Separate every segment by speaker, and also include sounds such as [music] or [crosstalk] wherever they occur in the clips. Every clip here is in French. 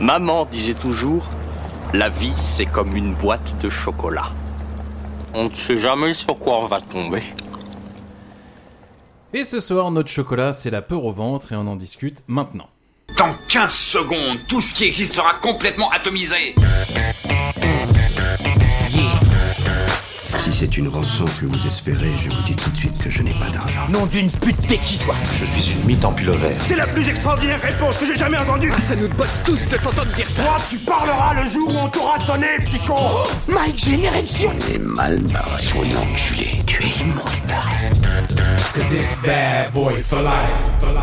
Speaker 1: Maman disait toujours, la vie c'est comme une boîte de chocolat. On ne sait jamais sur quoi on va tomber.
Speaker 2: Et ce soir, notre chocolat, c'est la peur au ventre et on en discute maintenant.
Speaker 3: Dans 15 secondes, tout ce qui existe sera complètement atomisé.
Speaker 4: Si c'est une rançon que vous espérez, je vous dis tout de suite que je n'ai pas d'argent.
Speaker 5: Nom d'une pute, t'es qui toi
Speaker 6: Je suis une mythe en pullover.
Speaker 7: C'est la plus extraordinaire réponse que j'ai jamais entendue
Speaker 8: ah, Ça nous botte tous de t'entendre dire ça
Speaker 7: Toi, tu parleras le jour où on t'aura sonné, petit con oh,
Speaker 5: My Generation
Speaker 4: Elle est mal barrée.
Speaker 5: Sois enculé, tu es immonde Cause it's bad boy for life, for life.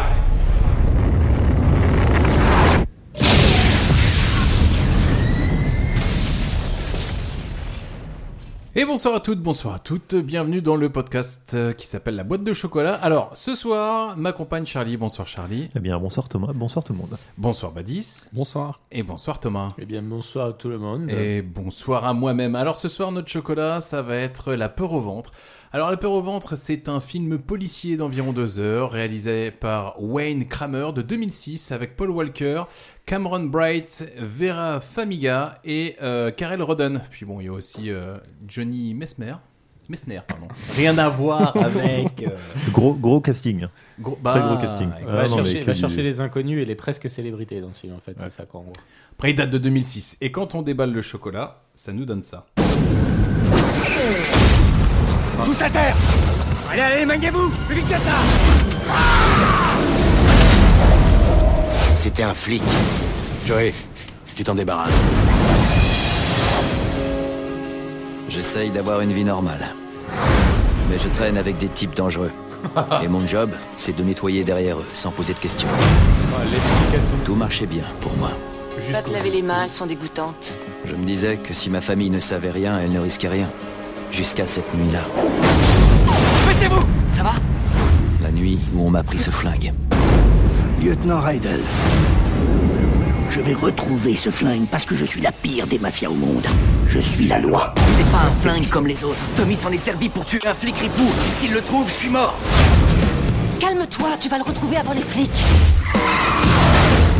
Speaker 2: Et bonsoir à toutes, bonsoir à toutes, bienvenue dans le podcast euh, qui s'appelle La boîte de chocolat. Alors, ce soir, ma compagne Charlie, bonsoir Charlie.
Speaker 9: Eh bien, bonsoir Thomas, bonsoir tout le monde.
Speaker 2: Bonsoir Badis.
Speaker 10: Bonsoir.
Speaker 2: Et bonsoir Thomas.
Speaker 10: Eh bien, bonsoir à tout le monde. Euh,
Speaker 11: Euh.
Speaker 2: Et bonsoir à moi-même. Alors, ce soir, notre chocolat, ça va être La peur au ventre. Alors, La peur au ventre, c'est un film policier d'environ deux heures, réalisé par Wayne Kramer de 2006 avec Paul Walker, Cameron Bright, Vera Famiga et euh, Karel Roden. Puis bon, il y a aussi euh, Johnny Messner. Messner, pardon.
Speaker 11: Rien à voir avec. Euh...
Speaker 9: Gros, gros casting.
Speaker 2: [laughs] Gros,
Speaker 9: bah, Très gros casting.
Speaker 10: Ah, va, non, chercher, va chercher, les inconnus et les presque célébrités dans ce film, en fait. Ouais. C'est ça, quoi, en gros.
Speaker 2: Après, il date de 2006. Et quand on déballe le chocolat, ça nous donne ça.
Speaker 7: Tous à terre Allez, allez, manguez-vous Plus vite que ça ah
Speaker 5: c'était un flic.
Speaker 6: Joey, tu t'en débarrasses.
Speaker 5: J'essaye d'avoir une vie normale. Mais je traîne avec des types [laughs] dangereux. Et mon job, c'est de nettoyer derrière eux, sans poser de questions.
Speaker 10: Ouais,
Speaker 5: Tout marchait bien pour moi.
Speaker 12: Pas te laver les mains, elles sont dégoûtantes.
Speaker 5: Je me disais que si ma famille ne savait rien, elle ne risquait rien. Jusqu'à cette nuit-là.
Speaker 7: Baissez-vous
Speaker 5: Ça va La nuit où on m'a pris ce flingue.
Speaker 11: Lieutenant Rydell. Je vais retrouver ce flingue parce que je suis la pire des mafias au monde. Je suis la loi.
Speaker 5: C'est pas un flingue comme les autres. Tommy s'en est servi pour tuer un flic ripou. S'il le trouve, je suis mort.
Speaker 12: Calme-toi, tu vas le retrouver avant les flics.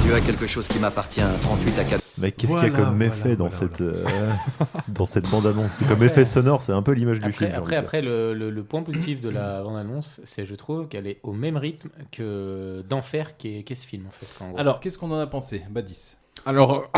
Speaker 5: Tu as quelque chose qui m'appartient, 38 à 4.
Speaker 9: Mais qu'est-ce voilà, qu'il y a comme voilà, effet voilà, dans, cette, euh,
Speaker 2: [laughs]
Speaker 9: dans cette bande-annonce C'est comme effet sonore, c'est un peu l'image du
Speaker 10: après,
Speaker 9: film.
Speaker 10: Après, après le, le, le, point positif de la bande-annonce, c'est je trouve qu'elle est au même rythme que d'enfer qu'est qu ce film en fait. En
Speaker 2: Alors, qu'est-ce qu'on en a pensé Bah, Badis
Speaker 10: alors,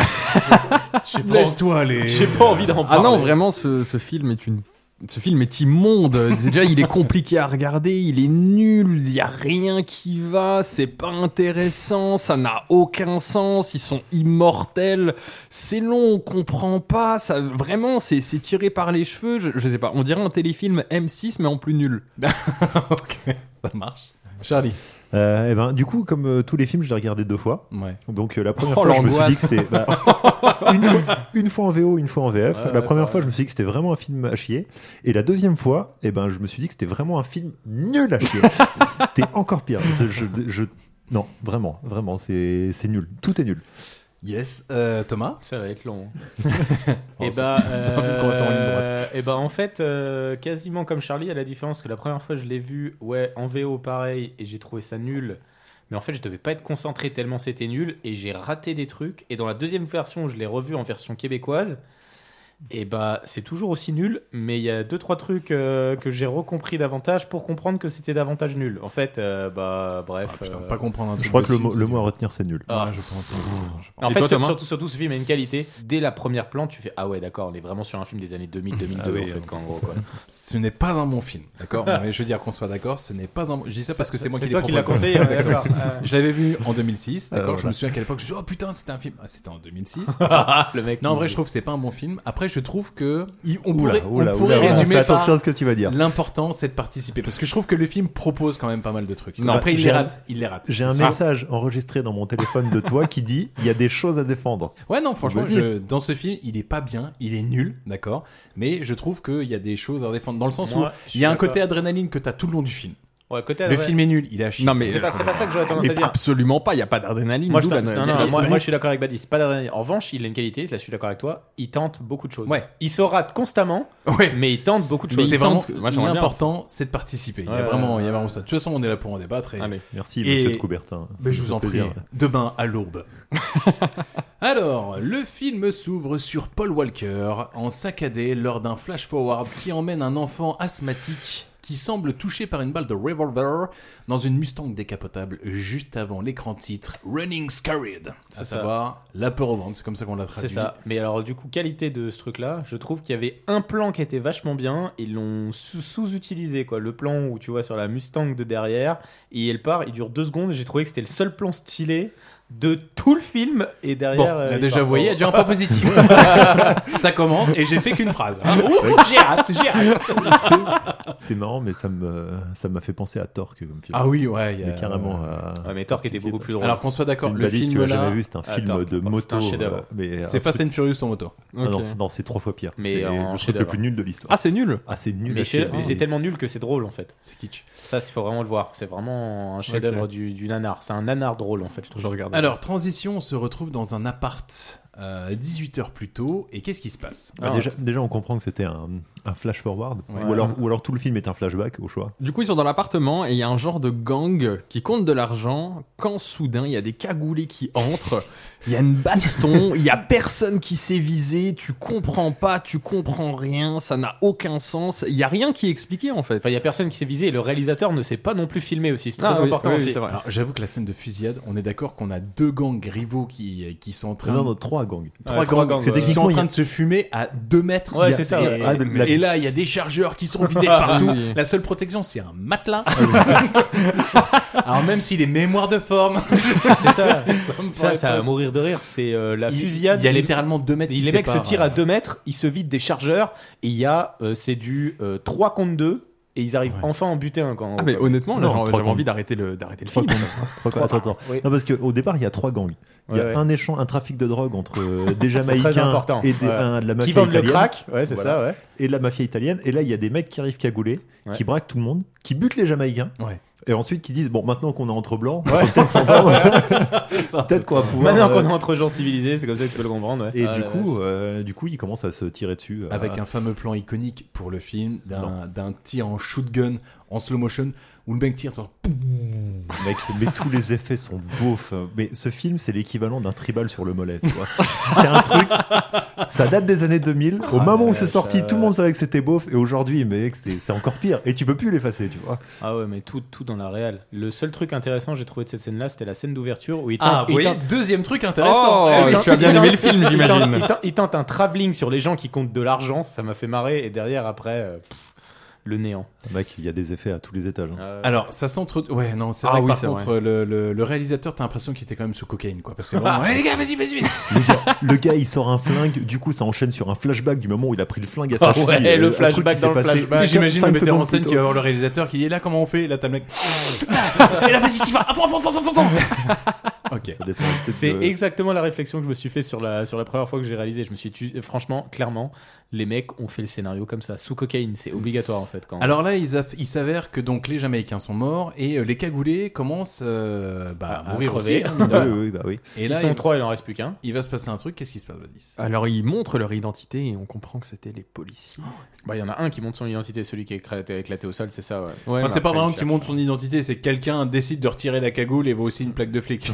Speaker 2: laisse-toi aller.
Speaker 10: [laughs] J'ai pas envie d'en parler.
Speaker 13: euh, Ah non, vraiment, ce, ce film est une ce film est immonde. Déjà, il est compliqué à regarder, il est nul, il n'y a rien qui va, c'est pas intéressant, ça n'a aucun sens, ils sont immortels, c'est long, on comprend pas, ça, vraiment, c'est tiré par les cheveux, je, je, sais pas, on dirait un téléfilm M6 mais en plus nul.
Speaker 2: ok, ça marche. Charlie.
Speaker 9: Euh, et ben, du coup, comme euh, tous les films, je l'ai regardé deux fois.
Speaker 2: Ouais.
Speaker 9: Donc euh, la première oh, fois, je me suis dit que c'était bah, [laughs] une, une, fois en VO, une fois en VF. Ouais, la ouais, première fois, je me suis dit que c'était vraiment un film à chier. Et la deuxième fois, et ben, je me suis dit que c'était vraiment un film nul à [laughs] chier. c'était encore pire. Je, je, non, vraiment, vraiment, c'est nul. Tout est nul.
Speaker 2: Yes, Euh, Thomas.
Speaker 10: Ça va être long. hein. et bah, et bah en fait, euh, quasiment comme Charlie, à la différence que la première fois je l'ai vu, ouais, en VO pareil, et j'ai trouvé ça nul. Mais en fait, je devais pas être concentré tellement c'était nul, et j'ai raté des trucs. Et dans la deuxième version, je l'ai revu en version québécoise. Et bah, c'est toujours aussi nul, mais il y a deux trois trucs euh, que j'ai recompris davantage pour comprendre que c'était davantage nul. En fait, euh, bah bref. Ah,
Speaker 2: putain, pas comprendre. Un truc
Speaker 9: je crois que le, le mot à retenir c'est nul.
Speaker 2: Euh, Ah, ouais, je pense.
Speaker 10: En fait, toi, surtout, surtout, surtout, ce film a une qualité. Dès la première plante, tu fais ah ouais d'accord, on est vraiment sur un film des années 2000 2002 ah, oui, en fait, euh... quand, en gros, quoi.
Speaker 2: Ce n'est pas un bon film, d'accord. mais je veux dire qu'on soit d'accord, ce n'est pas un. Je dis ça parce que [laughs] c'est moi qui
Speaker 10: l'ai
Speaker 2: qui l'a
Speaker 10: conseillé. d'accord.
Speaker 2: Je l'avais vu en 2006,
Speaker 9: Ah,
Speaker 2: d'accord. Je me souviens qu'à l'époque, je me suis oh putain, c'était un film. c'était en [laughs] 2006.
Speaker 10: [laughs] Le mec.
Speaker 2: Non, en vrai, je trouve que c'est pas un bon film. Après, je trouve que on
Speaker 9: oula,
Speaker 2: pourrait,
Speaker 9: oula,
Speaker 2: on pourrait
Speaker 9: oula,
Speaker 2: résumer
Speaker 9: attention à ce que tu vas dire.
Speaker 2: L'important, c'est de participer parce que je trouve que le film propose quand même pas mal de trucs. Non, après, il les rate, il les rate.
Speaker 9: J'ai un ça. message enregistré dans mon téléphone de toi qui dit il y a des choses à défendre.
Speaker 2: Ouais, non, franchement, je, dans ce film, il est pas bien, il est nul, d'accord. Mais je trouve qu'il y a des choses à défendre dans le sens Moi, où il y a un côté adrénaline que tu as tout le long du film.
Speaker 10: Ouais, côté,
Speaker 2: le ouais. film est nul, il a chier.
Speaker 10: Non, mais c'est pas, pas, ça que j'aurais tendance
Speaker 13: mais
Speaker 10: à dire.
Speaker 13: Absolument pas, il n'y a pas d'adrénaline.
Speaker 10: Moi, non, non, non, moi, moi, je suis d'accord avec Badis, pas d'adrénaline. En revanche, il a une qualité, là je suis d'accord avec toi, il tente beaucoup de choses.
Speaker 2: Ouais.
Speaker 10: Il se rate constamment, ouais. mais il tente beaucoup de choses.
Speaker 2: C'est vraiment
Speaker 10: hein.
Speaker 2: l'important, c'est de participer. Il y a vraiment, il y a vraiment ça. De toute façon, on est là pour en débattre. Et...
Speaker 9: Allez. Merci, monsieur et... de Coubertin.
Speaker 2: Mais je vous en prie, demain à l'aube. Alors, le film s'ouvre sur Paul Walker en saccadé lors d'un flash-forward qui emmène un enfant asthmatique qui semble touché par une balle de revolver dans une Mustang décapotable juste avant l'écran titre Running Scared, à
Speaker 10: C'est ça.
Speaker 2: savoir la peur au ventre, c'est comme ça qu'on l'a traduit.
Speaker 10: C'est ça. Mais alors, du coup, qualité de ce truc-là, je trouve qu'il y avait un plan qui était vachement bien. Ils l'ont sous- sous-utilisé, quoi. Le plan où tu vois sur la Mustang de derrière, et elle part, il dure deux secondes. J'ai trouvé que c'était le seul plan stylé de tout le film. Et
Speaker 2: Bon,
Speaker 10: derrière. euh,
Speaker 2: on a
Speaker 10: il
Speaker 2: déjà
Speaker 10: part.
Speaker 2: voyé, il y a
Speaker 10: [laughs]
Speaker 2: déjà un point positif. ça commence et j'ai fait qu'une phrase. Ah, ouh, j'ai hâte, j'ai hâte.
Speaker 9: C'est marrant, mais ça me ça m'a fait penser à Torque comme film.
Speaker 2: Ah oui, ouais, il y a-
Speaker 9: Mais carrément. à-
Speaker 10: Ouais, mais Torque était beaucoup plus drôle.
Speaker 2: Alors qu'on soit d'accord,
Speaker 9: Une
Speaker 2: le
Speaker 9: balise
Speaker 2: film
Speaker 9: que j'ai
Speaker 2: là-
Speaker 9: jamais vu, c'est un
Speaker 2: Ah,
Speaker 9: film
Speaker 2: Torque,
Speaker 9: de
Speaker 2: c'est un
Speaker 9: moto.
Speaker 2: chef-d'œuvre.
Speaker 9: euh, mais
Speaker 2: C'est
Speaker 9: un
Speaker 2: Fast and Furious en moto.
Speaker 9: Ah
Speaker 2: Ok.
Speaker 9: non, non, c'est trois fois pire.
Speaker 10: Mais
Speaker 9: c'est
Speaker 10: en
Speaker 9: le truc le
Speaker 10: chef-d'œuvre.
Speaker 9: plus nul de l'histoire.
Speaker 10: Ah, c'est nul
Speaker 9: Ah c'est nul.
Speaker 10: Mais,
Speaker 9: à
Speaker 10: chez-
Speaker 9: chier.
Speaker 10: mais c'est tellement nul que c'est drôle en fait.
Speaker 2: C'est kitsch.
Speaker 10: Ça, il faut vraiment le voir. C'est vraiment un chef-d'œuvre du, du nanar. C'est un nanar drôle en fait. Je toujours regarde.
Speaker 2: Alors, transition, on se retrouve dans un appart euh, 18 heures plus tôt. Et qu'est-ce qui se passe
Speaker 10: Ah
Speaker 9: Bah, déjà, déjà, on comprend que c'était un, un flash forward,
Speaker 2: Ouais.
Speaker 9: ou alors ou alors tout le film est un flashback au choix.
Speaker 13: Du coup, ils sont dans l'appartement et il y a un genre de gang qui compte de l'argent quand soudain il y a des cagoulés qui entrent, il y a une baston, il y a personne qui s'est visé, tu comprends pas, tu comprends rien, ça n'a aucun sens, il y a rien qui est expliqué en fait.
Speaker 10: Enfin, il y a personne qui s'est visé et le réalisateur ne s'est pas non plus filmé aussi. C'est très
Speaker 13: Ah oui,
Speaker 10: important
Speaker 13: oui,
Speaker 10: aussi.
Speaker 13: oui, c'est vrai.
Speaker 2: Alors, j'avoue que la scène de fusillade, on est d'accord qu'on a deux gangs rivaux qui, qui sont en train.
Speaker 9: Non, non, trois gangs.
Speaker 2: Trois
Speaker 9: Ouais,
Speaker 2: gangs.
Speaker 9: trois gangs,
Speaker 10: euh,
Speaker 2: C'est
Speaker 9: ouais.
Speaker 2: qui sont en
Speaker 9: Il y a-
Speaker 2: train de se fumer à 2 mètres.
Speaker 10: Ouais,
Speaker 2: Il y a-
Speaker 10: c'est ça,
Speaker 2: Et,
Speaker 10: ouais. Ah, de- la- Ah,
Speaker 2: et là, il y a des chargeurs qui sont vidés partout.
Speaker 10: Oui. Ah,
Speaker 2: La seule protection, c'est un matelas. [laughs] Alors, même s'il est mémoire de forme.
Speaker 10: C'est ça.
Speaker 2: me
Speaker 10: ça,
Speaker 2: paraît
Speaker 10: ça va
Speaker 2: pas-
Speaker 10: mourir de rire. C'est euh, la
Speaker 2: Il-
Speaker 10: fusillade.
Speaker 2: il y a littéralement deux mètres qui
Speaker 10: Les mecs se
Speaker 2: séparent.
Speaker 10: tirent à 2 mètres, ils se vident des chargeurs et il y a, euh, c'est du 3 contre 2 et ils arrivent enfin à en buter un. Quand,
Speaker 13: Ah, mais honnêtement, là,
Speaker 10: Non,
Speaker 13: j'en-
Speaker 10: trois
Speaker 13: j'avais
Speaker 10: contre-
Speaker 13: envie d'arrêter le, d'arrêter le
Speaker 9: Trois
Speaker 13: film.
Speaker 9: Trois- attends, attends.
Speaker 10: Oui.
Speaker 9: Non, parce qu'au départ, il y a trois gangs. Il y a
Speaker 10: Ouais, ouais.
Speaker 9: un échange, un trafic de drogue entre
Speaker 10: [laughs]
Speaker 9: euh, des
Speaker 10: C'est très
Speaker 9: Jamaïcains
Speaker 10: important.
Speaker 9: et des-
Speaker 10: Ouais.
Speaker 9: un de la
Speaker 10: Qui
Speaker 9: mafia
Speaker 10: vendent le
Speaker 9: italienne.
Speaker 10: crack, ouais, c'est ça, ouais.
Speaker 9: Et de la mafia italienne. Et là, il y a des mecs qui arrivent cagoulés,
Speaker 10: Ouais.
Speaker 9: qui braquent tout le monde, qui butent les Jamaïcains.
Speaker 2: Ouais.
Speaker 9: Et ensuite, qui disent Bon, maintenant qu'on est entre blancs, on va peut-être s'en va.
Speaker 10: [laughs]
Speaker 9: Peut-être qu'on va pouvoir.
Speaker 10: Maintenant qu'on
Speaker 9: euh,
Speaker 10: est entre gens civilisés, c'est comme ça que tu peux le comprendre. ouais.
Speaker 9: Et
Speaker 10: Ah,
Speaker 9: du,
Speaker 10: là,
Speaker 9: coup, euh, du coup, ils commencent à se tirer dessus. euh,
Speaker 2: Avec un fameux plan iconique pour le film d'un d'un tir en shotgun en slow motion où le mec tire genre,
Speaker 9: Mec, mais tous les effets sont beaufs. Mais ce film, c'est l'équivalent d'un tribal sur le mollet. tu vois. C'est un truc. Ça date des années 2000.
Speaker 2: Ah,
Speaker 9: Au moment où c'est sorti, tout le monde savait que c'était beauf. Et aujourd'hui, mec, c'est c'est encore pire. Et tu peux plus l'effacer, tu vois.
Speaker 10: Ah ouais, mais tout, tout dans la réelle. Le seul truc intéressant que j'ai trouvé de cette scène-là, c'était la scène d'ouverture où il tente.
Speaker 2: Ah, vous
Speaker 10: il
Speaker 2: voyez,
Speaker 10: tente-
Speaker 2: deuxième truc intéressant.
Speaker 10: Oh,
Speaker 2: Ah oui,
Speaker 10: il
Speaker 2: tu as bien
Speaker 10: tente-
Speaker 2: aimé le film,
Speaker 10: il tente-
Speaker 2: j'imagine.
Speaker 10: Il tente, il tente un travelling sur les gens qui comptent de l'argent, ça m'a fait marrer. Et derrière, après, euh, pff, le néant.
Speaker 9: Ah, Mec, il y a des effets à tous les étages. hein.
Speaker 10: Euh,
Speaker 2: Alors, ça s'entre. Ouais, non, c'est
Speaker 9: Ah
Speaker 2: vrai. que
Speaker 9: oui,
Speaker 2: par
Speaker 9: c'est
Speaker 2: contre, Le, le- le réalisateur, t'as l'impression qu'il était quand même sous cocaïne, quoi. Parce que [laughs] vraiment, hey, les gars, vas-y, vas-y, vas-y.
Speaker 9: Le gars, le gars, il sort un flingue. Du coup, ça enchaîne sur un flashback du moment où il a pris le flingue à sa
Speaker 2: Ah ouais,
Speaker 9: cheville.
Speaker 2: le
Speaker 9: Un truc qui
Speaker 2: flashback
Speaker 9: s'est
Speaker 2: dans le
Speaker 9: passé
Speaker 2: flashback.
Speaker 9: cinq
Speaker 2: J'imagine le
Speaker 9: secondes
Speaker 2: metteur en
Speaker 9: plus
Speaker 2: scène
Speaker 9: tôt.
Speaker 2: qui va voir le réalisateur qui est là, comment on fait Et là, t'as le mec. Et là, vas-y, tu vas. À fond, à fond, à fond, à fond, à fond. Ok.
Speaker 9: Ça dépend peut-être
Speaker 10: C'est
Speaker 9: de-
Speaker 10: exactement la réflexion que je me suis fait sur la, sur la première fois que j'ai réalisé. Je me suis dit, tu- franchement, clairement, les mecs ont fait le scénario comme ça, sous cocaïne. C'est obligatoire en fait. Quand
Speaker 2: Alors là, ils aff- il s'avère que donc les Jamaïcains sont morts et euh, les cagoulés commencent euh, bah, à
Speaker 10: À
Speaker 2: mourir
Speaker 10: crever.
Speaker 2: aussi.
Speaker 10: Oui, [laughs] oui,
Speaker 9: bah oui.
Speaker 2: Et là,
Speaker 10: ils sont
Speaker 2: il-
Speaker 10: trois, il en reste plus qu'un.
Speaker 2: il va se passer un truc. Qu'est-ce qui se passe, Badis
Speaker 13: Alors, ils montrent leur identité et on comprend que c'était les policiers.
Speaker 10: Bah, il y en a un qui monte son identité, celui qui est éclaté, éclaté au sol, c'est ça. Ouais.
Speaker 2: Enfin, c'est pas
Speaker 10: Après,
Speaker 2: vraiment
Speaker 10: il
Speaker 2: qu'il
Speaker 9: [laughs]
Speaker 2: montre son identité, c'est que quelqu'un décide de retirer la cagoule et voit aussi une plaque de flic.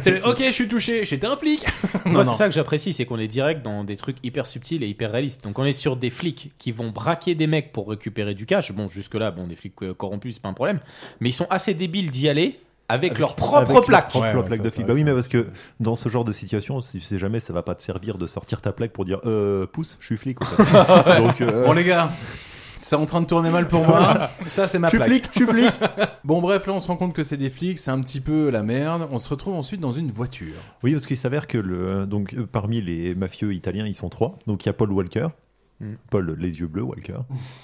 Speaker 2: c'est le, ok, je suis touché, j'étais un flic. [laughs]
Speaker 10: Moi, c'est ça que j'apprécie, c'est qu'on est direct dans des trucs hyper subtils et hyper réalistes. Donc, on est sur des flics qui vont braquer des mecs pour récupérer du cash. Bon, jusque-là, bon, des flics euh, corrompus, c'est pas un problème. Mais ils sont assez débiles d'y aller avec, leur propre
Speaker 9: Avec leur
Speaker 10: plaque.
Speaker 9: propre plaque de flic. Bah oui, mais parce que dans ce genre de situation, si tu sais jamais, ça va pas te servir de sortir ta plaque pour dire euh, pousse, je suis flic. en fait. Donc, euh,
Speaker 2: Bon les gars, c'est en train de tourner mal pour moi. Ça c'est ma
Speaker 9: Je suis
Speaker 2: plaque.
Speaker 9: flic, je suis flic.
Speaker 2: bon bref, là on se rend compte que c'est des flics, c'est un petit peu la merde. On se retrouve ensuite dans une voiture.
Speaker 9: Oui, parce qu'il s'avère que le, donc, euh, parmi les mafieux italiens, ils sont trois. Donc il y a Paul Walker.
Speaker 10: Mm.
Speaker 9: Paul, les yeux bleus, Walker.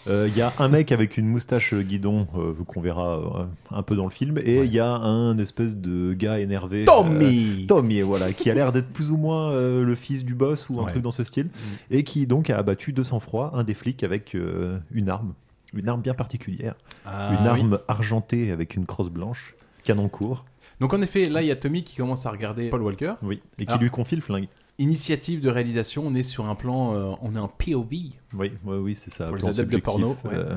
Speaker 9: Euh, Il y a un mec avec une moustache euh, guidon euh, qu'on verra euh, un peu dans le film. Et il y a un espèce de gars énervé.
Speaker 2: Tommy
Speaker 9: euh, Tommy, voilà, qui a l'air d'être plus ou moins euh, le fils du boss ou un
Speaker 2: Ouais.
Speaker 9: truc dans ce style. Et qui donc a abattu de sang-froid un des flics avec euh, une arme. Une arme bien particulière.
Speaker 2: Ah,
Speaker 9: une
Speaker 2: oui.
Speaker 9: arme argentée avec une crosse blanche, canon court.
Speaker 2: Donc en effet, là il y a Tommy qui commence à regarder Paul Walker.
Speaker 9: Oui. Et qui
Speaker 2: Alors,
Speaker 9: lui confie le flingue.
Speaker 2: Initiative de réalisation, on est sur un plan, euh, on est un POV.
Speaker 9: Oui, oui, oui c'est ça.
Speaker 2: Pour les
Speaker 9: plan
Speaker 2: adeptes de
Speaker 9: subjectif,
Speaker 2: porno, ouais.
Speaker 9: euh,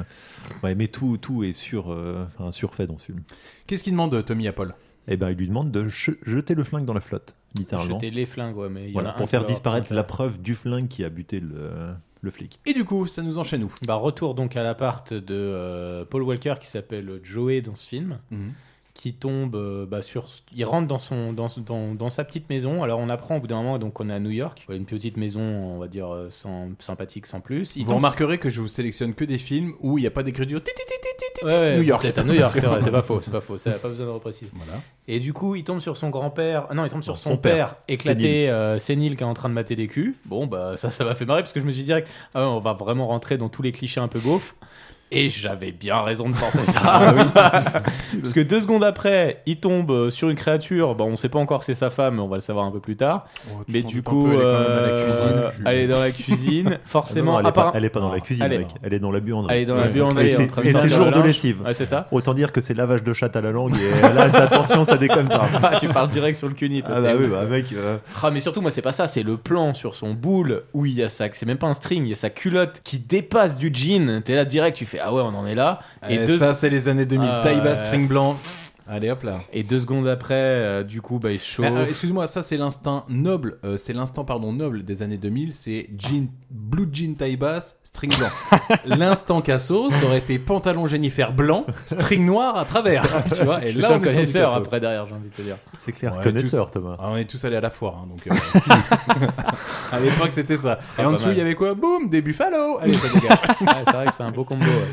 Speaker 9: ouais, mais tout, tout est sur, euh, enfin, surfait dans ce film.
Speaker 2: Qu'est-ce qu'il demande Tommy à Paul
Speaker 9: et ben il lui demande de che- jeter le flingue dans la flotte, littéralement.
Speaker 10: Jeter les flingues, ouais, mais il y en
Speaker 9: Voilà,
Speaker 10: a un
Speaker 9: pour
Speaker 10: qui
Speaker 9: faire
Speaker 10: doit avoir
Speaker 9: disparaître
Speaker 10: pris
Speaker 9: la preuve du flingue qui a buté le, le flic.
Speaker 2: Et du coup, ça nous enchaîne où
Speaker 10: Bah, retour donc à l'appart de euh, Paul Walker qui s'appelle Joey dans ce film.
Speaker 2: Mhm.
Speaker 10: Qui tombe euh, bah, sur. Il rentre dans, son, dans, son- dans, dans sa petite maison. Alors, on apprend au bout d'un moment, donc on est à New York. Une petite maison, on va dire, euh, sans, sympathique, sans plus. Il
Speaker 2: Vous
Speaker 10: tombe-
Speaker 2: remarquerez que je vous sélectionne que des films où il n'y a pas d'écriture. Ti, ti, ti, ti, ti, ti, ti,
Speaker 10: Ouais, ouais,
Speaker 2: New York.
Speaker 10: C'est à New York, c'est vrai, c'est pas faux, c'est pas faux, ça pas besoin de repréciser. Et du coup, il tombe sur son grand-père, ah non, il tombe sur son,
Speaker 2: son
Speaker 10: père,
Speaker 2: père,
Speaker 10: éclaté, euh, sénile, qui est en train de mater des culs. Bon, bah ça, ça m'a fait marrer parce que je me suis dit direct, ah ouais, on va vraiment rentrer dans tous les clichés un peu beaufs. Et j'avais bien raison de
Speaker 9: [laughs]
Speaker 10: penser ça.
Speaker 9: Ah
Speaker 10: [laughs] Parce que deux secondes après, il tombe euh, sur une créature. Bon, on sait pas encore c'est sa femme, on va le savoir un peu plus tard. Mais Oh, du
Speaker 9: doutes un
Speaker 10: coup,
Speaker 9: peu, elle est quand même à la
Speaker 10: euh,
Speaker 9: cuisine.
Speaker 10: elle est dans la cuisine.
Speaker 9: [laughs] Ah
Speaker 10: Forcément,
Speaker 9: non, elle, est
Speaker 10: à part-
Speaker 9: pas, elle est pas dans la cuisine,
Speaker 10: Elle est-
Speaker 9: mec. Elle est dans la buanderie.
Speaker 10: Elle est dans la
Speaker 9: Ouais.
Speaker 10: buanderie,
Speaker 9: Et
Speaker 10: en train de
Speaker 9: c'est- Et c'est
Speaker 10: sortir
Speaker 9: jour
Speaker 10: le
Speaker 9: de
Speaker 10: linge.
Speaker 9: lessive.
Speaker 10: Ouais, c'est ça.
Speaker 9: Autant dire que c'est lavage de chatte à la langue. Et euh, là, c'est- attention, ça déconne
Speaker 10: [laughs]
Speaker 9: pas.
Speaker 10: Ah, tu parles direct sur le cuni, toi.
Speaker 9: Ah bah
Speaker 10: t'es-
Speaker 9: oui, bah mec. euh,
Speaker 10: Ah, mais surtout, moi, c'est pas ça, c'est le plan sur son boule où il y a sa. C'est même pas un string, il y a sa culotte qui dépasse du jean. T'es là direct, tu fais Ah ouais, on en est là.
Speaker 2: Eh, ça, c'est les années 2000. Taille basse, string blanc. Allez Ah, hop là.
Speaker 10: Et deux secondes après, euh, du coup, bah, il chauffe. [laughs]
Speaker 2: Mais, euh, Excuse-moi, ça c'est l'instinct noble, euh, c'est l'instant pardon noble des années 2000, c'est jean, blue jean taille basse, string [laughs] blanc. l'instant casso, ça aurait été pantalon Jennifer blanc, string noir à travers. tu vois, et
Speaker 10: C'est
Speaker 2: là
Speaker 10: un
Speaker 2: on est sur du
Speaker 10: connaisseur
Speaker 2: Cassos.
Speaker 10: après, derrière, j'ai envie de te dire.
Speaker 9: C'est clair,
Speaker 2: On est
Speaker 9: connaisseur,
Speaker 2: tous-
Speaker 9: Thomas.
Speaker 2: Ah, on est tous allés à la foire, hein, donc. euh, [laughs] à l'époque c'était ça.
Speaker 10: Ah,
Speaker 2: Et en
Speaker 10: pas
Speaker 2: dessous
Speaker 10: mal.
Speaker 2: il y avait quoi Boum, des buffalo. Allez, ça dégage.
Speaker 10: [laughs] Ouais, c'est vrai que c'est un beau combo. ouais.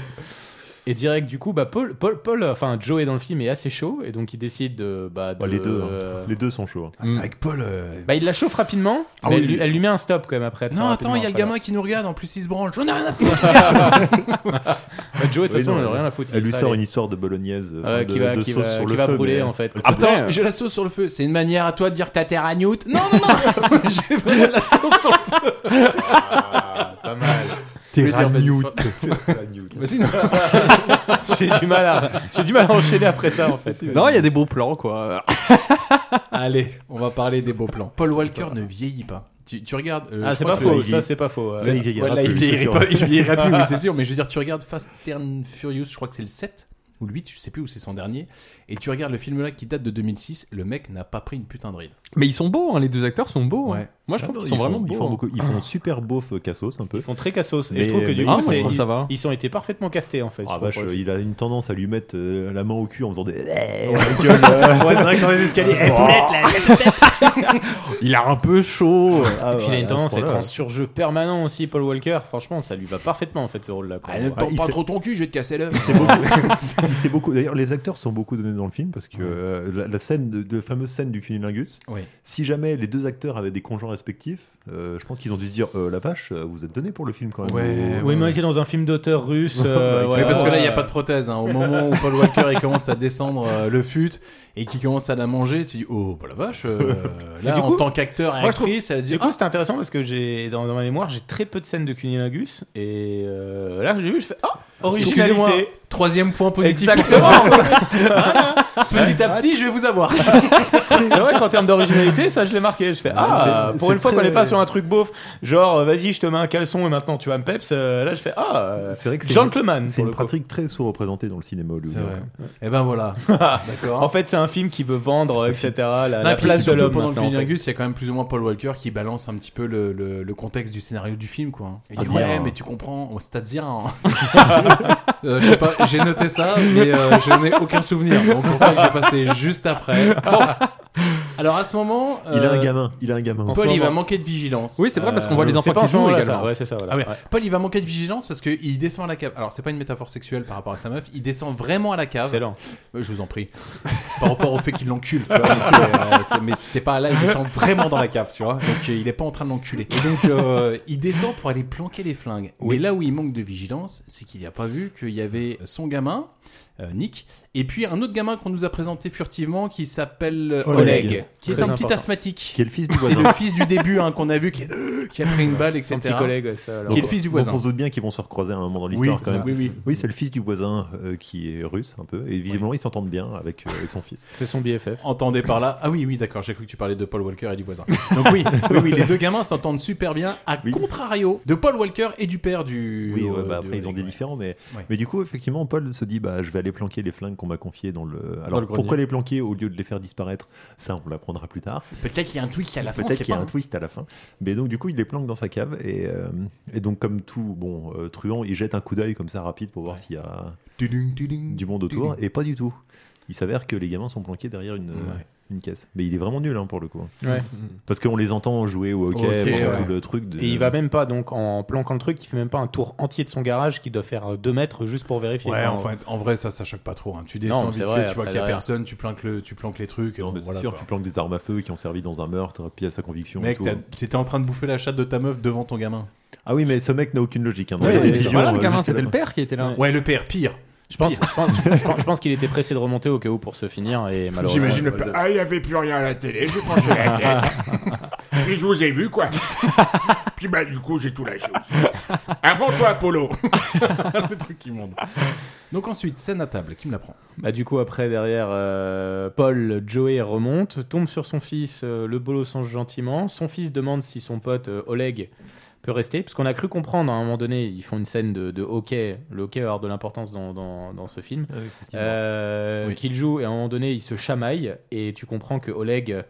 Speaker 10: Et direct, du coup, bah, Paul, Paul, Paul, euh, enfin, Joe est dans le film est assez chaud, et donc il décide de. Bah, de-
Speaker 9: bah, les deux, hein.
Speaker 10: euh,
Speaker 9: les deux sont chauds. hein.
Speaker 2: Ah, C'est vrai que Paul. euh,
Speaker 10: Bah, il la chauffe rapidement,
Speaker 2: Ah
Speaker 10: mais
Speaker 2: oui.
Speaker 10: elle, lui, elle lui met un stop quand même après. très
Speaker 2: Non, attends,
Speaker 10: rapidement
Speaker 2: il y a le
Speaker 10: après.
Speaker 2: gamin qui nous regarde, en plus il se branle. J'en ai rien à foutre.
Speaker 10: Bah, Joe, de toute
Speaker 9: Oui,
Speaker 10: façon,
Speaker 9: non,
Speaker 10: on a rien à foutre. il
Speaker 9: Elle lui
Speaker 10: sera
Speaker 9: sort
Speaker 10: allé.
Speaker 9: une histoire de bolognaise, euh,
Speaker 10: Euh,
Speaker 9: de,
Speaker 10: qui va-
Speaker 9: de
Speaker 10: qui
Speaker 9: sauce
Speaker 10: va-
Speaker 9: sur
Speaker 10: qui
Speaker 9: le
Speaker 10: va
Speaker 9: feu,
Speaker 10: brûler,
Speaker 9: mais- euh,
Speaker 10: en fait. [laughs]
Speaker 9: Elle se
Speaker 2: Attends, j'ai la sauce sur le feu. C'est une manière à toi de dire que t'as terre à Newt. Non, non, non J'ai
Speaker 9: Ah,
Speaker 2: vraiment de la sauce sur le feu
Speaker 10: Pas mal.
Speaker 9: Terranute.
Speaker 2: [laughs] Mais sinon-
Speaker 10: [laughs] j'ai du mal à j'ai du mal à enchaîner après
Speaker 9: [laughs]
Speaker 10: ça en fait.
Speaker 13: Non, il y a des beaux plans, quoi.
Speaker 2: Allez, on va parler des beaux plans. Paul Walker ne vieillit pas. Tu, tu regardes. euh,
Speaker 10: Ah,
Speaker 2: je
Speaker 10: c'est
Speaker 2: crois
Speaker 10: pas
Speaker 2: que-
Speaker 10: faux, ça, c'est pas faux, ouais.
Speaker 2: Ouais,
Speaker 10: Ça, il vieillira
Speaker 2: là, il
Speaker 10: plus, c'est
Speaker 2: vieillirait
Speaker 10: sûr. [laughs]
Speaker 2: pas- il vieillira plus, oui, c'est sûr. Mais je veux dire, tu regardes Fast and Furious, je crois que c'est le 7 ou le 8, je sais plus où c'est son dernier. Et tu regardes le film là qui date de 2006, le mec n'a pas pris une putain de ride.
Speaker 13: Mais ils sont beaux, hein, les deux acteurs sont beaux. hein.
Speaker 2: Ouais.
Speaker 13: Moi, je trouve
Speaker 9: Ah,
Speaker 13: qu'ils
Speaker 9: ils
Speaker 13: sont
Speaker 9: font-
Speaker 13: vraiment beaux.
Speaker 9: Ils font,
Speaker 13: hein.
Speaker 9: beaucoup- ils font super beauf euh, cassos un peu.
Speaker 10: Ils font très cassos. Et
Speaker 9: Mais-
Speaker 10: je trouve que
Speaker 9: mais-
Speaker 10: du
Speaker 13: Ah,
Speaker 10: coup,
Speaker 13: moi, je
Speaker 10: c'est-
Speaker 13: trouve ça va.
Speaker 10: ils ont été parfaitement castés en fait. je
Speaker 9: Ah
Speaker 10: trouve,
Speaker 9: vache,
Speaker 10: pour le
Speaker 9: euh,
Speaker 10: film.
Speaker 9: il a une tendance à lui mettre euh, la main au cul en faisant des.
Speaker 10: Ouais, c'est vrai que dans les escaliers, eh, poulette, là,
Speaker 13: Il a un peu chaud. euh.
Speaker 9: Ah,
Speaker 10: Et puis il
Speaker 9: ouais,
Speaker 10: a une
Speaker 9: à
Speaker 10: tendance
Speaker 9: ce
Speaker 10: à être
Speaker 9: point-là,
Speaker 10: en surjeu permanent aussi, Paul Walker. Franchement, ça lui va parfaitement en fait ce rôle-là. quoi.
Speaker 2: ne
Speaker 10: Ouais.
Speaker 9: il
Speaker 2: pas
Speaker 9: s'est-
Speaker 2: trop ton cul, je vais te casser l'œuf.
Speaker 9: C'est beaucoup. C'est beaucoup. D'ailleurs, les acteurs sont beaucoup donnés dans le film parce que euh, la, la scène, de, de- la fameuse scène du cunilingus.
Speaker 2: Oui.
Speaker 9: Si jamais les deux acteurs avaient des conjoints respectifs, euh, je pense qu'ils ont dû se dire euh, la vache, euh, vous êtes donné pour le film quand même.
Speaker 2: Ouais,
Speaker 10: Oui, mais on était dans un film d'auteur russe. euh,
Speaker 9: Ouais,
Speaker 10: voilà.
Speaker 2: Oui, parce que là, il n'y a pas de prothèse. hein. Au moment où Paul Walker il commence à descendre euh, le fut et qu'il commence à la manger, tu dis Oh, bah la vache, euh, là,
Speaker 10: du
Speaker 2: en
Speaker 10: coup-
Speaker 2: tant qu'acteur et
Speaker 10: Moi, je trouve-
Speaker 2: actrice, elle a dit,
Speaker 10: Du coup, c'était intéressant parce que j'ai dans, dans ma mémoire, j'ai très peu de scènes de cunilingus. Et euh, là, j'ai vu, je fais Ah,
Speaker 2: Ah, excusez-moi,
Speaker 10: originalité.
Speaker 2: troisième point positif. Petit à petit, je vais vous avoir.
Speaker 10: C'est vrai qu'en termes d'originalité, ça je l'ai marqué. Je fais Ah,
Speaker 9: c'est-
Speaker 10: pour
Speaker 9: c'est
Speaker 10: une fois qu'on
Speaker 9: très-
Speaker 10: n'est pas sur un truc beauf, genre euh, vas-y, je te mets un caleçon et maintenant tu vas me peps. euh, Là, je fais Ah, euh,
Speaker 9: C'est vrai que c'est
Speaker 10: gentleman.
Speaker 9: C'est
Speaker 10: pour
Speaker 9: une
Speaker 10: le coup.
Speaker 9: pratique très sous-représentée dans le cinéma
Speaker 2: C'est
Speaker 9: hollywoodien.
Speaker 2: vrai. Et ben voilà. D'accord.
Speaker 10: En fait, c'est un film qui veut vendre, etc. La, la
Speaker 2: Non, et puis
Speaker 10: place de
Speaker 2: surtout,
Speaker 10: l'homme.
Speaker 2: Pendant
Speaker 10: maintenant,
Speaker 2: le
Speaker 10: en fait.
Speaker 2: Cunilingus, il y a quand même plus ou moins Paul Walker qui balance un petit peu le, le- le contexte du scénario du film, quoi. Il dit,
Speaker 9: bien.
Speaker 2: ouais, mais tu comprends, oh, c'est-à-dire. hein. [laughs] Euh, je sais pas, j'ai noté ça, mais euh, je n'ai aucun souvenir. Donc en fait, j'ai passé juste après. Bon. Alors à ce moment.
Speaker 9: Il a un
Speaker 2: euh,
Speaker 9: gamin, il a un gamin.
Speaker 2: Paul,
Speaker 10: ce
Speaker 2: il va
Speaker 10: moment.
Speaker 2: manquer de vigilance.
Speaker 13: Oui, c'est vrai, parce qu'on
Speaker 2: Euh,
Speaker 13: voit les
Speaker 10: C'est
Speaker 13: enfants
Speaker 10: pas en
Speaker 13: qui
Speaker 10: ce
Speaker 13: jouent
Speaker 10: moment-là, ça.
Speaker 13: également.
Speaker 10: Ouais, c'est ça. Voilà.
Speaker 2: Ah ouais.
Speaker 10: Ouais.
Speaker 2: Paul, il va manquer de vigilance parce qu'il descend à la cave. Alors, c'est pas une métaphore sexuelle par rapport à sa meuf. Il descend vraiment à la cave.
Speaker 10: Excellent.
Speaker 2: Euh, Je vous en prie. [laughs] Par rapport au fait qu'il l'encule, tu vois. donc c'est,
Speaker 9: [laughs]
Speaker 2: euh, c'est- mais c'était pas là, il descend vraiment dans la cave, tu vois. Donc euh, il est pas en train de l'enculer. Et donc euh, il descend pour aller planquer les flingues. Mais là où il manque de vigilance, c'est qu'il n'y a pas vu qu'il y avait son gamin, euh, Nick, et puis un autre gamin qu'on nous a présenté furtivement qui s'appelle euh, Oliver.
Speaker 9: Oliver.
Speaker 2: collègue, qui est
Speaker 10: Très
Speaker 2: un petit
Speaker 10: important.
Speaker 2: asthmatique.
Speaker 9: Qui est le fils du
Speaker 2: C'est
Speaker 9: voisin.
Speaker 2: le fils du début hein, qu'on a vu qui, [gasps] est- qui a pris une balle, etc. qui est le fils du voisin.
Speaker 9: Donc on se doute bien qu'ils vont se recroiser à un moment dans
Speaker 2: Oui,
Speaker 9: l'histoire
Speaker 2: c'est
Speaker 9: quand
Speaker 2: ça.
Speaker 9: même.
Speaker 2: Oui, oui.
Speaker 9: c'est le fils du voisin euh, qui est russe un peu. Et visiblement, ils s'entendent bien avec, euh, avec
Speaker 2: [laughs]
Speaker 9: son fils.
Speaker 10: C'est son BFF.
Speaker 2: Entendez par là. Ah oui, oui, d'accord, j'ai cru que tu parlais de Paul Walker et du voisin. Donc oui, oui, oui, les deux gamins s'entendent super bien, à contrario de Paul Walker et du père du.
Speaker 9: Oui, ouais,
Speaker 2: euh,
Speaker 9: bah,
Speaker 2: du-
Speaker 9: après ils ont des différents, mais,
Speaker 2: Ouais.
Speaker 9: mais du coup, effectivement, Paul se dit bah, je vais aller planquer les flingues qu'on m'a confiées dans le. Alors
Speaker 2: le grenier.
Speaker 9: pourquoi les planquer au lieu de les faire disparaître Ça, on l'apprendra plus tard.
Speaker 2: Peut-être qu'il y a un twist à la fin. on
Speaker 9: Peut-être
Speaker 2: sait
Speaker 9: qu'il y a
Speaker 2: pas,
Speaker 9: un
Speaker 2: hein.
Speaker 9: twist à la fin. Mais donc, du coup, il les planque dans sa cave. Et, euh, et donc, comme tout bon euh, truand, il jette un coup d'œil comme ça rapide pour voir s'il y a du monde autour.
Speaker 2: tudung.
Speaker 9: Et pas du tout. Il s'avère que les gamins sont planqués derrière une,
Speaker 2: Ouais.
Speaker 9: une caisse. Mais il est vraiment nul hein, pour le coup.
Speaker 10: Ouais.
Speaker 9: Parce qu'on les entend jouer au hockey,
Speaker 10: Ok,
Speaker 9: pendant
Speaker 10: ouais.
Speaker 9: tout le truc. De...
Speaker 10: Et il va même pas, donc en planquant le truc, il fait même pas un tour entier de son garage qui doit faire 2 mètres juste pour vérifier.
Speaker 2: Ouais,
Speaker 9: hein.
Speaker 10: Enfin,
Speaker 2: en, fait, en vrai, ça, ça choque pas trop. hein. Tu descends
Speaker 10: Non,
Speaker 2: vite
Speaker 10: c'est
Speaker 2: fait,
Speaker 10: vrai,
Speaker 2: tu vois
Speaker 10: après,
Speaker 2: qu'il y a
Speaker 10: derrière.
Speaker 2: personne, tu planques, le, tu planques les trucs. Et
Speaker 9: Non,
Speaker 2: bon,
Speaker 9: mais c'est
Speaker 2: voilà,
Speaker 9: sûr,
Speaker 2: quoi.
Speaker 9: tu planques des armes à feu qui ont servi dans un meurtre, puis à sa conviction. et
Speaker 2: Mec,
Speaker 9: tout. hein.
Speaker 2: t'as- t'étais en train de bouffer la chatte de ta meuf devant ton gamin.
Speaker 9: Ah oui, mais ce mec n'a aucune logique. Hein, dans
Speaker 2: Ouais,
Speaker 9: sa
Speaker 2: ouais,
Speaker 9: décision,
Speaker 2: voilà, le
Speaker 9: euh,
Speaker 2: gamin,
Speaker 9: jusque-là.
Speaker 2: c'était le père qui était là. Ouais, le père, pire.
Speaker 10: Je pense, je pense, je pense- je pense qu'il était pressé de remonter au cas où pour se finir et malheureusement.
Speaker 14: J'imagine le plat. Ah, il n'y avait plus rien à la télé, j'ai penché
Speaker 9: [laughs]
Speaker 14: la tête. Puis je vous ai vu, quoi. [laughs] Puis bah, du coup, j'ai tout lâché aussi.
Speaker 2: Ah,
Speaker 14: Avant toi, Apollo.
Speaker 2: [laughs] le truc immonde. Donc ensuite, scène à table, qui me la prend
Speaker 10: Bah, du coup, après, derrière, euh, Paul, Joey remonte, tombe sur son fils, euh, le bolossance gentiment. Son fils demande si son pote euh, Oleg peut rester, parce qu'on a cru comprendre hein, à un moment donné, ils font une scène de, de hockey, le hockey va avoir de l'importance dans, dans- dans ce film, euh, qu'il joue, et à un moment donné, il se chamaille, et tu comprends que Oleg euh,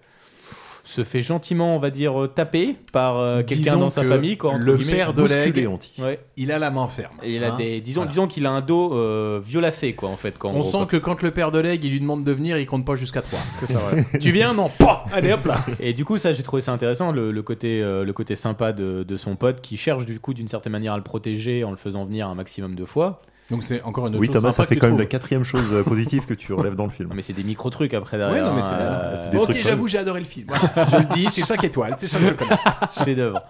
Speaker 10: se fait gentiment, on va dire, euh, taper par euh, quelqu'un
Speaker 2: Disons
Speaker 10: dans sa
Speaker 2: que
Speaker 10: famille. Quoi, entre
Speaker 2: le
Speaker 10: guillemets.
Speaker 2: père d'Oleg,
Speaker 10: Ouais.
Speaker 2: il a la main ferme.
Speaker 10: Et il a
Speaker 2: Hein,
Speaker 10: des, disons
Speaker 2: voilà.
Speaker 10: disons qu'il a un dos euh, violacé, quoi, en fait. Quoi, en
Speaker 2: On
Speaker 10: gros,
Speaker 2: sent
Speaker 10: quoi.
Speaker 2: que quand le père de leg, il lui demande de venir, il compte pas jusqu'à 3.
Speaker 10: C'est ça, voilà.
Speaker 2: tu viens Non, pas Allez hop là
Speaker 10: Et du coup, ça, j'ai trouvé ça intéressant, le, le côté, euh, le côté sympa de, de son pote qui cherche du coup d'une certaine manière à le protéger en le faisant venir un maximum de fois.
Speaker 2: Donc c'est encore une
Speaker 9: Oui,
Speaker 2: chose
Speaker 9: Thomas, ça
Speaker 2: sympa
Speaker 9: fait
Speaker 2: que
Speaker 9: quand
Speaker 2: tu
Speaker 9: même la
Speaker 2: trouves.
Speaker 9: quatrième chose euh, positive que tu relèves dans le [laughs] film.
Speaker 10: Mais c'est des micro trucs après
Speaker 2: Ouais,
Speaker 10: derrière.
Speaker 2: non, mais c'est
Speaker 10: hein,
Speaker 2: bien.
Speaker 10: euh,
Speaker 2: Ok, j'avoue, j'ai adoré le [laughs] film. Voilà, je le dis, c'est 5 étoiles, c'est ça que je connais.
Speaker 10: Chef d'œuvre.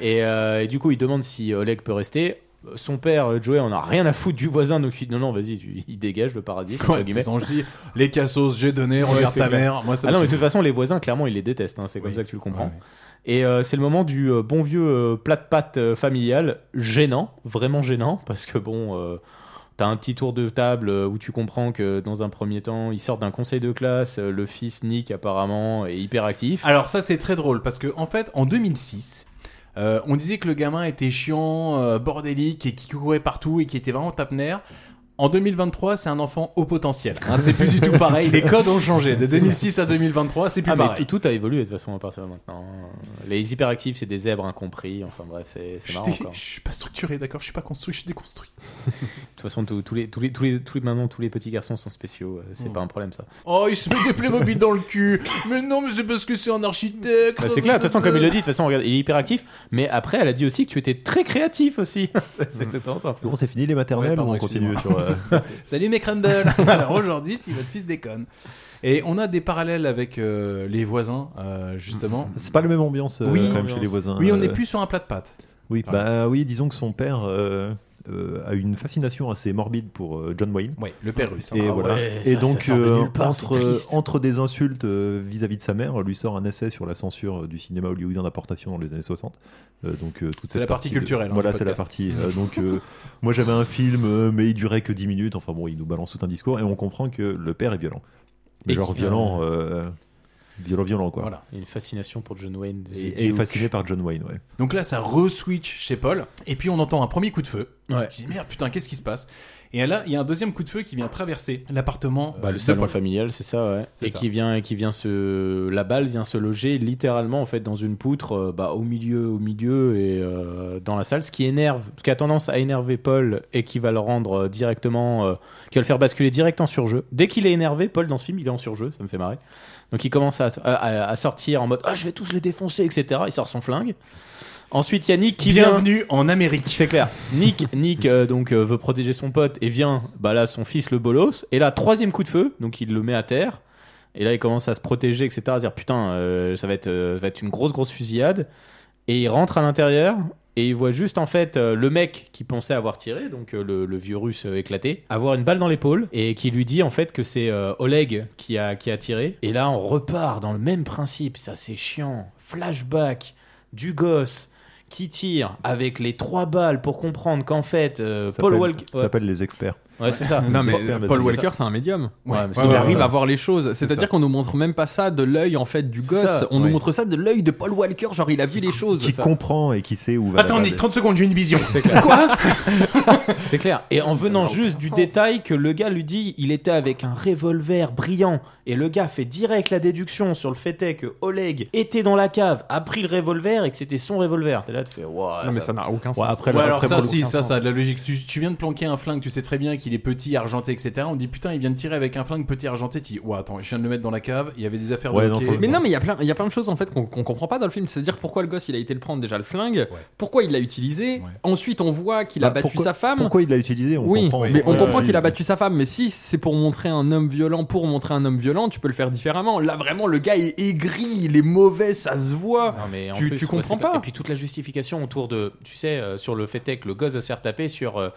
Speaker 10: Et, euh, et du coup, il demande si Oleg peut rester. Son père, euh, Joey, on a rien à foutre du voisin, donc il dit non, non, vas-y, tu- il dégage le paradis. entre
Speaker 2: Ouais,
Speaker 10: guillemets.
Speaker 2: ils sont gentils. les cassos, j'ai donné,
Speaker 10: Ouais,
Speaker 2: regarde
Speaker 10: c'est
Speaker 2: ta
Speaker 10: clair.
Speaker 2: mère. Moi, ça
Speaker 10: ah
Speaker 2: me
Speaker 10: non, mais de
Speaker 2: saoule.
Speaker 10: toute façon, les voisins, clairement, ils les détestent. hein, c'est comme ça que tu le comprends. Et euh, c'est le moment du euh, bon vieux euh, plat de pâtes euh, familial, gênant, vraiment gênant, parce que bon, euh, t'as un petit tour de table euh, où tu comprends que dans un premier temps, ils sortent d'un conseil de classe, euh, le fils Nick apparemment est hyperactif.
Speaker 2: Alors ça c'est très drôle parce que en fait en 2006 euh, on disait que le gamin était chiant, euh, bordélique et qui courait partout et qui était vraiment tapenaire. En 2023, c'est un enfant au potentiel. hein. c'est plus du tout pareil. Les codes ont changé. De
Speaker 10: C'est
Speaker 2: 2006 à 2023, c'est plus
Speaker 10: Ah, mais
Speaker 2: pareil.
Speaker 10: tout, tout a évolué de toute façon à partir de maintenant. Les hyperactifs, c'est des zèbres incompris. Enfin bref, c'est c'est
Speaker 2: Je
Speaker 10: marrant.
Speaker 2: t'ai-
Speaker 10: quoi.
Speaker 2: Je suis pas structuré, d'accord Je suis pas construit, je suis déconstruit.
Speaker 10: De toute façon, tous tous les, tous les, tous les, tous les- maintenant, tous les petits garçons sont spéciaux. euh, C'est pas un problème ça.
Speaker 2: Oh, il se met des Playmobil dans le cul. Mais non, mais c'est parce que c'est un architecte.
Speaker 10: Bah, c'est clair, de toute façon, comme il le dit, de toute façon, regarde, il est hyperactif. Mais après, elle a dit aussi que tu étais très créatif aussi. [laughs] C'est- C'était tendance à
Speaker 9: Bon, Mm. c'est fini les maternelles, ou on continue sur. euh,
Speaker 2: Salut mes
Speaker 10: [laughs]
Speaker 2: crumbles Alors aujourd'hui, si votre fils déconne. Et on a des parallèles avec euh, les voisins, euh,
Speaker 10: [laughs]
Speaker 2: justement.
Speaker 9: [laughs] C'est pas la même ambiance euh, quand même chez les voisins.
Speaker 2: Oui, on
Speaker 9: euh,
Speaker 2: n'est plus sur un plat de pâtes.
Speaker 9: Oui, bah oui, disons que son père euh, euh, a une fascination assez morbide pour euh, John Wayne.
Speaker 2: Ouais, le père russe, hein.
Speaker 9: Et
Speaker 2: Ah
Speaker 9: voilà.
Speaker 2: ouais,
Speaker 9: et
Speaker 2: ça,
Speaker 9: donc
Speaker 2: ça sort de
Speaker 9: euh,
Speaker 2: nulle part, c'est
Speaker 9: entre
Speaker 2: triste.
Speaker 9: entre des insultes euh, vis-à-vis de sa mère, lui sort un essai sur la censure euh, du cinéma hollywoodien d'importation dans les années 60. Euh, donc euh, toute
Speaker 2: C'est
Speaker 9: cette
Speaker 2: la partie
Speaker 9: de-
Speaker 2: culturelle, hein, du
Speaker 9: voilà, c'est la
Speaker 2: podcast.
Speaker 9: partie. euh, donc euh, moi j'avais un film, euh, mais il durait que 10 minutes. Enfin bon, il nous balance tout un discours et on comprend que le père est violent. Mais
Speaker 10: Et
Speaker 9: genre
Speaker 10: qui-
Speaker 9: violent, euh, violent, violent quoi.
Speaker 2: Voilà.
Speaker 10: Une fascination pour John Wayne.
Speaker 9: Et,
Speaker 10: The
Speaker 9: et
Speaker 10: Duke.
Speaker 9: fasciné par John Wayne, ouais.
Speaker 2: Donc là, ça re-switch chez Paul. Et puis on entend un premier coup de feu.
Speaker 10: Ouais.
Speaker 2: Je dis merde, putain, qu'est-ce qui se passe Et là, il y a un deuxième coup de feu qui vient traverser l'appartement.
Speaker 10: Bah,
Speaker 2: euh, de
Speaker 10: le salon
Speaker 2: Paul.
Speaker 10: familial, c'est ça, ouais.
Speaker 2: C'est
Speaker 10: Et
Speaker 2: ça.
Speaker 10: qui vient, et qui vient se, la balle vient se loger littéralement en fait dans une poutre, euh, bah, au milieu, au milieu et euh, dans la salle, ce qui énerve, ce qui a tendance à énerver Paul et qui va le rendre euh, directement, euh, qui va le faire basculer direct en surjeu. Dès qu'il est énervé, Paul dans ce film, il est en surjeu, ça me fait marrer. Donc il commence à, à- à sortir en mode, ah, je vais tous les défoncer, etc. Il sort son flingue. Ensuite, il y a Nick qui vient-
Speaker 2: Bienvenue en Amérique.
Speaker 10: C'est clair. Nick, Nick euh, donc euh, veut protéger son pote et vient, bah là son fils le bolos. Et là troisième coup de feu, donc il le met à terre. Et là il commence à se protéger, etc. À se dire putain, euh, ça va être, euh, va être une grosse grosse fusillade. Et il rentre à l'intérieur Et il voit juste en fait euh, le mec qui pensait avoir tiré, donc euh, le, le vieux russe euh, éclaté, avoir une balle dans l'épaule et qui lui dit en fait que c'est euh, Oleg qui a, qui a tiré. Et là on repart dans le même principe, ça c'est chiant. Flashback du gosse qui tire avec les trois balles pour comprendre qu'en fait euh,
Speaker 9: Ça
Speaker 10: Paul
Speaker 9: s'appelle-
Speaker 10: Walker...
Speaker 9: Ça s'appelle les experts.
Speaker 10: Ouais, c'est ça.
Speaker 13: Non,
Speaker 10: Les
Speaker 13: mais
Speaker 10: experts,
Speaker 13: Paul
Speaker 10: c'est
Speaker 13: Walker,
Speaker 10: ça.
Speaker 13: c'est un médium.
Speaker 10: Ouais,
Speaker 13: Ouais, parce
Speaker 10: ouais,
Speaker 13: qu'il
Speaker 10: ouais,
Speaker 13: arrive
Speaker 10: ouais.
Speaker 13: à voir les choses.
Speaker 10: C'est
Speaker 13: C'est-à-dire
Speaker 10: ça.
Speaker 13: qu'on nous montre même pas ça de l'œil en fait du gosse.
Speaker 10: ça,
Speaker 13: On
Speaker 10: ouais.
Speaker 13: nous montre ça de l'œil de Paul Walker. Genre, il a vu les choses.
Speaker 9: Qui
Speaker 13: ça.
Speaker 9: comprend et qui sait
Speaker 2: Bah,
Speaker 9: où va. la
Speaker 13: Attends,
Speaker 9: balle.
Speaker 13: Nick,
Speaker 2: 30 secondes, j'ai une vision.
Speaker 13: Quoi
Speaker 10: C'est clair. Et en venant juste du détail que le gars lui dit, il était avec un revolver brillant. Et le gars fait direct la déduction sur le fait est que Oleg était dans la cave, a pris le revolver et que c'était son revolver. T'es là, tu fais, Ouah,
Speaker 13: Non, mais ça n'a aucun
Speaker 10: Ouais,
Speaker 13: sens.
Speaker 10: après,
Speaker 2: Ouais,
Speaker 10: là,
Speaker 2: alors
Speaker 10: après, hein.
Speaker 2: ça,
Speaker 10: pour le
Speaker 2: si,
Speaker 10: coup,
Speaker 2: ça,
Speaker 10: aucun
Speaker 2: ça a de la
Speaker 10: sens.
Speaker 2: logique. Tu, tu viens de planquer un flingue, tu sais très bien qu'il est petit, argenté, etc. On dit putain, il vient de tirer avec un flingue petit, argenté. Tu dis, ouais, attends, je viens de le mettre dans la cave, il y avait des affaires de hockey.
Speaker 13: mais non, mais il y a plein, il y a plein de choses en fait qu'on qu'on comprend pas dans le film. C'est-à-dire pourquoi le gosse il a été le prendre déjà le flingue, pourquoi il l'a utilisé. Ensuite, on voit qu'il a
Speaker 9: Bah,
Speaker 13: battu
Speaker 9: pourquoi-
Speaker 13: sa femme.
Speaker 9: Pourquoi il l'a utilisé on
Speaker 13: oui,
Speaker 9: comprend,
Speaker 13: mais on
Speaker 9: Ouais,
Speaker 13: comprend
Speaker 9: ouais,
Speaker 13: qu'il a
Speaker 9: oui.
Speaker 13: battu sa femme, mais si c'est pour montrer un homme violent, pour montrer un homme violent, tu peux le faire différemment. Là, vraiment, le gars est aigri, il est mauvais, ça se voit.
Speaker 10: Non, mais en
Speaker 13: tu,
Speaker 10: plus,
Speaker 13: tu
Speaker 10: ouais,
Speaker 13: comprends
Speaker 10: c'est
Speaker 13: pas.
Speaker 10: Et puis toute la justification autour de, tu sais, euh, sur le fait est que le gosse va se faire taper sur, euh,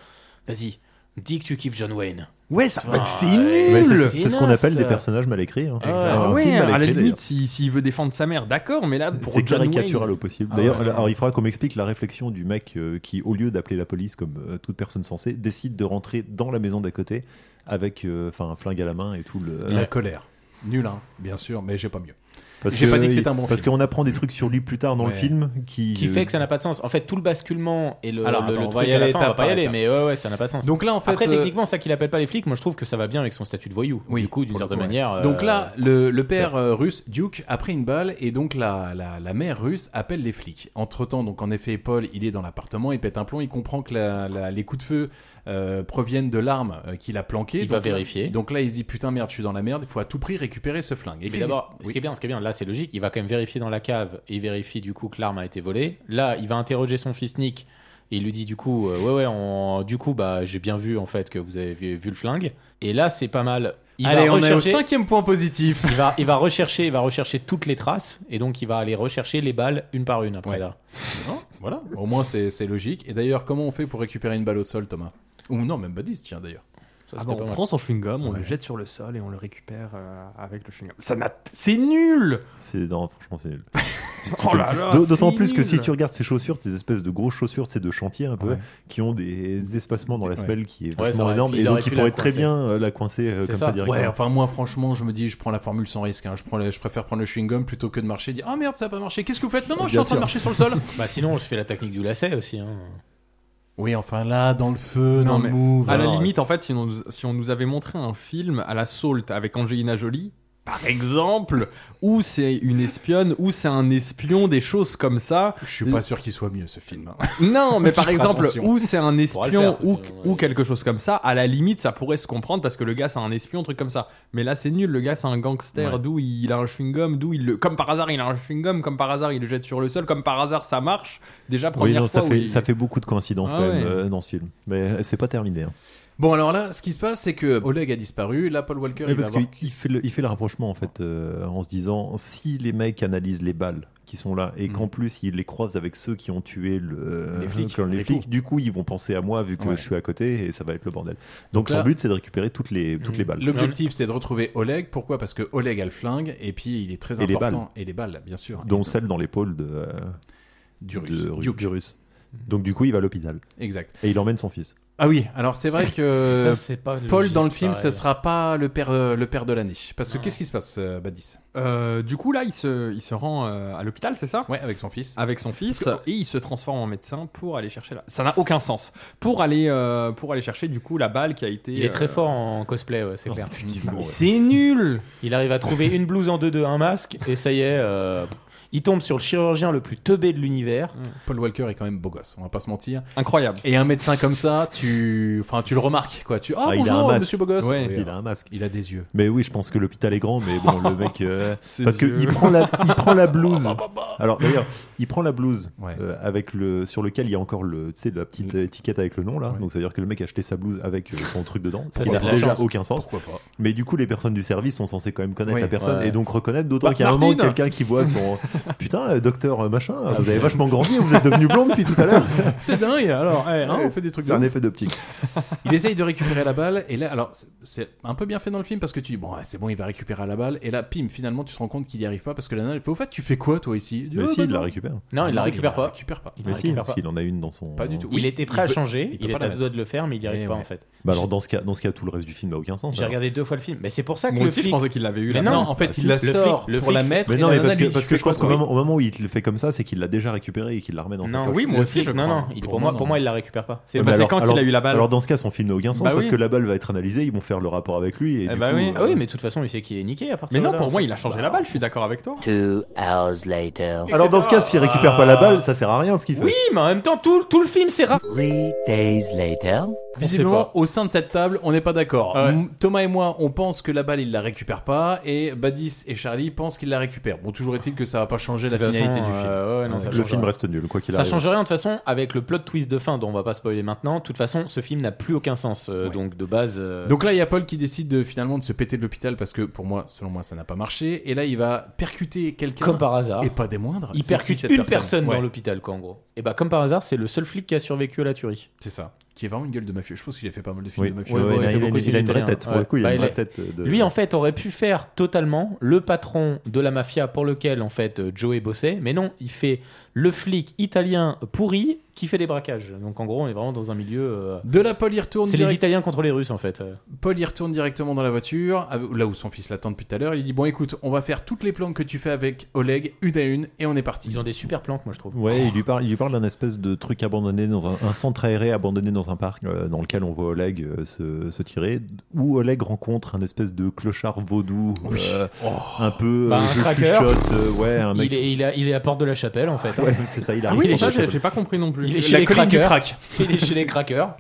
Speaker 10: vas-y, dis que tu kiffes John Wayne.
Speaker 13: Ouais, ça, bah,
Speaker 10: Ah,
Speaker 13: c'est
Speaker 10: ouais.
Speaker 9: Mais
Speaker 13: nul.
Speaker 9: c'est- C'est ce qu'on
Speaker 10: naze,
Speaker 9: appelle des
Speaker 10: ça.
Speaker 9: personnages mal écrits. hein.
Speaker 13: Ah,
Speaker 9: Un
Speaker 13: ouais,
Speaker 9: film mal
Speaker 13: à la
Speaker 9: écrit,
Speaker 13: limite, s'il s'il veut défendre sa mère, d'accord, mais là, pour
Speaker 9: C'est
Speaker 13: John Wayne-
Speaker 9: caricatural au possible.
Speaker 13: Ah
Speaker 9: D'ailleurs,
Speaker 13: ouais.
Speaker 9: alors, il faudra qu'on m'explique la réflexion du mec euh, qui, au lieu d'appeler la police comme euh, toute personne censée, décide de rentrer dans la maison d'à côté avec euh, enfin un flingue à la main et tout le.
Speaker 2: La colère. Nul, hein, bien sûr, mais j'ai pas mieux.
Speaker 9: Parce
Speaker 2: J'ai
Speaker 9: que-
Speaker 2: pas dit que c'est un bon
Speaker 9: Parce
Speaker 2: film.
Speaker 9: qu'on apprend des trucs sur lui plus tard dans le
Speaker 2: Ouais.
Speaker 9: film qui. euh,
Speaker 10: Qui fait que ça n'a pas de sens. En fait, tout le basculement et le,
Speaker 2: Alors,
Speaker 10: le- le
Speaker 2: attends, on va
Speaker 10: truc
Speaker 2: y
Speaker 10: à la
Speaker 2: aller
Speaker 10: fin, on va
Speaker 2: étape
Speaker 10: pas y
Speaker 2: par
Speaker 10: aller,
Speaker 2: étape.
Speaker 10: mais ouais, ouais, ça n'a pas de sens.
Speaker 2: Donc là, en fait,
Speaker 10: Après,
Speaker 2: euh,
Speaker 10: techniquement, ça qu'il appelle pas les flics, moi je trouve que ça va bien avec son statut de voyou. du coup, d'une
Speaker 2: pour le
Speaker 10: certaine
Speaker 2: coup, ouais.
Speaker 10: manière. euh,
Speaker 2: Donc là, le, le père
Speaker 10: certes.
Speaker 2: euh, russe, Duke, a pris une balle et donc la, la, la mère russe appelle les flics. Entre temps, donc en effet, Paul, il est dans l'appartement, il pète un plomb, il comprend que la- la- les coups de feu euh, proviennent de l'arme euh, qu'il a planquée.
Speaker 10: Il
Speaker 2: Donc
Speaker 10: va
Speaker 2: là-
Speaker 10: vérifier.
Speaker 2: donc là, il se dit putain merde, je suis dans la merde, il faut à tout prix récupérer ce flingue.
Speaker 10: Mais
Speaker 2: qu'est-ce
Speaker 10: d'abord,
Speaker 2: qui se-
Speaker 10: ce
Speaker 2: oui.
Speaker 10: qui est bien, ce qui est bien, là c'est logique, il va quand même vérifier dans la cave et il vérifie du coup que l'arme a été volée. Là, il va interroger son fils Nick et il lui dit du coup, euh, ouais ouais, on- du coup bah j'ai bien vu en fait que vous avez vu, vu le flingue. Et là c'est pas mal. Il
Speaker 2: Allez,
Speaker 10: va
Speaker 2: on est au
Speaker 10: rechercher-
Speaker 2: cinquième point positif.
Speaker 10: Il va, il va rechercher, il va rechercher toutes les traces et donc il va aller rechercher les balles une par une après là.
Speaker 2: Non, voilà, au moins c'est c'est logique. Et d'ailleurs, comment on fait pour récupérer une balle au sol, Thomas Ou non, même pas 10, tiens d'ailleurs.
Speaker 10: Ça,
Speaker 13: Ah
Speaker 10: c'était
Speaker 13: bah,
Speaker 10: pas
Speaker 13: on
Speaker 10: mal.
Speaker 13: prend son chewing-gum, on le jette sur le sol et on le récupère euh, avec le chewing-gum. Ça n'a- C'est nul
Speaker 9: C'est non, franchement, c'est nul.
Speaker 13: [laughs]
Speaker 9: C'est-
Speaker 13: Oh là là,
Speaker 9: D'au- D'autant
Speaker 13: c'est
Speaker 9: plus que si
Speaker 13: nul.
Speaker 9: tu regardes ces chaussures, ces espèces de grosses chaussures, c'est de chantier un peu, qui ont des espacements dans la semelle qui est
Speaker 2: Ouais, ça
Speaker 9: vachement
Speaker 2: aurait-
Speaker 9: énorme,
Speaker 2: il
Speaker 9: et
Speaker 2: aurait
Speaker 9: donc
Speaker 2: pu
Speaker 9: ils
Speaker 2: la
Speaker 9: pourraient très
Speaker 2: coincer.
Speaker 9: bien euh, la coincer euh,
Speaker 2: C'est
Speaker 9: comme ça,
Speaker 2: ça.
Speaker 9: directement.
Speaker 2: Ouais, enfin moi franchement, je me dis je prends la formule sans risque. hein. Je, prends le- je préfère prendre le chewing-gum plutôt que de marcher et dire ah merde ça a pas marché. Qu'est-ce que vous faites Non non, je suis
Speaker 10: Bien
Speaker 2: en train de
Speaker 10: sûr.
Speaker 2: marcher sur le sol.
Speaker 10: Bah sinon, je fais la technique du lacet aussi. hein.
Speaker 2: Oui, enfin là dans le feu, dans le move.
Speaker 13: à la
Speaker 2: alors,
Speaker 13: limite, en fait, si on, nous- si on nous avait montré un film à la Salt avec Angelina Jolie, par exemple, où c'est une espionne, où c'est un espion, des choses comme ça.
Speaker 2: Je suis pas sûr qu'il soit mieux ce film. hein. [laughs]
Speaker 13: Non, mais
Speaker 2: Tu
Speaker 13: par
Speaker 2: feras
Speaker 13: exemple,
Speaker 2: attention.
Speaker 13: où c'est un
Speaker 2: Faudra le
Speaker 13: espion
Speaker 2: faire, ce
Speaker 13: ou,
Speaker 2: film.
Speaker 13: ou quelque chose comme ça, à la limite, ça pourrait se comprendre parce que le gars c'est un espion, un truc comme ça. Mais là, c'est nul. Le gars c'est un gangster,
Speaker 2: Ouais.
Speaker 13: d'où il a un chewing-gum, d'où il le, comme par hasard il a un chewing-gum, comme par hasard il le jette sur le sol, comme par hasard ça marche. Déjà
Speaker 9: Oui,
Speaker 13: première
Speaker 9: non, ça
Speaker 13: fois où
Speaker 9: fait,
Speaker 13: il-
Speaker 9: ça fait beaucoup de coïncidences
Speaker 13: Ah
Speaker 9: quand même
Speaker 13: ouais.
Speaker 9: euh, dans ce film. Mais euh, c'est pas terminé. hein.
Speaker 2: Bon alors là, ce qui se passe, c'est que Oleg a disparu. Là, Paul Walker.
Speaker 9: Oui,
Speaker 2: il va
Speaker 9: parce
Speaker 2: avoir-
Speaker 9: qu'il fait, le- il fait le rapprochement en fait euh, en se disant si les mecs analysent les balles qui sont là et qu'en plus ils les croisent avec ceux qui ont tué le,
Speaker 2: Mhm.
Speaker 9: euh,
Speaker 2: Les flics,
Speaker 9: [laughs] quand les
Speaker 2: les
Speaker 9: flics,
Speaker 2: coups.
Speaker 9: du coup ils vont penser à moi vu que
Speaker 2: Ouais.
Speaker 9: je suis à côté et ça va être le bordel.
Speaker 2: Donc
Speaker 9: Donc,
Speaker 2: là- Mhm.
Speaker 9: son but c'est de récupérer toutes les, toutes les balles.
Speaker 2: L'objectif, c'est de retrouver Oleg. Pourquoi Parce que Oleg a le flingue et puis il est très
Speaker 9: Et les
Speaker 2: important. Et les balles, bien sûr.
Speaker 9: dont celle dans l'épaule de, euh,
Speaker 2: Du
Speaker 9: de-
Speaker 2: Russe.
Speaker 9: Ru-
Speaker 2: Duke.
Speaker 9: du Russe. Donc du coup il va à l'hôpital.
Speaker 2: Exact.
Speaker 9: Et il emmène son fils.
Speaker 2: Ah oui, alors c'est vrai que
Speaker 10: Ça, c'est pas
Speaker 2: Euh, Paul
Speaker 10: logique, Ah,
Speaker 2: dans le film,
Speaker 10: pareil.
Speaker 2: ce sera pas le père, euh, le père de l'année. Parce que qu'est-ce qui se passe, euh, Badis
Speaker 13: Euh, du coup, là, il se, il se rend euh, à l'hôpital, c'est ça
Speaker 2: Ouais, avec son fils.
Speaker 13: Avec son fils, et il se transforme en médecin pour aller chercher la. Ça n'a aucun sens. Pour aller, euh, pour aller chercher du coup la balle qui a été.
Speaker 10: Il est très
Speaker 13: euh,
Speaker 10: fort en cosplay, ouais, c'est clair.
Speaker 13: Mais C'est nul
Speaker 10: Il arrive à trouver une blouse en 2-2, un masque, et ça y est, euh, il tombe sur le chirurgien le plus teubé de l'univers.
Speaker 2: Paul Walker est quand même beau gosse, on va pas se mentir.
Speaker 13: Incroyable.
Speaker 2: Et un médecin comme ça, tu, enfin, tu le remarques, quoi. Tu, ah,
Speaker 9: Ah, il a un
Speaker 2: bonjour,
Speaker 9: masque.
Speaker 2: monsieur beau gosse.
Speaker 9: Ouais.
Speaker 2: Oui,
Speaker 9: Il
Speaker 2: alors,
Speaker 9: a un masque.
Speaker 2: Il a des yeux.
Speaker 9: Mais oui, je pense que l'hôpital est grand, mais bon, le
Speaker 2: [laughs]
Speaker 9: mec. euh,
Speaker 2: Ses
Speaker 9: parce
Speaker 2: yeux.
Speaker 9: qu'il prend, la- il prend la
Speaker 2: Ah,
Speaker 9: blouse.
Speaker 2: bah,
Speaker 9: Alors d'ailleurs, il prend la blouse euh, avec le, sur lequel il y a encore le, tu sais, la petite
Speaker 10: Mm.
Speaker 9: étiquette avec le nom là. Donc ça veut dire que le mec a acheté sa blouse avec euh, son truc dedans.
Speaker 10: Ça,
Speaker 9: Ça
Speaker 10: c'est
Speaker 9: n'a
Speaker 10: de la
Speaker 9: déjà
Speaker 10: chance.
Speaker 9: aucun sens.
Speaker 2: Pourquoi pas.
Speaker 9: Mais du coup, les personnes du service sont censées quand même connaître
Speaker 2: Oui.
Speaker 9: la personne
Speaker 2: Ouais.
Speaker 9: et donc reconnaître. D'autant
Speaker 2: Marc
Speaker 9: qu'il y a un moment
Speaker 2: Martin. [laughs]
Speaker 9: quelqu'un qui voit son, Putain, euh, docteur euh, machin,
Speaker 10: Ah,
Speaker 9: vous avez vachement grandi, vous êtes devenu blond depuis tout à
Speaker 10: [laughs]
Speaker 9: l'heure.
Speaker 2: C'est dingue, alors, eh, hein,
Speaker 9: Ouais,
Speaker 2: on fait des trucs
Speaker 9: C'est un
Speaker 2: de ouf.
Speaker 9: effet d'optique.
Speaker 10: Ah,
Speaker 2: Il essaye de récupérer la balle, et là, alors, c'est- c'est un peu bien fait dans le film parce que tu dis, bon, ouais, c'est bon, il va récupérer la balle, et là, pim, finalement, tu te rends compte qu'il n'y arrive pas parce que la nana, elle fait, au fait, tu fais quoi, toi, ici dit,
Speaker 9: Mais
Speaker 2: Ah,
Speaker 9: si,
Speaker 2: bah
Speaker 9: il la récupère.
Speaker 10: Non, il la
Speaker 2: Si,
Speaker 10: récupère pas.
Speaker 2: récupère pas.
Speaker 10: Il
Speaker 9: Mais
Speaker 10: la
Speaker 9: si,
Speaker 10: récupère
Speaker 9: parce
Speaker 10: pas.
Speaker 9: qu'il en a une dans son.
Speaker 2: Pas du tout.
Speaker 10: Il était prêt à
Speaker 2: peut-
Speaker 10: changer, il
Speaker 2: peut pas
Speaker 10: était
Speaker 2: la
Speaker 10: à deux
Speaker 2: mettre.
Speaker 10: doigts de le faire, mais il n'y arrive
Speaker 2: Eh
Speaker 10: pas
Speaker 2: ouais.
Speaker 10: en fait.
Speaker 9: Bah alors dans ce cas, dans ce cas, tout le reste du film n'a aucun sens.
Speaker 10: J'ai
Speaker 9: alors.
Speaker 10: regardé deux fois le film, mais c'est pour ça que
Speaker 13: Moi
Speaker 10: le
Speaker 13: aussi, je
Speaker 10: flic...
Speaker 13: pensais qu'il l'avait eu,
Speaker 10: Mais
Speaker 13: là.
Speaker 10: non,
Speaker 13: Non, en fait,
Speaker 10: Ah,
Speaker 13: il
Speaker 10: si.
Speaker 13: la
Speaker 10: Le
Speaker 13: sort
Speaker 10: flic- le
Speaker 13: pour la
Speaker 10: flic-
Speaker 13: mettre
Speaker 9: Mais
Speaker 13: et
Speaker 9: non,
Speaker 13: la
Speaker 9: mais
Speaker 13: nana
Speaker 9: parce que,
Speaker 13: lui dit,
Speaker 9: parce
Speaker 13: tu
Speaker 9: que
Speaker 13: fais
Speaker 9: je pense qu'au
Speaker 13: quoi, toi
Speaker 9: moment, au moment où il te le fait comme ça, c'est qu'il l'a déjà récupéré et qu'il l'a remet dans sa
Speaker 10: Non,
Speaker 9: poche.
Speaker 10: oui, moi
Speaker 13: Le
Speaker 10: aussi,
Speaker 13: flic, je
Speaker 10: non,
Speaker 13: crois.
Speaker 10: non, il-
Speaker 13: Pour
Speaker 10: pour
Speaker 13: moi,
Speaker 10: moi,
Speaker 13: non.
Speaker 10: pour moi, il la récupère pas.
Speaker 13: Ouais,
Speaker 10: C'est
Speaker 13: bah,
Speaker 9: Mais
Speaker 13: c'est
Speaker 9: alors-
Speaker 13: quand qu'il
Speaker 9: alors-
Speaker 13: a eu la balle
Speaker 9: Alors dans ce cas, son film n'a aucun sens
Speaker 13: Bah
Speaker 9: parce
Speaker 13: oui.
Speaker 9: que la balle va être analysée, ils vont faire le rapport avec lui. Et
Speaker 13: Eh
Speaker 9: du
Speaker 13: bah
Speaker 9: coup,
Speaker 13: oui.
Speaker 9: euh,
Speaker 10: Ah oui, mais de toute façon, il sait qu'il est niqué à partir
Speaker 13: Mais
Speaker 10: de
Speaker 13: non,
Speaker 10: là, en
Speaker 13: pour moi,
Speaker 10: fait.
Speaker 13: il a changé la balle, je suis d'accord avec toi.
Speaker 11: Two hours later.
Speaker 9: Alors dans ce cas, s'il récupère pas la balle, ça sert à rien ce qu'il fait.
Speaker 10: Oui, mais en même temps, tout, tout le film, c'est rare.
Speaker 11: Three days later.
Speaker 2: Visiblement, au sein de cette table, on n'est pas d'accord.
Speaker 10: Ah
Speaker 2: M- Thomas et moi, on pense que la balle, il la récupère pas, et Badis et Charlie pensent qu'il la récupère. Bon, toujours est-il que ça va pas changer la
Speaker 10: De toute
Speaker 2: finalité
Speaker 10: façon,
Speaker 2: du film.
Speaker 10: euh, ouais, non, ça
Speaker 9: Le
Speaker 10: change
Speaker 9: film
Speaker 10: rien.
Speaker 9: reste nul, quoi qu'il
Speaker 10: Ça
Speaker 9: arrive.
Speaker 10: change rien de toute façon avec le plot twist de fin dont on va pas spoiler maintenant. De toute façon, ce film n'a plus aucun sens. euh, Donc de base, euh,
Speaker 2: Donc là, il y a Paul qui décide de, finalement de se péter de l'hôpital parce que pour moi, selon moi, ça n'a pas marché. Et là, il va percuter quelqu'un.
Speaker 10: comme par hasard,
Speaker 2: Et pas des moindres.
Speaker 10: il
Speaker 2: C'est qui
Speaker 10: percute
Speaker 2: cette
Speaker 10: une personne
Speaker 2: Ouais,
Speaker 10: dans l'hôpital, quoi, en gros. Et bah comme par hasard, c'est le seul flic qui a survécu à la tuerie.
Speaker 2: C'est ça. Qui est vraiment une gueule de mafieux. Je pense qu'il a fait pas mal de films
Speaker 9: Oui,
Speaker 2: de mafieux.
Speaker 9: ouais,
Speaker 10: ouais,
Speaker 9: ouais,
Speaker 10: il
Speaker 9: il a-
Speaker 10: fait
Speaker 9: il a-
Speaker 10: beaucoup de
Speaker 9: il a une
Speaker 10: films
Speaker 9: vraie tête. Pour le
Speaker 10: italiens.
Speaker 9: coup, il a
Speaker 10: Ouais.
Speaker 9: une
Speaker 10: Bah,
Speaker 9: vraie
Speaker 10: il est-
Speaker 9: tête. euh, de-
Speaker 10: Lui, en fait, aurait pu faire totalement le patron de la mafia pour lequel, en fait, euh, Joey bossait. Mais non, il fait le flic italien pourri qui fait des braquages. Donc, en gros, on est vraiment dans un milieu. euh,
Speaker 2: De là, Paul y retourne.
Speaker 10: C'est les
Speaker 2: direct-
Speaker 10: Italiens contre les Russes, en fait. euh.
Speaker 2: Paul y retourne directement dans la voiture, avec- là où son fils l'attend depuis tout à l'heure. Il dit Bon, écoute, on va faire toutes les planques que tu fais avec Oleg, une à une, et on est parti.
Speaker 10: Ils ont des super planques, moi, je trouve.
Speaker 9: Ouais, il lui parle, il lui parle d'un espèce de truc abandonné dans un, un centre aéré abandonné dans un parc euh, dans lequel on voit Oleg euh, se, se tirer, où Oleg rencontre un espèce de clochard vaudou, euh, un peu
Speaker 10: Bah,
Speaker 9: euh,
Speaker 10: un
Speaker 9: je
Speaker 10: cracker.
Speaker 9: chuchote, euh, ouais, un mec.
Speaker 10: Il est, il, a- il est à porte de la chapelle, en fait. hein.
Speaker 9: Ouais, c'est ça, il
Speaker 13: Ah
Speaker 9: arrive.
Speaker 13: oui, mais
Speaker 9: dans
Speaker 13: ça,
Speaker 9: le
Speaker 13: j'ai
Speaker 9: chapelle.
Speaker 13: j'ai pas compris non plus.
Speaker 10: Il est
Speaker 13: Ouais,
Speaker 10: chez
Speaker 2: La
Speaker 10: les
Speaker 2: colline du
Speaker 10: craqueurs.
Speaker 2: crack.
Speaker 10: Il est chez les
Speaker 9: [laughs]
Speaker 10: craqueurs.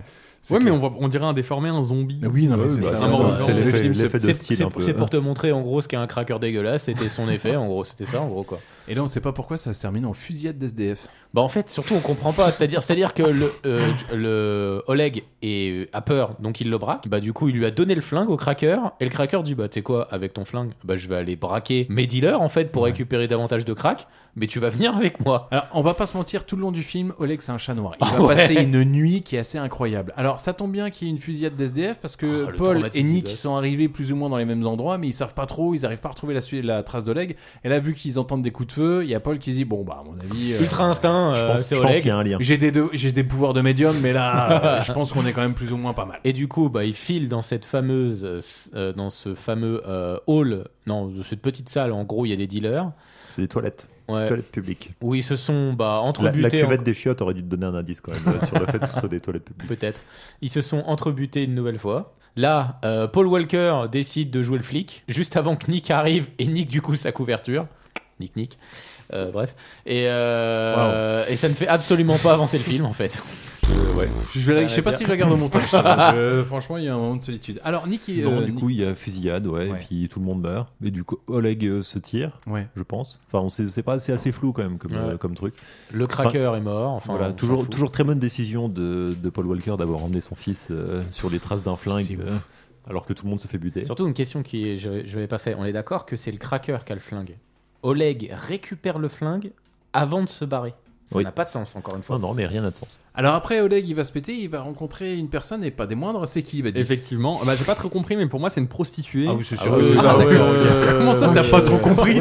Speaker 13: mais on, voit- on dirait un déformé, un zombie.
Speaker 2: Oui, non, mais
Speaker 9: Ouais,
Speaker 2: c'est
Speaker 9: bah,
Speaker 2: ça.
Speaker 13: un mort
Speaker 9: c'est
Speaker 13: vivant.
Speaker 9: l'effet-
Speaker 2: Le film se-
Speaker 9: l'effet de
Speaker 10: C'est
Speaker 9: style
Speaker 10: c'est-
Speaker 9: un peu. hein.
Speaker 10: c'est pour te montrer, en gros, ce qu'est un craqueur dégueulasse.
Speaker 9: [laughs]
Speaker 10: C'était son effet, en gros. C'était ça, en gros, quoi.
Speaker 2: Et là, on sait pas pourquoi ça se termine en fusillade d'SDF.
Speaker 10: Bah en fait, surtout on comprend pas. C'est-à-dire, c'est-à-dire que le, euh, le Oleg est, euh, a peur, donc il le braque. Bah du coup, il lui a donné le flingue au cracker et le cracker dit bah t'es quoi avec ton flingue Bah je vais aller braquer mes dealers en fait pour récupérer davantage de crack. Mais tu vas venir avec moi.
Speaker 2: Alors, on va pas se mentir, tout le long du film, Oleg, c'est un chat noir. Il
Speaker 10: Ah
Speaker 2: va
Speaker 10: ouais.
Speaker 2: passer une nuit qui est assez incroyable. Alors, ça tombe bien qu'il y ait une fusillade d'SDF parce que
Speaker 10: Oh, le
Speaker 2: Paul et
Speaker 10: traumatisme
Speaker 2: Nick
Speaker 10: de
Speaker 2: sont arrivés plus ou moins dans les mêmes endroits, mais ils savent pas trop, ils arrivent pas à retrouver la, su- la trace d'Oleg. Et là, vu qu'ils entendent des coups de feu, il y a Paul qui se dit Bon, bah, à mon avis. euh,
Speaker 10: Ultra instinct,
Speaker 9: Je
Speaker 10: euh,
Speaker 9: pense,
Speaker 10: c'est
Speaker 9: je pense
Speaker 10: Oleg.
Speaker 9: qu'il y a un lien.
Speaker 2: J'ai des, deux- j'ai des pouvoirs de médium, mais [laughs] là, euh, je pense qu'on est quand même plus ou moins pas mal.
Speaker 10: Et du coup, bah, il file dans cette fameuse, euh, s- euh, dans ce fameux euh, hall, non, de cette petite salle. En gros, il y a des dealers.
Speaker 9: C'est des toilettes,
Speaker 10: Ouais.
Speaker 9: toilettes publiques.
Speaker 10: Où ils se sont bah,
Speaker 9: La, la
Speaker 10: entrebutés. en-
Speaker 9: cuvette des chiottes aurait dû te donner un indice quand même euh, sur le fait que ce soit des toilettes publiques.
Speaker 10: peut-être. Ils se sont entrebutés une nouvelle fois. Là, euh, Paul Walker décide de jouer le flic juste avant que Nick arrive et Nick du coup sa couverture. Nick Nick. Euh, bref. Et, euh, et ça ne fait absolument pas avancer le film en fait.
Speaker 2: Je, vais la- je sais pas
Speaker 10: bien.
Speaker 2: si je la garde au montage. ça va. [laughs] Je- franchement, il y a un moment de solitude. Alors, Nick, il-
Speaker 9: Non,
Speaker 2: euh,
Speaker 9: du
Speaker 2: Nick-
Speaker 9: coup, il y a fusillade, ouais,
Speaker 2: Ouais.
Speaker 9: et puis tout le monde meurt. Et du coup, Oleg euh, se tire,
Speaker 2: Ouais.
Speaker 9: je pense. Enfin, on sait, c'est pas, c'est assez flou quand même comme,
Speaker 10: Ouais.
Speaker 9: euh, comme truc.
Speaker 10: Le cracker est mort. Enfin,
Speaker 9: voilà,
Speaker 10: on s'en
Speaker 9: toujours,
Speaker 10: fout.
Speaker 9: toujours très bonne décision de, de Paul Walker d'avoir emmené son fils euh, sur les traces d'un
Speaker 2: C'est
Speaker 9: flingue, euh, alors que tout le monde se fait buter.
Speaker 10: Surtout une question qui est, je, je l'avais pas fait. On est d'accord que c'est le cracker qui a le flingue. Oleg récupère le flingue avant de se barrer. Ça
Speaker 9: Oui.
Speaker 10: n'a pas de sens encore une fois.
Speaker 9: Non, non, Ah, mais rien n'a de sens.
Speaker 2: Alors après, Oleg, il va se péter, il va rencontrer une personne, et pas des moindres, c'est qui Badis
Speaker 13: Effectivement. Bah, j'ai pas trop compris, mais pour moi, Ah c'est une prostituée.
Speaker 9: Ah
Speaker 13: Euh,
Speaker 2: c'est
Speaker 10: sûr. oui, c'est ça, ouais,
Speaker 2: d'accord.
Speaker 10: ouais, ouais,
Speaker 2: Comment ça,
Speaker 10: ouais,
Speaker 2: t'as
Speaker 10: ouais,
Speaker 2: pas
Speaker 10: ouais,
Speaker 9: Euh,
Speaker 2: trop
Speaker 10: ouais.
Speaker 2: compris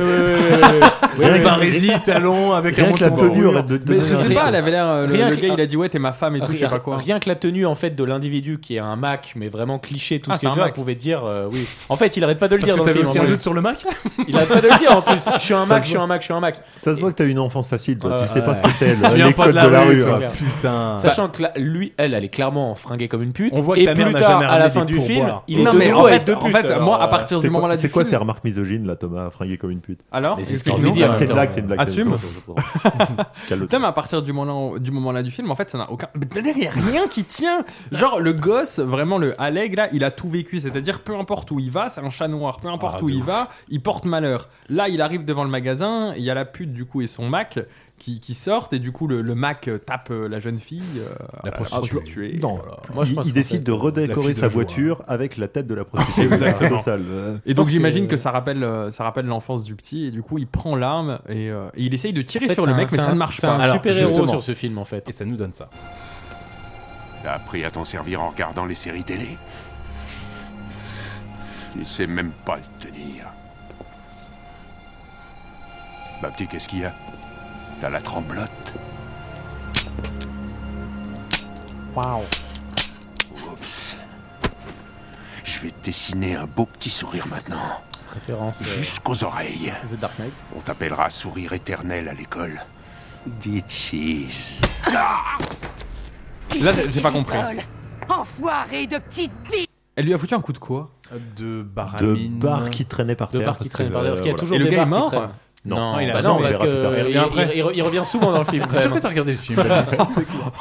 Speaker 9: Rien que-
Speaker 2: Parisie, talon, avec un
Speaker 9: rien que la
Speaker 2: montant de
Speaker 9: tenue
Speaker 2: roulure.
Speaker 9: aurait de, de
Speaker 13: Mais je sais pas, elle avait l'air. euh, Le,
Speaker 10: Rien
Speaker 13: le
Speaker 10: que-
Speaker 13: gars, il a dit ouais, t'es ma femme et tout, je sais
Speaker 10: Rien-
Speaker 13: pas quoi.
Speaker 10: Rien que la tenue en fait de l'individu qui est un Mac, mais vraiment cliché, tout
Speaker 13: Ah,
Speaker 10: ce
Speaker 13: c'est
Speaker 10: que
Speaker 13: un
Speaker 10: tu veux,
Speaker 13: Mac.
Speaker 10: pouvait dire euh, oui. En fait, il arrête pas de le
Speaker 2: Parce
Speaker 10: dire
Speaker 2: que
Speaker 10: dans le
Speaker 2: t'avais
Speaker 10: film.
Speaker 2: aussi
Speaker 10: en
Speaker 2: un
Speaker 10: plus.
Speaker 2: doute sur le Mac
Speaker 10: Il arrête pas de le dire en plus. Je suis un
Speaker 9: Ça
Speaker 10: Mac,
Speaker 9: se
Speaker 10: je suis un Mac, je suis un Mac.
Speaker 9: Ça se voit que t'as une enfance facile, toi.
Speaker 10: Ouais,
Speaker 9: tu sais
Speaker 10: ouais.
Speaker 9: pas ce que c'est,
Speaker 2: Tu
Speaker 9: le- les
Speaker 2: viens pas
Speaker 9: codes
Speaker 2: de la rue,
Speaker 9: hein.
Speaker 10: toi.
Speaker 2: ah, putain.
Speaker 10: Sachant que là, lui, elle, elle est clairement fringuée comme une pute.
Speaker 2: On voit que
Speaker 10: et
Speaker 2: ta mère
Speaker 10: plus
Speaker 2: n'a
Speaker 10: tard,
Speaker 2: jamais
Speaker 10: à la
Speaker 2: ramené
Speaker 10: fin
Speaker 2: des
Speaker 10: du film,
Speaker 2: pourboires.
Speaker 10: il est
Speaker 13: non,
Speaker 10: de
Speaker 13: mais
Speaker 10: nouveau
Speaker 13: en fait,
Speaker 10: avec deux
Speaker 13: en
Speaker 10: putes.
Speaker 13: fait,
Speaker 10: alors,
Speaker 13: moi, à
Speaker 10: euh,
Speaker 13: partir
Speaker 9: C'est
Speaker 13: du moment
Speaker 9: quoi,
Speaker 13: là
Speaker 9: c'est
Speaker 13: du
Speaker 9: quoi
Speaker 13: film-
Speaker 9: ces remarques misogynes là, Thomas, à fringuer comme une pute
Speaker 13: Alors,
Speaker 10: Mais c'est ce
Speaker 13: explique-nous.
Speaker 10: qu'il veut dire,
Speaker 9: Ah, C'est une
Speaker 10: attends.
Speaker 9: blague, c'est une blague.
Speaker 13: Assume.
Speaker 10: [laughs]
Speaker 9: Calme-toi.
Speaker 13: Putain, mais à partir du moment, du moment là du film, en fait, ça n'a aucun. Mais derrière, y a rien qui tient. Genre, le gosse, vraiment, le Alleg, là, il a tout vécu. C'est-à-dire, peu importe où il va, c'est un chat noir. Peu
Speaker 10: Ah,
Speaker 13: importe où il va, il porte malheur. Là, il arrive devant le magasin, il y a la pute, du coup, et son Mac. qui, qui sortent et du coup le, le Mac tape euh, la jeune fille. euh,
Speaker 9: La
Speaker 13: euh,
Speaker 10: Ah,
Speaker 9: prostituée.
Speaker 13: prostituée.
Speaker 9: Non.
Speaker 13: Voilà.
Speaker 9: Moi, je Il- pense il qu'en décide fait, de redécorer la fille de sa joie. voiture avec la tête de la
Speaker 10: [laughs]
Speaker 9: prostituée. C'est un peu sale. Euh,
Speaker 13: Et donc
Speaker 9: parce
Speaker 13: j'imagine
Speaker 9: que-
Speaker 13: que... ça rappelle euh, ça rappelle l'enfance du petit et du coup il prend l'arme et, euh, et il essaye de tirer
Speaker 10: En fait,
Speaker 13: sur
Speaker 10: c'est
Speaker 13: le
Speaker 10: un-
Speaker 13: mec mais
Speaker 10: c'est
Speaker 13: ça
Speaker 10: un
Speaker 13: ne marche
Speaker 10: super-héros
Speaker 13: pas.
Speaker 10: sur
Speaker 13: justement.
Speaker 10: ce film en fait.
Speaker 2: Et ça nous donne ça.
Speaker 15: T'as appris à t'en servir en regardant les séries télé. Tu sais même pas le tenir. Ma petite, qu'est-ce qu'il y a T'as la tremblote
Speaker 13: Waouh.
Speaker 15: Oups. Je vais te dessiner un beau petit sourire maintenant.
Speaker 10: Référence. euh,
Speaker 15: Jusqu'aux oreilles.
Speaker 10: The Dark Knight.
Speaker 15: On t'appellera sourire éternel à l'école. Dites cheese.
Speaker 13: Là j'ai pas compris.
Speaker 12: Enfoiré de petite bite
Speaker 13: Elle lui a foutu un coup de quoi
Speaker 2: De barre
Speaker 9: De barre qui traînait par
Speaker 10: De
Speaker 9: terre.
Speaker 10: barre qui
Speaker 9: parce
Speaker 10: traîne
Speaker 9: que, euh,
Speaker 10: par terre, parce qu'il y a
Speaker 9: voilà.
Speaker 10: toujours des barres qui traînent. Non,
Speaker 9: Non, il a
Speaker 10: bah
Speaker 9: raison,
Speaker 10: non,
Speaker 9: on
Speaker 10: parce
Speaker 9: verra plus tard.
Speaker 10: que
Speaker 9: Il
Speaker 10: il,
Speaker 9: revient après.
Speaker 10: il- il- il revient souvent dans le [laughs] film.
Speaker 9: C'est sûr que t'as regardé le film, Baptiste.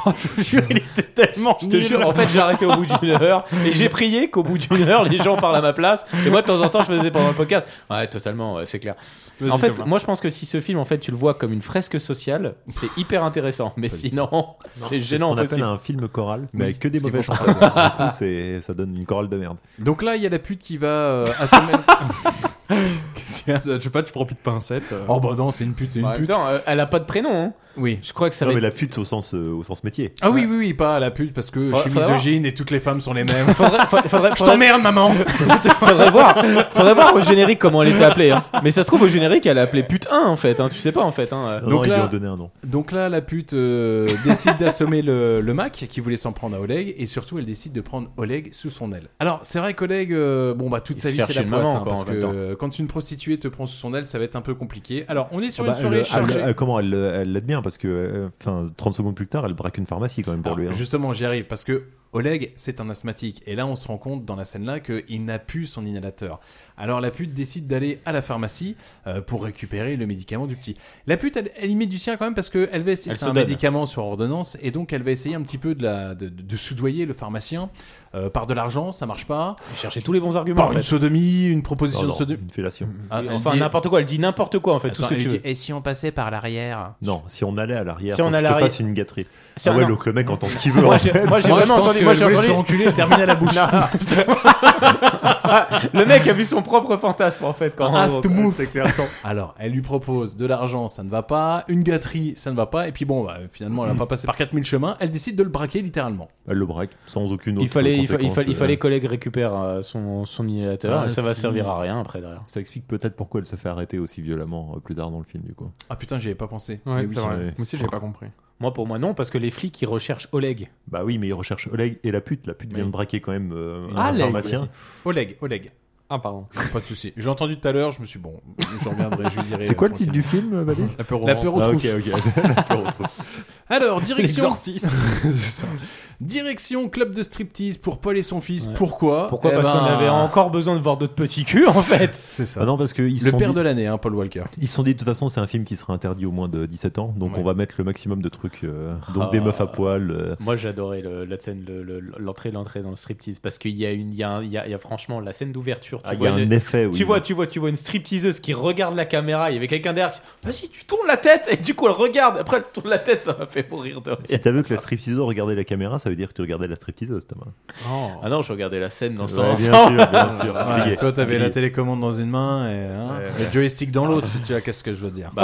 Speaker 13: Je vous jure, il était tellement.
Speaker 10: Je te
Speaker 13: nul.
Speaker 10: jure, en fait, j'ai arrêté au bout d'une heure et j'ai prié qu'au bout d'une heure, les gens parlent à ma place. Et moi, de temps en temps, je faisais pendant le podcast. Ouais, totalement, ouais, c'est clair.
Speaker 13: Vas-y,
Speaker 10: En fait,
Speaker 13: Thomas.
Speaker 10: moi, je pense que si ce film, en fait, tu le vois comme une fresque sociale, c'est hyper intéressant. Mais sinon, c'est gênant.
Speaker 9: ce qu'on appelle
Speaker 10: possible.
Speaker 9: un film choral,
Speaker 10: Oui,
Speaker 9: mais avec que des
Speaker 10: ce qu'il
Speaker 9: mauvais
Speaker 10: faut
Speaker 9: chanteurs.
Speaker 10: pas.
Speaker 9: Du coup, c'est- ça donne une chorale de merde.
Speaker 2: [laughs] Donc là, il y a la pute qui va euh, assommer.
Speaker 13: Je sais pas, tu prends plus de pincettes.
Speaker 2: Oh bah non, c'est une pute, c'est une
Speaker 10: En même
Speaker 2: pute.
Speaker 10: temps, euh, elle a pas de prénom. hein.
Speaker 2: Oui.
Speaker 10: Je crois que ça
Speaker 9: non,
Speaker 10: va
Speaker 9: mais
Speaker 10: être-
Speaker 9: la pute au sens, euh, au sens métier.
Speaker 2: Ah oui, oui, oui, pas à la pute parce que
Speaker 9: Faudra-
Speaker 2: je suis
Speaker 9: faudra
Speaker 2: misogyne et toutes les femmes sont les mêmes.
Speaker 10: Faudrait- fa- faudrait-
Speaker 2: Je t'emmerde, maman
Speaker 10: faudrait voir, faudrait voir au générique comment elle était appelée. hein. Mais ça se trouve au générique elle est appelée pute 1 en fait. hein. Tu sais pas en fait. hein.
Speaker 2: donc là, la pute
Speaker 10: [laughs]
Speaker 2: euh, décide d'assommer le, le Mac qui voulait s'en prendre à Oleg et surtout elle décide de prendre Oleg sous son aile. Alors c'est vrai qu'Oleg, euh, bon bah toute
Speaker 10: Il
Speaker 2: sa vie
Speaker 10: cherche
Speaker 2: c'est la
Speaker 10: une
Speaker 2: poisse
Speaker 10: maman,
Speaker 2: hein,
Speaker 10: quoi,
Speaker 2: parce
Speaker 10: en
Speaker 2: que
Speaker 10: même temps.
Speaker 2: euh, quand une prostituée te prend sous son aile, ça va être un peu compliqué. Alors on est sur
Speaker 9: Ah bah,
Speaker 2: une soirée
Speaker 9: elle- elle-
Speaker 2: chargée.
Speaker 9: elle- comment elle elle l'aide bien Parce que euh, enfin, 30 secondes plus tard, elle braque une pharmacie quand même
Speaker 10: Ah,
Speaker 9: pour lui. hein.
Speaker 2: Ah, Justement, j'y arrive parce que Oleg, c'est un asthmatique. Et là, on se rend compte dans la scène là qu'il n'a plus son inhalateur. Alors la pute décide d'aller à la pharmacie euh, pour récupérer le médicament du petit. La pute, elle, elle y met du sien quand même parce qu'elle va essayer
Speaker 10: Elle
Speaker 2: c'est
Speaker 10: se
Speaker 2: un
Speaker 10: donne.
Speaker 2: médicament sur ordonnance et donc elle va essayer un petit peu de, la, de, de soudoyer le pharmacien euh, par de l'argent. Ça marche pas.
Speaker 10: Chercher tous les bons arguments.
Speaker 2: Par
Speaker 10: en
Speaker 2: une
Speaker 10: fait.
Speaker 2: sodomie, une proposition
Speaker 10: Non,
Speaker 2: de
Speaker 10: non,
Speaker 2: sodomie.
Speaker 9: Une fellation.
Speaker 2: Ah, elle
Speaker 10: enfin
Speaker 2: dit-
Speaker 10: n'importe quoi. Elle dit n'importe quoi en fait. tout ce
Speaker 2: Attends,
Speaker 10: que tu
Speaker 2: elle
Speaker 10: veux.
Speaker 2: dit, Et si on passait par l'arrière
Speaker 9: Non, si on allait à l'arrière,
Speaker 10: Si on
Speaker 9: faut que je
Speaker 10: allait à
Speaker 9: te
Speaker 10: l'arrière-
Speaker 9: fasse une gâterie.
Speaker 10: Si-
Speaker 9: ah ouais,
Speaker 10: non.
Speaker 9: donc le mec entend ce qu'il
Speaker 10: [laughs]
Speaker 9: veut. hein.
Speaker 10: Moi,
Speaker 9: en [laughs]
Speaker 10: j'ai-
Speaker 9: fait.
Speaker 10: moi, j'ai Moi, je vraiment pense entendu- que moi, j'ai Louis entendu- se fait enculer et termine [laughs] à la bouche. Non. Ah, Le mec a vu son propre fantasme en fait. Quand
Speaker 2: Ah,
Speaker 10: en gros,
Speaker 2: to
Speaker 10: quoi.
Speaker 2: move. [laughs] Alors, elle lui propose de l'argent, ça ne va pas, une gâterie, ça ne va pas, et puis bon, bah, finalement, elle n'a pas passé par 4000 chemins, elle décide de le braquer littéralement.
Speaker 9: Elle le braque sans aucune autre
Speaker 10: Il fallait, il, fa- il
Speaker 9: conséquence,
Speaker 10: fa- il
Speaker 9: euh.
Speaker 10: fallait que collègue récupère euh, son, son inhalateur
Speaker 9: Ah,
Speaker 10: et ça va
Speaker 9: si.
Speaker 10: servir à rien après derrière.
Speaker 9: Ça explique peut-être pourquoi elle se fait arrêter aussi violemment euh, plus tard dans le film, du coup.
Speaker 2: Ah putain, j'y avais pas pensé.
Speaker 13: Ouais,
Speaker 2: Mais
Speaker 13: c'est
Speaker 2: oui.
Speaker 13: vrai. Moi aussi, j'avais pas compris.
Speaker 10: Moi pour moi non parce que les flics ils recherchent Oleg.
Speaker 9: Bah oui, mais ils recherchent Oleg et la pute. La pute vient de braquer quand même euh,
Speaker 10: Ah,
Speaker 9: un
Speaker 10: Oleg
Speaker 9: pharmacien.
Speaker 10: aussi.
Speaker 2: Oleg, Oleg.
Speaker 13: Ah, pardon.
Speaker 2: Pas de souci. J'ai entendu tout à l'heure, je me suis bon, je reviendrai, je lui [laughs] dirai.
Speaker 9: C'est quoi le
Speaker 2: euh,
Speaker 9: titre du film, Valise
Speaker 2: La peur aux La peur aux
Speaker 9: Ah, ok,
Speaker 2: trousses. [laughs]
Speaker 9: ok. La peur aux trousses.
Speaker 2: Alors, direction.
Speaker 13: L'exorciste.
Speaker 2: [laughs] C'est ça. direction club de striptease pour Paul et son fils. Pourquoi
Speaker 10: Pourquoi
Speaker 2: Eh
Speaker 10: Parce qu'on
Speaker 2: ben,
Speaker 10: avait encore besoin de voir d'autres petits culs en fait.
Speaker 2: C'est ça.
Speaker 9: Ah non, parce que ils
Speaker 2: Le
Speaker 9: sont
Speaker 2: père
Speaker 9: dit-
Speaker 2: de l'année, hein, Paul Walker.
Speaker 9: Ils se sont dit de toute façon c'est un film qui sera interdit au moins de 17 ans, donc on va mettre le maximum de trucs, euh, donc des
Speaker 10: Ah.
Speaker 9: meufs à poil. euh.
Speaker 10: Moi j'adorais le- la scène, le- le- l'entrée, l'entrée dans le striptease parce qu'il y a une, il y a, un- il y a- il y a franchement la scène d'ouverture. Tu
Speaker 9: Ah, il y
Speaker 10: vois
Speaker 9: a
Speaker 10: une-
Speaker 9: un effet, oui.
Speaker 10: Tu vois, tu vois, tu vois une stripteaseuse qui regarde la caméra. Il y avait quelqu'un derrière. qui dit, Vas-y, tu tournes la tête et du coup elle regarde. Après elle tourne la tête, ça m'a fait mourir de rire.
Speaker 9: Si t'as vu que la stripteaseuse regardait la caméra, ça veut dire que tu regardais la stripteaseuse, Thomas.
Speaker 10: Ah non, je regardais la scène dans son
Speaker 9: Ouais, bien
Speaker 10: ensemble.
Speaker 9: sûr, bien sûr.
Speaker 2: Voilà,
Speaker 9: Grillé.
Speaker 2: toi, t'avais la
Speaker 9: Grillé.
Speaker 2: télécommande dans une main et hein,
Speaker 10: Ouais,
Speaker 2: le
Speaker 10: ouais.
Speaker 2: joystick dans l'autre, si tu vois qu'est-ce que je veux dire.
Speaker 10: Bah,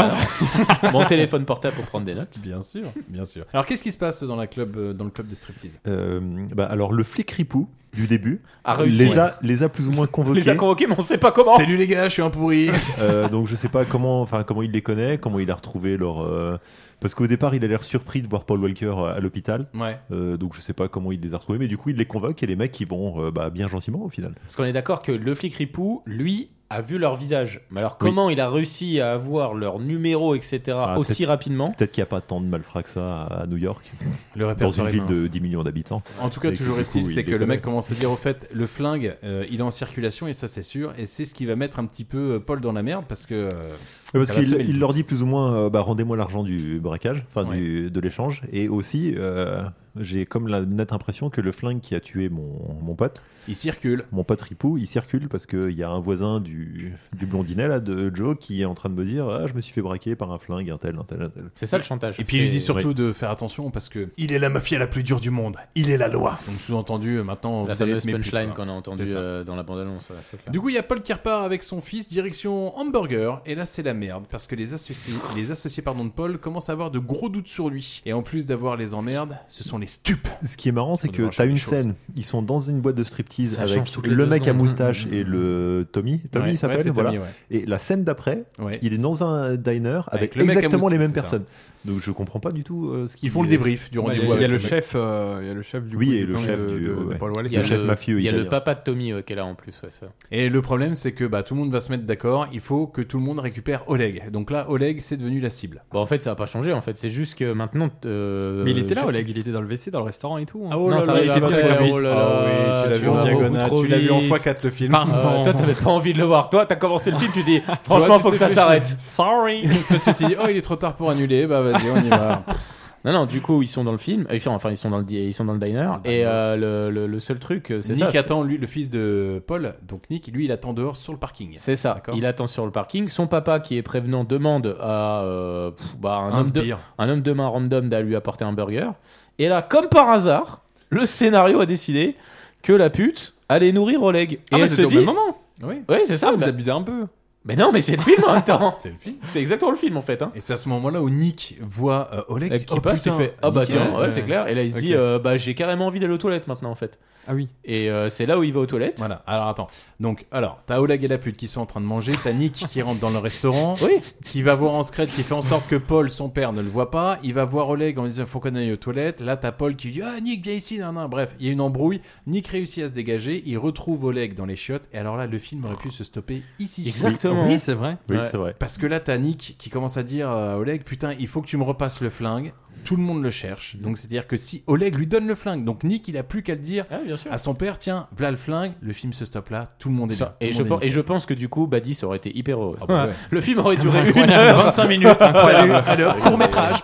Speaker 10: alors, [laughs] mon téléphone portable pour prendre des notes.
Speaker 2: Bien sûr, bien sûr. Alors, qu'est-ce qui se passe dans, la club, euh, dans le club de striptease
Speaker 9: Euh, bah, alors le flic ripou du début
Speaker 2: A réussi.
Speaker 9: les a les a plus ou moins convoqués.
Speaker 10: Les a convoqués, mais on sait pas comment.
Speaker 2: Salut les gars, je suis un pourri.
Speaker 9: Euh, donc je sais pas comment enfin comment il les connaît, comment il a retrouvé leur euh, parce qu'au départ il a l'air surpris de voir Paul Walker euh, à l'hôpital.
Speaker 2: Ouais.
Speaker 9: Euh, donc je sais pas comment il les a retrouvés, mais du coup il les convoque et les mecs ils vont euh, bah, bien gentiment au final.
Speaker 10: Parce qu'on est d'accord que le flic Ripou, lui, a vu leur visage. Mais alors, comment il a réussi à avoir leur numéro, etc.,
Speaker 9: Ah,
Speaker 10: aussi
Speaker 9: peut-être-
Speaker 10: rapidement
Speaker 9: Peut-être qu'il n'y a pas tant de malfrats que ça à à New York.
Speaker 2: Le
Speaker 9: Dans
Speaker 2: répertoire
Speaker 9: une
Speaker 2: est
Speaker 9: ville de
Speaker 2: mince.
Speaker 9: 10 millions d'habitants.
Speaker 2: En tout cas,
Speaker 9: Et
Speaker 2: toujours
Speaker 9: du
Speaker 2: est-il,
Speaker 9: coup,
Speaker 2: c'est
Speaker 9: il
Speaker 2: que
Speaker 9: les
Speaker 2: le mec
Speaker 9: connaît.
Speaker 2: commence à dire au fait, le flingue, euh, il est en circulation et ça c'est sûr, et c'est ce qui va mettre un petit peu euh, Paul dans la merde parce que. euh,
Speaker 9: Ouais, parce
Speaker 2: ça va
Speaker 9: qu'il
Speaker 2: semer le
Speaker 9: il
Speaker 2: doute.
Speaker 9: leur dit plus ou moins euh, bah, rendez-moi l'argent du braquage, enfin du- de l'échange, et aussi euh, J'ai comme la nette impression que le flingue qui a tué mon, mon pote.
Speaker 2: Il circule.
Speaker 9: Mon pote Ripou, il circule parce qu'il y a un voisin du, du blondinet, là, de Joe, qui est en train de me dire Ah, je me suis fait braquer par un flingue, un tel, un tel, un tel.
Speaker 10: C'est ça le chantage.
Speaker 2: Et puis il lui dit surtout de faire attention parce que il est la mafia la plus dure du monde. Il est la loi. Donc sous-entendu, euh, maintenant,
Speaker 10: La
Speaker 2: vous allez être
Speaker 10: fameuse
Speaker 2: mes putes,
Speaker 10: punchline
Speaker 2: hein.
Speaker 10: qu'on a entendue
Speaker 2: C'est ça.
Speaker 10: euh, dans la bande-annonce, ouais, c'est clair.
Speaker 2: Du coup, il y a Paul qui repart avec son fils direction hamburger. Et là, c'est la merde parce que les associés, les associés pardon, de Paul commencent à avoir de gros doutes sur lui. Et en plus d'avoir les emmerdes, ce sont les stupes.
Speaker 9: Ce qui est marrant, c'est
Speaker 2: On
Speaker 9: que
Speaker 2: devrait changer
Speaker 9: t'as une
Speaker 2: les choses.
Speaker 9: scène, ils sont dans une boîte de striptease
Speaker 2: Ça
Speaker 9: avec
Speaker 2: change toutes les
Speaker 9: le
Speaker 2: deux
Speaker 9: mec à
Speaker 2: secondes.
Speaker 9: moustache et le Tommy, Tommy
Speaker 2: Ouais,
Speaker 9: il s'appelle,
Speaker 2: ouais, c'est
Speaker 9: voilà.
Speaker 2: Tommy, ouais.
Speaker 9: Et la scène d'après,
Speaker 2: Ouais.
Speaker 9: il est dans un diner
Speaker 2: Avec
Speaker 9: avec,
Speaker 2: le mec à
Speaker 9: exactement
Speaker 2: moustache,
Speaker 9: les mêmes
Speaker 2: c'est ça.
Speaker 9: personnes. Donc je comprends pas du tout euh, ce qu'ils
Speaker 2: Ils font le débrief du
Speaker 13: Ouais,
Speaker 2: rendez-vous.
Speaker 13: il y a- il y a
Speaker 2: avec
Speaker 13: le
Speaker 2: mec.
Speaker 13: chef, euh, il y a le chef du
Speaker 9: Oui,
Speaker 13: coup,
Speaker 9: et
Speaker 13: du
Speaker 9: le
Speaker 13: gang
Speaker 9: chef
Speaker 13: de-
Speaker 9: du-
Speaker 13: de-
Speaker 9: ouais.
Speaker 13: de Paul Walker.
Speaker 9: Il y a Le chef mafieux
Speaker 10: Il y a le
Speaker 9: italien.
Speaker 10: papa de Tommy euh, qui est là en plus, ouais, ça.
Speaker 2: Et le problème, c'est que bah, tout le monde va se mettre d'accord. Il faut que tout le monde récupère Oleg. Donc là, Oleg, c'est devenu la cible.
Speaker 10: Bon, en fait, ça n'a pas changé, en fait. C'est juste que maintenant. euh,
Speaker 13: Mais il était là,
Speaker 10: Joe-
Speaker 13: Oleg, il était dans le WC, dans le restaurant et tout. hein.
Speaker 10: Ah, oh là là, il était
Speaker 13: dans le
Speaker 10: après,
Speaker 13: WC.
Speaker 10: oh là là,
Speaker 13: Ah oui, tu l'as vu en
Speaker 10: vas
Speaker 13: diagonale,
Speaker 10: beaucoup trop
Speaker 13: tu l'as vu en
Speaker 10: vite.
Speaker 13: x4 le film.
Speaker 10: Pardon.
Speaker 13: Euh,
Speaker 10: toi, t'avais pas envie de le voir. Toi, t'as commencé le film, tu dis, franchement,
Speaker 2: [laughs] tu
Speaker 10: faut
Speaker 2: t'es
Speaker 10: que ça
Speaker 2: fait
Speaker 10: s'arrête.
Speaker 2: chier. Sorry. Toi, tu t'es dit, oh, il est trop tard pour annuler. Bah, vas-y, on y va.
Speaker 10: Non, non, du coup, ils sont dans le film, Euh, enfin, ils sont dans le, di- ils sont dans le diner, et euh, le, le- le seul truc, euh, c'est
Speaker 2: Nick
Speaker 10: ça. c'est-
Speaker 2: attend, lui, le fils de Paul. Donc Nick, lui, il attend dehors sur le parking.
Speaker 10: C'est ça, il attend sur le parking. Son papa, qui est prévenant, demande à euh, pff, bah, un,
Speaker 2: Un
Speaker 10: homme de,
Speaker 2: sbire.
Speaker 10: un homme de main random d'aller lui apporter un burger. Et là, comme par hasard, le scénario a décidé que la pute allait nourrir Oleg. Et
Speaker 13: Ah, mais
Speaker 10: elle se
Speaker 13: c'était au
Speaker 10: dit.
Speaker 13: même moment.
Speaker 2: Oui.
Speaker 10: Oui, c'est ça.
Speaker 13: Ah, vous
Speaker 10: bah-
Speaker 13: abusez un peu.
Speaker 10: Mais non, mais c'est le film en même temps.
Speaker 2: [laughs] C'est le film.
Speaker 10: C'est exactement le film en fait. hein.
Speaker 2: Et c'est à ce moment-là où Nick voit euh, Oleg
Speaker 10: Et
Speaker 2: qui
Speaker 10: qui passe, il fait Ah bah tiens,
Speaker 2: euh,
Speaker 10: ouais, c'est clair. Et là, il se dit
Speaker 2: Ok.
Speaker 10: euh, Bah, j'ai carrément envie d'aller aux toilettes maintenant en fait.
Speaker 13: Ah oui.
Speaker 10: Et euh, c'est là où il va aux toilettes.
Speaker 2: Voilà, alors attends. Donc, alors, t'as Oleg et la pute qui sont en train de manger, t'as Nick qui rentre dans le
Speaker 10: [laughs]
Speaker 2: restaurant, qui va voir en secret, qui fait en sorte que Paul, son père, ne le voit pas. Il va voir Oleg en disant faut qu'on aille aux toilettes. Là, t'as Paul qui dit Ah, Nick, viens ici, nan, nan. Bref, il y a une embrouille. Nick réussit à se dégager, il retrouve Oleg dans les chiottes. Et alors là, le film aurait pu se stopper ici.
Speaker 10: Exactement. Oui, c'est
Speaker 13: vrai.
Speaker 9: Oui, c'est vrai.
Speaker 2: Parce que là, t'as Nick qui commence à dire à Oleg Putain, il faut que tu me repasses le flingue. Tout le monde le cherche. Donc, c'est-à-dire que si Oleg lui donne le flingue, donc Nick, il a plus qu'à le dire
Speaker 10: Ah,
Speaker 2: à son père Tiens, voilà le flingue, le film se stoppe là, tout le monde est
Speaker 10: Ça-
Speaker 2: là.
Speaker 10: et, je pense, et je pense que du coup, Badis aurait été hyper heureux.
Speaker 2: bah ouais.
Speaker 10: [laughs] Le film aurait duré une
Speaker 2: Incroyable,
Speaker 10: heure.
Speaker 2: 25 minutes, incroyable.
Speaker 10: Salut, alors, court-métrage.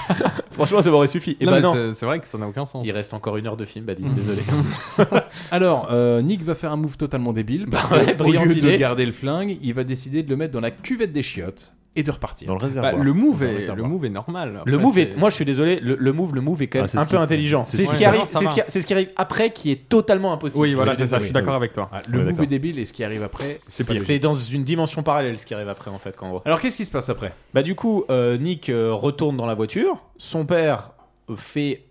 Speaker 10: [laughs] Franchement, ça m'aurait suffi. Et
Speaker 13: Non,
Speaker 10: bah
Speaker 13: mais
Speaker 10: non.
Speaker 13: c'est- c'est vrai que ça n'a aucun sens.
Speaker 10: Il reste encore une heure de film, Badis, désolé.
Speaker 2: Alors, euh, Nick va faire un move totalement débile. Parce
Speaker 10: Bah ouais,
Speaker 2: que, au lieu
Speaker 10: brillante idée.
Speaker 2: de garder le flingue, il va décider de le mettre dans la cuvette des chiottes et de repartir.
Speaker 9: Dans le
Speaker 13: Bah, le move est le move est normal.
Speaker 10: [laughs] le
Speaker 13: Après,
Speaker 10: move
Speaker 13: c'est-
Speaker 10: est, moi je suis désolé, le, le move, le move est quand
Speaker 13: Ah,
Speaker 10: même
Speaker 13: c'est
Speaker 10: un
Speaker 13: ce
Speaker 10: peu
Speaker 13: qui-
Speaker 10: intelligent.
Speaker 13: c'est
Speaker 10: C'est
Speaker 13: ce
Speaker 10: ce
Speaker 13: qui-
Speaker 10: qui arrive,
Speaker 13: Non, ça
Speaker 10: c'est ce
Speaker 13: va.
Speaker 10: qui- c'est ce qui arrive après qui est totalement impossible.
Speaker 13: Oui, voilà, c'est ça, je suis d'accord avec toi.
Speaker 2: Ah, le move est débile et ce qui arrive après,
Speaker 10: C'est
Speaker 2: pas
Speaker 10: c'est dans une dimension parallèle ce qui arrive après en fait quand
Speaker 2: Alors qu'est-ce qui se passe après
Speaker 10: Bah du coup, euh, Nick euh, retourne dans la voiture. Son père euh, fait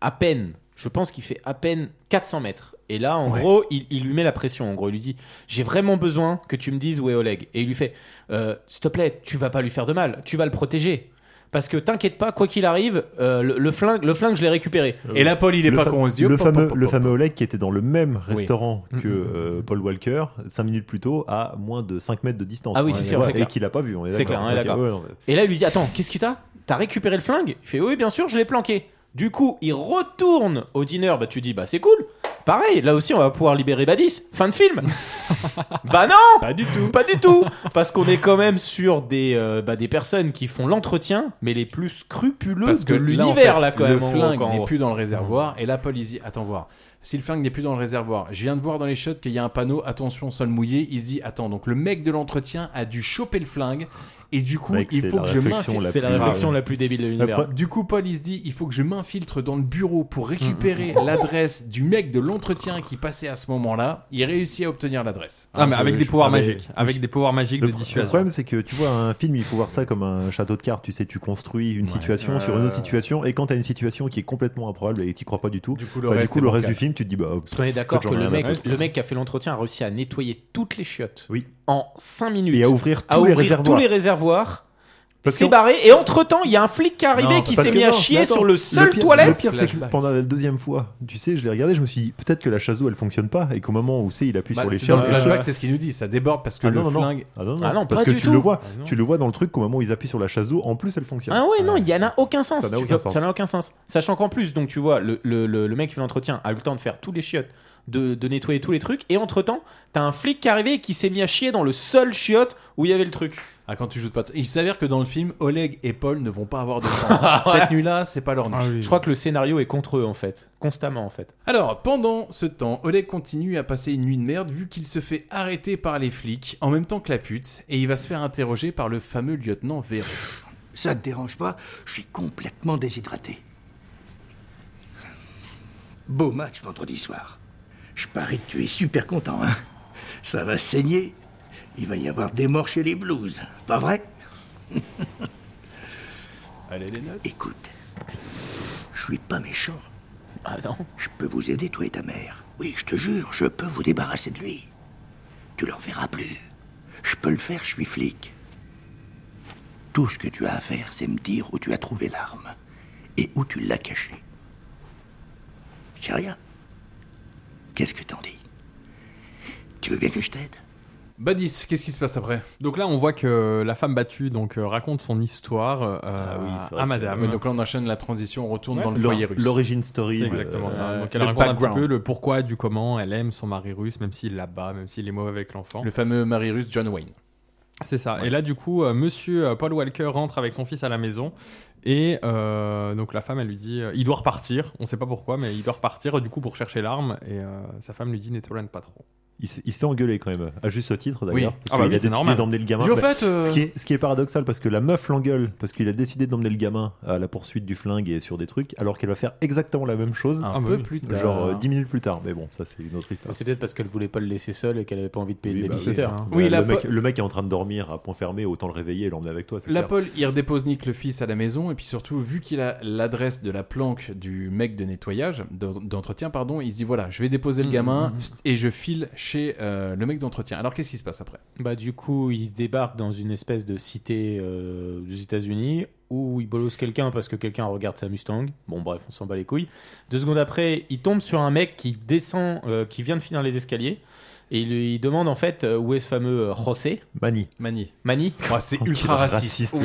Speaker 10: à peine, je pense qu'il fait à peine 400 mètres. Et là, en gros, il, il lui met la pression. En gros, il lui dit J'ai vraiment besoin que tu me dises où est Oleg. Et il lui fait Euh, S'il te plaît, tu vas pas lui faire de mal, tu vas le protéger. Parce que t'inquiète pas, quoi qu'il arrive, euh, le, le flingue, le flingue, je l'ai récupéré.
Speaker 2: Et là, Paul, il est
Speaker 9: le
Speaker 2: pas
Speaker 9: fa-
Speaker 2: con, on se dit,
Speaker 9: le
Speaker 2: hop, hop,
Speaker 9: fameux,
Speaker 2: hop,
Speaker 9: le
Speaker 2: hop,
Speaker 9: fameux Oleg qui était dans le même
Speaker 2: Oui.
Speaker 9: restaurant que
Speaker 2: Mhm.
Speaker 9: euh, Paul Walker, 5 minutes plus tôt, à moins de 5 mètres de distance.
Speaker 10: Ah oui,
Speaker 9: Ouais,
Speaker 10: c'est sûr,
Speaker 9: ouais,
Speaker 10: c'est
Speaker 9: Et
Speaker 10: clair.
Speaker 9: qu'il a pas vu, on est
Speaker 10: C'est clair,
Speaker 9: d'accord.
Speaker 10: on est
Speaker 9: C'est-
Speaker 10: d'accord.
Speaker 9: ouais, non, mais-
Speaker 10: Et là, il lui dit Attends, qu'est-ce que t'as T'as récupéré le flingue Il fait Oui, bien sûr, je l'ai planqué. Du coup, il retourne au dîner. Bah, tu dis Bah, c'est cool. Pareil, là aussi, on va pouvoir libérer Badis. Fin de [laughs] film. bah, non Pas du tout. Pas du tout. Parce qu'on est quand même sur des, euh, bah, des personnes qui font l'entretien, mais les plus scrupuleux
Speaker 2: Parce que
Speaker 10: de
Speaker 2: là, en
Speaker 10: l'univers,
Speaker 2: fait,
Speaker 10: là, quand
Speaker 2: le
Speaker 10: même. en gros,
Speaker 2: flingue
Speaker 10: quand on
Speaker 2: n'est
Speaker 10: voit.
Speaker 2: plus dans le réservoir. Et là, Paul, il se dit Attends, voir. Si le flingue n'est plus dans le réservoir, je viens de voir dans les shots qu'il y a un panneau Attention, sol mouillé. Il se dit Attends, donc le mec de l'entretien a dû choper le flingue. Et du coup,
Speaker 9: Mec,
Speaker 2: il
Speaker 9: c'est
Speaker 2: faut
Speaker 9: la
Speaker 2: que je
Speaker 9: réflexion
Speaker 2: m'infiltre.
Speaker 9: la C'est la plus- réflexion
Speaker 10: la plus débile de
Speaker 9: l'univers. Après-
Speaker 2: Du coup, Paul, il se dit Il faut que je m'infiltre dans le bureau
Speaker 10: Mm,
Speaker 2: pour récupérer l'adresse du mec de l'entretien qui passait à ce moment-là. Il réussit à obtenir l'adresse.
Speaker 13: Ah, mais
Speaker 2: Je-
Speaker 13: avec des
Speaker 2: je-
Speaker 13: pouvoirs
Speaker 2: ah, mais-
Speaker 13: magiques, avec des pouvoirs magiques
Speaker 9: Le,
Speaker 13: de
Speaker 9: pro- le
Speaker 13: dissuasion.
Speaker 9: problème, c'est que tu vois, un film, il faut voir ça comme un château de cartes. Tu sais, tu construis une situation sur une autre situation, et quand t'as une situation qui est complètement improbable et que t'y crois pas du tout, bah, du coup,
Speaker 2: le reste est
Speaker 9: le reste
Speaker 2: bancal.
Speaker 9: du film, tu te dis, bah,
Speaker 10: Parce qu'on est d'accord que le mec, le mec qui a fait l'entretien a réussi à nettoyer toutes les chiottes en 5 minutes.
Speaker 9: Et à ouvrir tous les
Speaker 10: ouvrir
Speaker 9: réservoirs.
Speaker 10: tous les réservoirs,
Speaker 9: Parce
Speaker 10: s'est
Speaker 9: qu'on-
Speaker 10: barré. Et entre-temps, il y a un flic qui est arrivé
Speaker 9: Non,
Speaker 10: qui
Speaker 9: parce
Speaker 10: s'est
Speaker 9: que
Speaker 10: mis à
Speaker 9: non, mais
Speaker 10: chier
Speaker 9: attends,
Speaker 10: sur le seul
Speaker 9: pire-
Speaker 10: toilette.
Speaker 9: Le pire, c'est que pendant la deuxième fois, tu sais, je l'ai regardé, je me suis dit, peut-être que la chasse d'eau, elle fonctionne pas, et qu'au moment où c'est, il appuie
Speaker 2: Bah,
Speaker 9: sur les
Speaker 2: c'est dans
Speaker 9: chiottes.
Speaker 2: le flashback, c'est ce qu'il nous dit. Ça déborde parce que
Speaker 9: Ah
Speaker 2: le
Speaker 9: non, non, non.
Speaker 2: flingue.
Speaker 9: Ah non, non,
Speaker 2: Ah non,
Speaker 9: parce
Speaker 2: pas
Speaker 9: que
Speaker 2: du
Speaker 9: tu
Speaker 2: tout.
Speaker 9: le vois,
Speaker 2: Ah non.
Speaker 9: tu le vois dans le truc qu'au moment où ils appuient sur la chasse d'eau, en plus elle fonctionne.
Speaker 10: Ah ouais, non, il y en a aucun sens.
Speaker 9: Ça n'a
Speaker 10: tu
Speaker 9: aucun
Speaker 10: vois.
Speaker 9: sens.
Speaker 10: Ça n'a aucun sens. Sachant qu'en plus, donc tu vois, le, le- le- le mec qui fait l'entretien a eu le temps de faire tous les chiottes, de, de nettoyer tous les trucs. Et entre-temps, t'as un flic qui est arrivé et qui s'est mis à chier dans le seul chiotte où il y avait le truc.
Speaker 2: Ah, quand tu joues de pote. Il s'avère que dans le film, Oleg et Paul ne vont pas avoir
Speaker 10: [laughs]
Speaker 2: de chance. Cette nuit-là, c'est pas leur nuit.
Speaker 10: Je crois que le scénario est contre eux en fait, constamment en fait.
Speaker 2: Alors, pendant ce temps, Oleg continue à passer une nuit de merde vu qu'il se fait arrêter par les flics en même temps que la pute et il va se faire interroger par le fameux lieutenant Véro.
Speaker 11: Ça te dérange pas Je suis complètement déshydraté. Beau match vendredi soir. Je parie que tu es super content, hein Ça va saigner. Il va y avoir des morts chez les blues, pas vrai
Speaker 2: [laughs] Allez, les notes.
Speaker 11: Écoute, je suis pas méchant.
Speaker 10: Ah non
Speaker 11: Je peux vous aider, toi et ta mère. Oui, je te jure, je peux vous débarrasser de lui. Tu le reverras plus. Je peux le faire, je suis flic. Tout ce que tu as à faire, c'est me dire où tu as trouvé l'arme et où tu l'as cachée. C'est rien. Qu'est-ce que t'en dis Tu veux bien que je t'aide
Speaker 2: Badis, qu'est-ce qui se passe après
Speaker 13: Donc là, on voit que la femme battue donc, euh, raconte son histoire euh,
Speaker 2: Ah
Speaker 13: à madame.
Speaker 2: Ouais, donc là, on enchaîne la transition, on retourne
Speaker 13: Ouais,
Speaker 2: dans le
Speaker 13: c'est
Speaker 2: foyer
Speaker 13: ça.
Speaker 2: russe.
Speaker 9: L'origine story.
Speaker 13: C'est exactement ça.
Speaker 2: Euh,
Speaker 13: Donc elle
Speaker 2: le
Speaker 13: raconte un petit
Speaker 2: background.
Speaker 13: peu le pourquoi du comment elle aime son mari russe, même s'il la bat, même s'il est mauvais avec l'enfant.
Speaker 2: Le fameux mari russe John Wayne.
Speaker 13: C'est ça. Et là, du coup, euh, monsieur euh, Paul Walker rentre avec son fils à la maison. Et euh, donc, la femme, elle lui dit euh, il doit repartir. On sait pas pourquoi, mais il doit repartir, euh, du coup, pour chercher l'arme. Et euh, sa femme lui dit n'étonne pas trop.
Speaker 9: Il se, il se fait engueuler quand même, à juste titre
Speaker 13: Oui.
Speaker 9: d'ailleurs.
Speaker 13: Ah
Speaker 9: Parce
Speaker 13: bah
Speaker 9: qu'il
Speaker 13: oui,
Speaker 9: a
Speaker 13: c'est
Speaker 9: décidé
Speaker 13: normal.
Speaker 9: d'emmener le gamin.
Speaker 13: Et au
Speaker 9: Bah,
Speaker 13: fait, euh,
Speaker 9: ce, qui est, ce qui est paradoxal, parce que la meuf l'engueule, parce qu'il a décidé d'emmener le gamin à la poursuite du flingue et sur des trucs, alors qu'elle va faire exactement la même chose
Speaker 13: Ah, bah
Speaker 2: Un peu plus tard.
Speaker 9: Genre euh, 10 minutes plus tard. Mais bon, ça c'est une autre histoire.
Speaker 10: C'est peut-être parce qu'elle voulait pas le laisser seul et qu'elle avait pas envie de payer
Speaker 9: Oui,
Speaker 10: le
Speaker 9: bah,
Speaker 10: babysitter. hein.
Speaker 9: oui,
Speaker 2: Oui, la
Speaker 9: le, mec,
Speaker 2: po-
Speaker 9: le mec est en train de dormir à point fermé, autant le réveiller et l'emmener avec toi. c'est
Speaker 2: La
Speaker 9: clair.
Speaker 2: Paul, il redépose Nick le fils à la maison et puis surtout, vu qu'il a l'adresse de la planque du mec de nettoyage, d'en- d'entretien, pardon, il se dit voilà, je vais déposer le
Speaker 13: Mmh,
Speaker 10: Mhm,
Speaker 2: gamin
Speaker 10: mhm.
Speaker 2: et je file chez euh, le mec d'entretien. Alors qu'est-ce qui se passe après
Speaker 10: Bah du coup, il débarque dans une espèce de cité euh, des États-Unis où il bolosse quelqu'un parce que quelqu'un regarde sa Mustang. Bon bref, on s'en bat les couilles. Deux secondes après, il tombe sur un mec qui descend, euh, qui vient de finir les escaliers et il lui demande en fait euh, où est ce fameux euh, José
Speaker 9: Mani.
Speaker 2: Mani.
Speaker 10: Mani.
Speaker 2: Ouais, c'est ultra raciste.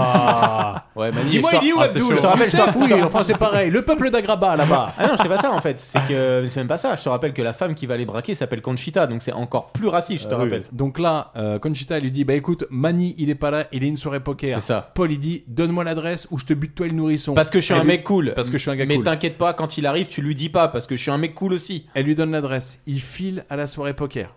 Speaker 10: Wouah. ouais, Mani.
Speaker 2: Dis-moi,
Speaker 10: je te-
Speaker 2: il dit où
Speaker 10: Ah, c'est
Speaker 2: Abdul
Speaker 10: chaud. Je te rappelle, je te- je te-
Speaker 2: Oui, enfin c'est pareil. Le peuple d'Agraba là-bas.
Speaker 10: Ah non, je sais pas ça en fait. C'est que c'est même pas ça. Je te rappelle que la femme qui va les braquer s'appelle Conchita, donc c'est encore plus raciste. Je te
Speaker 2: Ah oui,
Speaker 10: rappelle.
Speaker 2: oui. Donc là, euh, Conchita elle lui dit Bah écoute, Mani il est pas là, il est une soirée poker.
Speaker 10: C'est ça.
Speaker 2: Paul il dit Donne-moi l'adresse ou je te bute toi le nourrisson.
Speaker 10: Parce que je suis
Speaker 2: Elle
Speaker 10: un
Speaker 2: lui-
Speaker 10: mec cool.
Speaker 2: Parce que je suis un gars
Speaker 10: Mais
Speaker 2: cool.
Speaker 10: t'inquiète pas, quand il arrive, tu lui dis pas parce que je suis un mec cool aussi.
Speaker 2: Elle lui donne l'adresse. Il file à la soirée poker.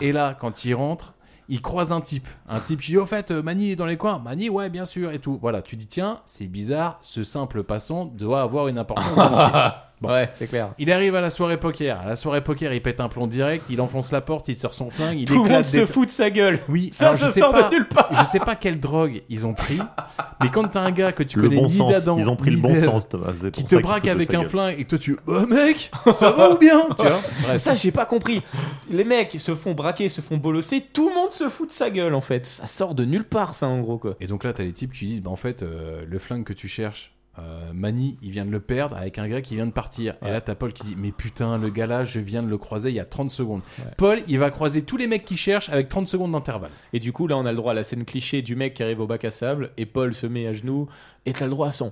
Speaker 2: Et là, quand il rentre, il croise un type. Un type qui dit Au fait, euh, Mani il est dans les coins. Mani, ouais, bien sûr, et tout. Voilà, tu dis Tiens, c'est bizarre, ce simple passant doit avoir une importance. dans mon
Speaker 10: [laughs]
Speaker 2: film.
Speaker 10: Ouais, c'est clair.
Speaker 2: Il arrive à la soirée poker. À la soirée poker, il pète un plomb direct, il enfonce la porte, il sort son flingue, il
Speaker 10: Tout le
Speaker 2: éclate
Speaker 10: monde se
Speaker 2: des-
Speaker 10: fout de sa [laughs] gueule.
Speaker 2: Oui,
Speaker 10: ça
Speaker 2: alors
Speaker 10: je
Speaker 2: je sais
Speaker 10: sors
Speaker 2: pas-
Speaker 10: de nulle part.
Speaker 2: Je sais pas quelle drogue ils ont pris, mais quand t'as un gars que tu
Speaker 9: Le
Speaker 2: connais
Speaker 9: bon
Speaker 2: ni
Speaker 9: sens.
Speaker 2: d'Adam,
Speaker 9: Ils ont pris
Speaker 2: ni
Speaker 9: le bon
Speaker 2: d'Ève,
Speaker 9: sens, Thomas. C'est
Speaker 2: qui te
Speaker 9: pour ça qu'ils
Speaker 2: braque
Speaker 9: foutent
Speaker 2: avec
Speaker 9: sa
Speaker 2: un
Speaker 9: gueule.
Speaker 2: flingue et que toi tu, oh mec, [laughs] ça va ou bien, tu vois. Bref.
Speaker 10: Ça, j'ai pas compris. Les mecs se font braquer, se font bolosser, tout le monde se fout de sa gueule en fait. Ça sort de nulle part, ça en gros quoi.
Speaker 2: Et donc là, t'as les types qui disent, bah en fait, euh, le flingue que tu cherches, euh, Mani, il vient de le perdre avec un gars qui vient de partir. Et là, t'as Paul qui dit, mais putain, le gars là, je viens de le croiser il y a 30 secondes. Paul, il va croiser tous les mecs qu'il cherche avec 30 secondes d'intervalle.
Speaker 10: Et du coup, là, on a le droit à la scène cliché du mec qui arrive au bac à sable et Paul se met à genoux et t'as le droit à son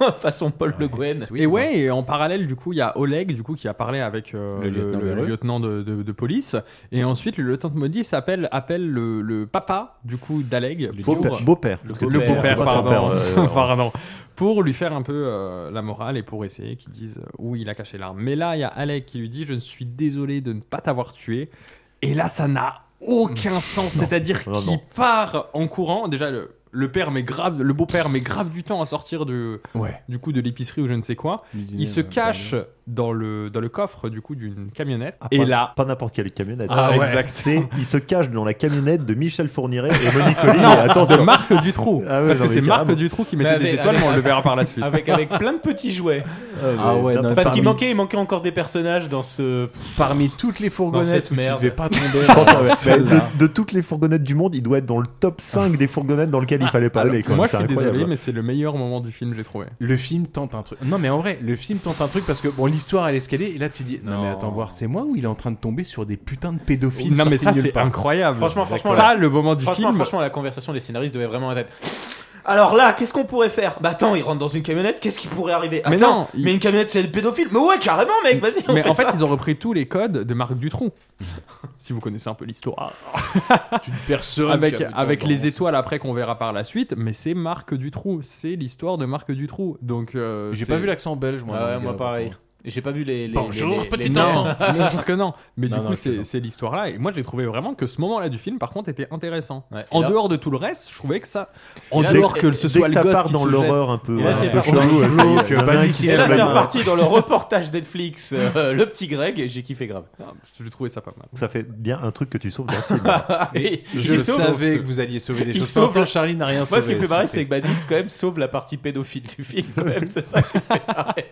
Speaker 10: Non [laughs] Façon Paul Le Guen.
Speaker 13: et ouais, et en parallèle, du coup, il y a Oleg, du coup, qui a parlé avec euh,
Speaker 2: Le
Speaker 13: le,
Speaker 2: lieutenant
Speaker 13: le
Speaker 2: Véreux.
Speaker 13: lieutenant de, de- de police. Et ensuite, le lieutenant de police appelle, appelle le, le papa, du coup, d'Aleg. pour-
Speaker 9: Beau-père. Beau-père. Parce que
Speaker 13: le
Speaker 9: t'es- c'est
Speaker 13: beau-père,
Speaker 9: pas son
Speaker 13: pardon, [laughs]
Speaker 9: père, euh,
Speaker 13: Pardon. Pour lui faire un peu euh, la morale et pour essayer qu'ils disent euh, oui, il a caché l'arme. Mais là, il y a Alec qui lui dit Je ne suis désolé de ne pas t'avoir tué. Et là, ça n'a
Speaker 9: [laughs]
Speaker 13: aucun sens. C'est-à-dire
Speaker 9: Non,
Speaker 13: qu'il
Speaker 9: non.
Speaker 13: part en courant. Déjà, le, le père met grave, le beau-père met grave du temps à sortir de,
Speaker 2: Ouais.
Speaker 13: du coup de l'épicerie ou je ne sais quoi.
Speaker 2: Du dîner,
Speaker 13: Il se
Speaker 9: bah,
Speaker 2: euh,
Speaker 13: cache dans le, dans le coffre du coup d'une camionnette.
Speaker 9: Ah,
Speaker 13: [laughs] et
Speaker 9: pas,
Speaker 13: là,
Speaker 9: Pas n'importe quelle camionnette.
Speaker 13: Ah ouais.
Speaker 9: Exact.
Speaker 13: [laughs]
Speaker 9: C'est- Il se cache dans la camionnette de Michel Fourniret et Monique Collier.
Speaker 13: c'est
Speaker 9: [laughs] Attention.
Speaker 13: Marc Dutroux.
Speaker 9: Ah ouais,
Speaker 13: parce que
Speaker 9: non, mais
Speaker 13: c'est Marc
Speaker 9: carrément.
Speaker 13: Dutroux qui
Speaker 10: Mais
Speaker 13: mettait des
Speaker 10: avec-
Speaker 13: étoiles, mais on
Speaker 10: avec-
Speaker 13: le verra par la
Speaker 10: [laughs]
Speaker 13: suite.
Speaker 10: Avec, avec plein de petits jouets.
Speaker 9: mais
Speaker 2: Ah ouais,
Speaker 9: n'importe-
Speaker 2: non,
Speaker 10: Euh, Parce qu'il
Speaker 2: parmi-
Speaker 10: manquait, il manquait encore des personnages dans ce.
Speaker 2: Parmi toutes les
Speaker 10: Dans cette
Speaker 2: fourgonnettes où tu
Speaker 10: merde.
Speaker 2: devais pas tomber,
Speaker 9: Je pense que- mais
Speaker 2: celle-là.
Speaker 9: de, de toutes les fourgonnettes du monde, il doit être dans le top 5 des fourgonnettes dans lesquelles il fallait pas aller. quoi.
Speaker 13: Ah. Moi, je
Speaker 9: C'est
Speaker 13: suis désolé,
Speaker 9: incroyable.
Speaker 13: mais c'est le meilleur moment du film, j'ai trouvé.
Speaker 2: Le film tente un truc. Non, mais en vrai, le film tente un truc parce que bon, l'histoire elle est escalée. Et là, tu dis non, mais attends, voir, c'est moi ou il est en train de tomber sur des putains de pédophiles
Speaker 13: Non, mais
Speaker 2: sortis
Speaker 13: ça,
Speaker 2: de nulle
Speaker 13: c'est
Speaker 2: part.
Speaker 13: incroyable.
Speaker 10: Franchement, franchement,
Speaker 13: ça,
Speaker 10: la-
Speaker 13: le moment du
Speaker 10: franchement,
Speaker 13: film.
Speaker 10: franchement, la conversation des scénaristes devait vraiment être.
Speaker 16: Alors là, qu'est-ce qu'on pourrait faire Bah attends, il rentre dans une camionnette, qu'est-ce qui pourrait arriver
Speaker 13: Mais
Speaker 16: Attends,
Speaker 13: non, il-
Speaker 16: mais une camionnette, c'est des pédophiles Mais ouais, carrément, mec, vas-y on
Speaker 13: Mais en fait,
Speaker 16: ça.
Speaker 13: ils ont repris tous les codes de Marc Dutronc. si vous connaissez un peu l'histoire. Une
Speaker 2: personne
Speaker 13: Avec,
Speaker 2: qui a des
Speaker 13: avec
Speaker 2: tendances.
Speaker 13: les étoiles après qu'on verra par la suite, mais c'est Marc Dutroux. C'est l'histoire de Marc Dutroux. Donc. euh,
Speaker 2: J'ai
Speaker 13: c'est-
Speaker 2: pas vu l'accent belge, moi,
Speaker 10: Ah ouais,
Speaker 2: donc,
Speaker 10: moi
Speaker 2: euh,
Speaker 10: pareil. Et J'ai pas vu les. les
Speaker 13: Bonjour,
Speaker 10: les- les-
Speaker 13: petit
Speaker 10: les-
Speaker 13: homme.
Speaker 10: les-
Speaker 13: Bien sûr que non. Mais
Speaker 10: Non,
Speaker 13: du
Speaker 10: non,
Speaker 13: coup,
Speaker 10: je
Speaker 13: c'est
Speaker 10: plaisante.
Speaker 13: c'est l'histoire-là. Et moi, j'ai trouvé vraiment que ce moment-là du film, par contre, était intéressant.
Speaker 10: et
Speaker 13: en
Speaker 10: là-
Speaker 13: dehors de tout le reste, je trouvais que ça.
Speaker 10: Et
Speaker 13: En
Speaker 10: là,
Speaker 13: dehors
Speaker 10: c'est-
Speaker 13: que ce
Speaker 10: dès
Speaker 13: soit
Speaker 10: que
Speaker 13: le
Speaker 10: ça
Speaker 13: gosse
Speaker 10: part
Speaker 13: qui
Speaker 10: dans
Speaker 13: se
Speaker 10: l'horreur
Speaker 13: jette.
Speaker 10: un peu,
Speaker 13: Et là,
Speaker 10: ouais,
Speaker 13: c'est
Speaker 10: un peu
Speaker 13: parti.
Speaker 10: chelou,
Speaker 13: Dans le
Speaker 10: ouais, ça y est.
Speaker 13: glauque,
Speaker 10: Il y en a un
Speaker 13: banal,
Speaker 10: qui
Speaker 13: qui
Speaker 10: se
Speaker 13: se
Speaker 10: lève
Speaker 13: lève
Speaker 10: la
Speaker 13: la
Speaker 10: main.
Speaker 13: main.
Speaker 10: parti dans le reportage Netflix, euh, [laughs] le petit Greg, et j'ai kiffé grave.
Speaker 13: J'ai trouvé ça pas mal.
Speaker 9: Ça fait bien un truc que tu sauves dans
Speaker 13: [laughs]
Speaker 9: ce film.
Speaker 16: Ah,
Speaker 10: Et
Speaker 2: Je
Speaker 10: il sauve-
Speaker 2: savais que vous alliez sauver des
Speaker 10: il
Speaker 2: choses.
Speaker 10: sauve
Speaker 2: Pour l'instant,
Speaker 10: la-
Speaker 2: Charlie n'a rien
Speaker 10: Moi, ce qui
Speaker 2: sauvé,
Speaker 10: me fait marrer,
Speaker 2: c'est
Speaker 10: c'est que Badis, quand même, sauve la partie pédophile du film, quand même, c'est ça qui me fait marrer.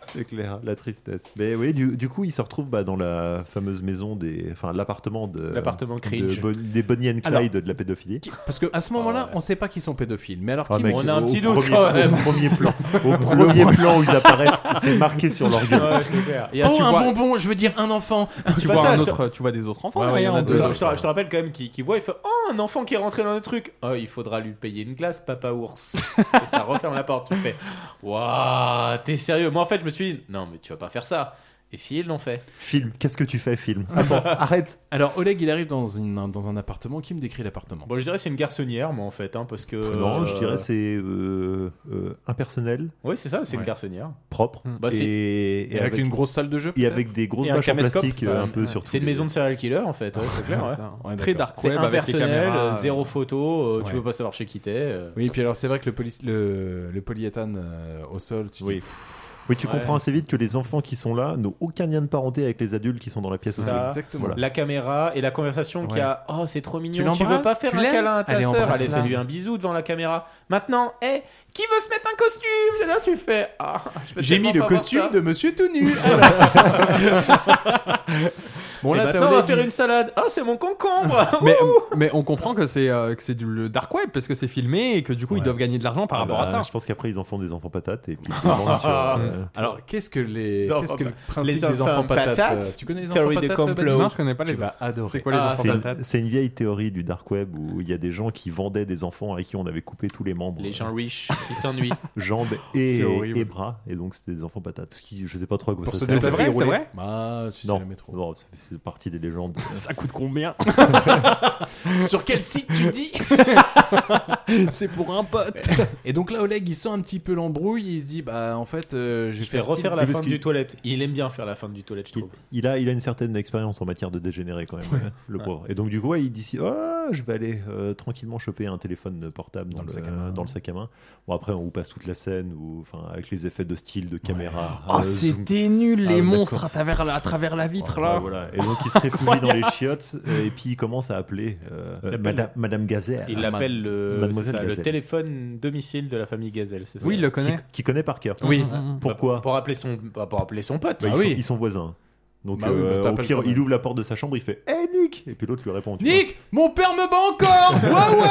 Speaker 9: C'est clair, la tristesse. Mais oui, du, du coup, il se retrouve bah, dans la fameuse maison des. Enfin, l'appartement de.
Speaker 10: L'appartement
Speaker 9: de
Speaker 10: cringe.
Speaker 9: Bon- des Bonnie and Clyde
Speaker 2: Alors,
Speaker 9: de la pédophilie.
Speaker 2: Parce qu'à ce moment-là, on sait pas qui sont pédophiles. Mais alors,
Speaker 9: Ah,
Speaker 2: qui
Speaker 9: mec,
Speaker 2: montre-
Speaker 9: au premier- Au premier
Speaker 10: [laughs]
Speaker 9: plan, au premier plan où ils apparaissent, c'est marqué sur leur
Speaker 10: [laughs]
Speaker 9: gueule.
Speaker 10: Ouais, c'est clair. Et là,
Speaker 2: oh,
Speaker 10: tu
Speaker 2: un
Speaker 10: vois-
Speaker 2: bonbon, je veux dire un enfant.
Speaker 10: Tu vois un autre-
Speaker 13: tu vois des autres enfants hein,
Speaker 10: Ouais, ouais, il y en a
Speaker 13: derrière,
Speaker 10: deux.
Speaker 13: en
Speaker 10: Je te, je te rappelle quand même qu'il qu'il voit, il fait Oh, un enfant qui est rentré dans le truc. Oh, il faudra lui payer une glace, papa ours. Et ça referme la porte. Tu fais Waouh, t'es sérieux Moi, en fait, je me suis dit Non, mais tu vas pas faire ça. Et si ils l'ont fait
Speaker 9: Film, qu'est-ce que tu fais, film Attends, arrête.
Speaker 2: Alors, Oleg, il arrive dans, une- dans un appartement. Qui me décrit l'appartement
Speaker 10: Bon, je dirais c'est une garçonnière, moi, en fait, hein, parce que.
Speaker 9: non,
Speaker 10: euh,
Speaker 9: je dirais c'est euh, euh, impersonnel.
Speaker 10: Oui, c'est ça, c'est une
Speaker 9: Ouais.
Speaker 10: garçonnière.
Speaker 9: Propre.
Speaker 10: Bah, c'est-
Speaker 9: et,
Speaker 10: Et avec une grosse salle de jeu,
Speaker 9: Et
Speaker 10: peut-être
Speaker 9: avec des grosses
Speaker 10: Et un
Speaker 9: bâches en
Speaker 10: caméscope,
Speaker 9: plastique
Speaker 10: ça.
Speaker 9: euh, un peu sur tous
Speaker 10: C'est une
Speaker 9: les-
Speaker 10: maison de serial killer en fait, ouais,
Speaker 13: [laughs]
Speaker 10: c'est clair. ouais.
Speaker 13: C'est ça. Ouais, Très d'accord. dark web avec les
Speaker 10: impersonnel,
Speaker 13: caméras,
Speaker 10: euh,
Speaker 13: euh,
Speaker 10: zéro photo, euh, tu
Speaker 2: ouais.
Speaker 10: peux pas savoir chez qui t'es. euh.
Speaker 2: Oui, puis alors, c'est vrai que le, poly- le, le polyéthane euh, au sol, tu oui.
Speaker 9: Oui, tu
Speaker 10: Ouais.
Speaker 9: comprends assez vite que les enfants qui sont là n'ont aucun lien de parenté avec les adultes qui sont dans la pièce aussi.
Speaker 10: Ça,
Speaker 9: Voilà.
Speaker 10: La caméra et la conversation qu'il y a. Oh, c'est trop mignon. Tu, veux
Speaker 13: l'embrasses
Speaker 10: pas faire
Speaker 13: Tu
Speaker 10: un
Speaker 13: l'aimes
Speaker 10: câlin à ta
Speaker 13: Allez,
Speaker 10: sœur
Speaker 13: embrasse-la.
Speaker 10: Allez, fais-lui un bisou devant la caméra. Maintenant, hé, qui veut se mettre un costume Et Là, tu fais. Ah, je veux
Speaker 2: J'ai mis
Speaker 10: tellement
Speaker 2: le
Speaker 10: pas voir
Speaker 2: costume
Speaker 10: ça.
Speaker 2: de monsieur tout [laughs] nu.
Speaker 13: [laughs] Bon,
Speaker 2: Eh
Speaker 10: Et
Speaker 2: ben
Speaker 13: là, t'as
Speaker 10: maintenant, on va
Speaker 13: Oleg,
Speaker 10: faire
Speaker 13: il-
Speaker 10: une salade. Ah, c'est
Speaker 9: [laughs]
Speaker 10: mon concombre
Speaker 13: mais, euh, mais on comprend que c'est euh, que c'est du le dark web parce que c'est filmé et que du coup ils doivent gagner de l'argent par
Speaker 9: Ah
Speaker 13: rapport
Speaker 9: bah,
Speaker 13: à ça.
Speaker 9: Je pense qu'après ils en font des enfants patates et
Speaker 10: [laughs]
Speaker 9: puis ils les vendent sur,
Speaker 10: Ah.
Speaker 9: euh,
Speaker 2: Alors, qu'est-ce que les
Speaker 10: Non,
Speaker 2: qu'est-ce que le
Speaker 10: pas-
Speaker 2: principe
Speaker 10: les
Speaker 2: des bah, enfants
Speaker 10: enfants
Speaker 2: patates,
Speaker 10: patates,
Speaker 2: euh, Tu connais les enfants
Speaker 10: théorie
Speaker 2: patates
Speaker 10: des complots.
Speaker 2: Baptiste
Speaker 10: Non, je connais pas
Speaker 2: Tu
Speaker 10: les-
Speaker 2: vas adorer.
Speaker 13: C'est quoi les Ah, enfants
Speaker 9: c'est,
Speaker 13: patates
Speaker 9: c'est une vieille théorie du dark web où il y a des gens qui vendaient des enfants à qui on avait coupé tous les membres.
Speaker 10: Les gens riches qui s'ennuient.
Speaker 9: Jambes et,
Speaker 10: C'est horrible.
Speaker 9: et bras, et donc c'était des enfants patates. Ce qui, je sais pas trop à quoi
Speaker 2: Pour
Speaker 9: ça
Speaker 2: se
Speaker 9: sert.
Speaker 2: déplacer,
Speaker 13: C'est vrai, c'est vrai
Speaker 2: Bah, tu sais
Speaker 9: non,
Speaker 2: jamais trop.
Speaker 9: non, c'est, c'est partie des légendes.
Speaker 13: Ça coûte combien
Speaker 2: Sur quel site tu
Speaker 13: [laughs]
Speaker 2: dis
Speaker 13: C'est pour un pote.
Speaker 2: Et donc là, Oleg, il sent un petit peu l'embrouille. Il se dit, bah, en fait, euh, je vais
Speaker 10: Je vais
Speaker 2: faire
Speaker 10: refaire
Speaker 2: style-
Speaker 10: la
Speaker 9: parce
Speaker 10: fin
Speaker 9: qu'il-
Speaker 10: du toilette. Il aime bien faire la fin du toilette, je trouve.
Speaker 9: Il a, il a une certaine expérience en matière de dégénéré quand même, euh, le pauvre. Et donc du coup, ouais, il dit si, oh, je vais aller euh, tranquillement choper un téléphone portable dans, le, sac à main. dans le sac à main. Bon après, on vous passe toute la scène où, enfin, avec les effets de style, de caméra.
Speaker 13: Oh,
Speaker 9: euh, zoom.
Speaker 13: c'était nul,
Speaker 9: Ah,
Speaker 13: les
Speaker 9: d'accord.
Speaker 13: monstres à travers la, à travers la vitre
Speaker 9: Ouais,
Speaker 13: là.
Speaker 9: voilà. Et donc il se réfugie dans les
Speaker 13: Incroyable.
Speaker 9: chiottes euh, et puis il commence à appeler euh,
Speaker 10: Il appelle-
Speaker 9: Madame, Madame Gazelle.
Speaker 10: Il
Speaker 9: Ma-
Speaker 10: l'appelle le, c'est
Speaker 9: Mademoiselle
Speaker 10: ça, le
Speaker 9: Gazelle.
Speaker 10: téléphone domicile de la famille Gazelle, c'est ça
Speaker 13: Oui, il le
Speaker 9: Qui,
Speaker 13: connaît.
Speaker 9: qui connaît par cœur.
Speaker 13: Oui.
Speaker 9: Pourquoi
Speaker 10: Pour appeler son, bah, pour appeler son pote.
Speaker 9: Bah, ils, sont, ils sont voisins. Donc
Speaker 2: Bah oui,
Speaker 9: euh,
Speaker 2: bah, t'appelles
Speaker 9: au
Speaker 2: quand
Speaker 9: pire,
Speaker 2: même.
Speaker 9: il ouvre la porte de sa chambre, il fait Hé Nick Et puis l'autre lui répond tu vois.
Speaker 2: Eh, Nick, mon père me bat [laughs] encore. Ouais, ouais.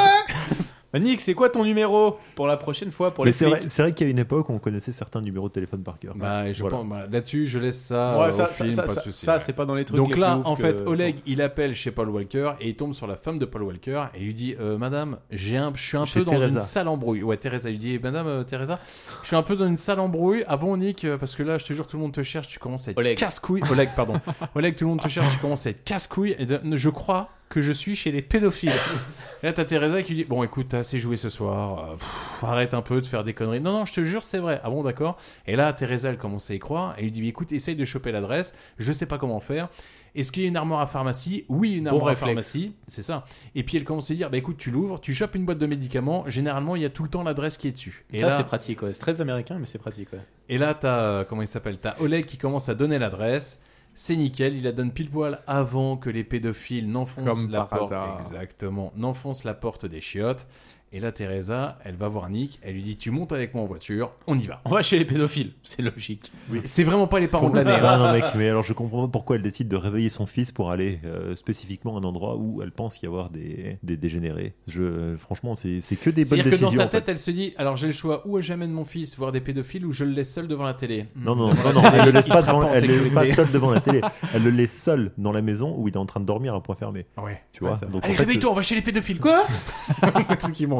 Speaker 10: Bah, Nick, c'est quoi ton numéro pour la prochaine fois pour
Speaker 9: Mais
Speaker 10: les
Speaker 9: c'est
Speaker 10: flics
Speaker 9: vrai, c'est vrai qu'il y a une époque où on connaissait certains numéros de téléphone par cœur.
Speaker 2: Bah, et je
Speaker 9: Voilà.
Speaker 2: pense- bah, là-dessus, je laisse ça.
Speaker 10: Ouais,
Speaker 2: euh,
Speaker 10: ça-
Speaker 2: au
Speaker 10: ça-
Speaker 2: film,
Speaker 10: ça-
Speaker 2: pas de
Speaker 10: ça-
Speaker 2: souci.
Speaker 10: ça, c'est pas dans les trucs
Speaker 2: Donc
Speaker 10: les
Speaker 2: là,
Speaker 10: plus ouf
Speaker 2: en
Speaker 10: que-
Speaker 2: fait, Oleg, il appelle chez Paul Walker et il tombe sur la femme de Paul Walker et lui dit euh, Madame, j'ai un, je suis un
Speaker 9: Chez
Speaker 2: peu dans
Speaker 9: Teresa.
Speaker 2: une sale embrouille. Ouais, Teresa lui dit eh, Madame euh, Teresa, je suis un peu dans une sale embrouille. Ah bon, Nick, euh, parce que là, je te jure, tout le monde te cherche, tu commences à être
Speaker 10: Oleg.
Speaker 2: casse-couille. Oleg, pardon.
Speaker 10: [laughs]
Speaker 2: Oleg, tout le monde te cherche, tu commences à être casse-couille. Et de- Je crois que je suis chez les pédophiles. Et là, t'as Teresa qui lui dit Bon, écoute, t'as assez joué ce soir. euh, pff, arrête un peu de faire des conneries. Non, non, je te jure, c'est vrai. Ah bon, d'accord. Et là, Teresa, elle commence à y croire. Elle lui dit bah, Écoute, essaye de choper l'adresse. Je sais pas comment faire. Est-ce qu'il y a une armoire à pharmacie Oui, une
Speaker 10: Bon
Speaker 2: armoire à
Speaker 10: réflexe.
Speaker 2: pharmacie. C'est ça. Et puis, elle commence à lui dire Bah écoute, tu l'ouvres, tu chopes une boîte de médicaments. Généralement, il y a tout le temps l'adresse qui est dessus. Et
Speaker 10: Ça,
Speaker 2: là,
Speaker 10: c'est pratique, ouais. C'est très américain, mais c'est pratique, ouais.
Speaker 2: et là, t'as euh, comment il s'appelle T'as Oleg qui commence à donner l'adresse. C'est nickel, il la donne pile poil avant que les pédophiles n'enfoncent
Speaker 13: Comme
Speaker 2: la
Speaker 13: par
Speaker 2: porte.
Speaker 13: hasard.
Speaker 2: Exactement, n'enfoncent la porte des chiottes. Et là, Teresa, elle va voir Nick, elle lui dit Tu montes avec moi en voiture, on y va.
Speaker 10: On va chez les pédophiles, c'est [laughs] logique.
Speaker 2: C'est vraiment pas les parents de l'année.
Speaker 9: Ah
Speaker 2: hein.
Speaker 9: non mec, mais alors je comprends pas pourquoi elle décide de réveiller son fils pour aller euh, spécifiquement à un endroit où elle pense y avoir des, des dégénérés. Je, franchement, c'est c'est que des bonnes
Speaker 2: C'est-à-dire que
Speaker 9: décisions.
Speaker 2: dans sa
Speaker 9: en fait.
Speaker 2: tête, elle se dit Alors j'ai le choix, ou j'amène mon fils voir des pédophiles, ou je le laisse seul devant la télé.
Speaker 9: Non, non,
Speaker 2: [laughs] Hmm.
Speaker 9: non, non, elle le laisse
Speaker 2: Il
Speaker 9: pas,
Speaker 2: sera
Speaker 9: devant-
Speaker 2: en
Speaker 9: elle le laisse pas
Speaker 2: sécurité.
Speaker 9: seul devant
Speaker 2: [laughs]
Speaker 9: la télé. Elle le laisse seul dans la maison où il est en train de dormir à point fermé.
Speaker 2: Ouais.
Speaker 9: Tu vois
Speaker 2: ça va.
Speaker 9: Donc, en
Speaker 2: Allez,
Speaker 9: fait,
Speaker 2: réveille-toi, on va chez les pédophiles. Quoi Le truc immense. secondes.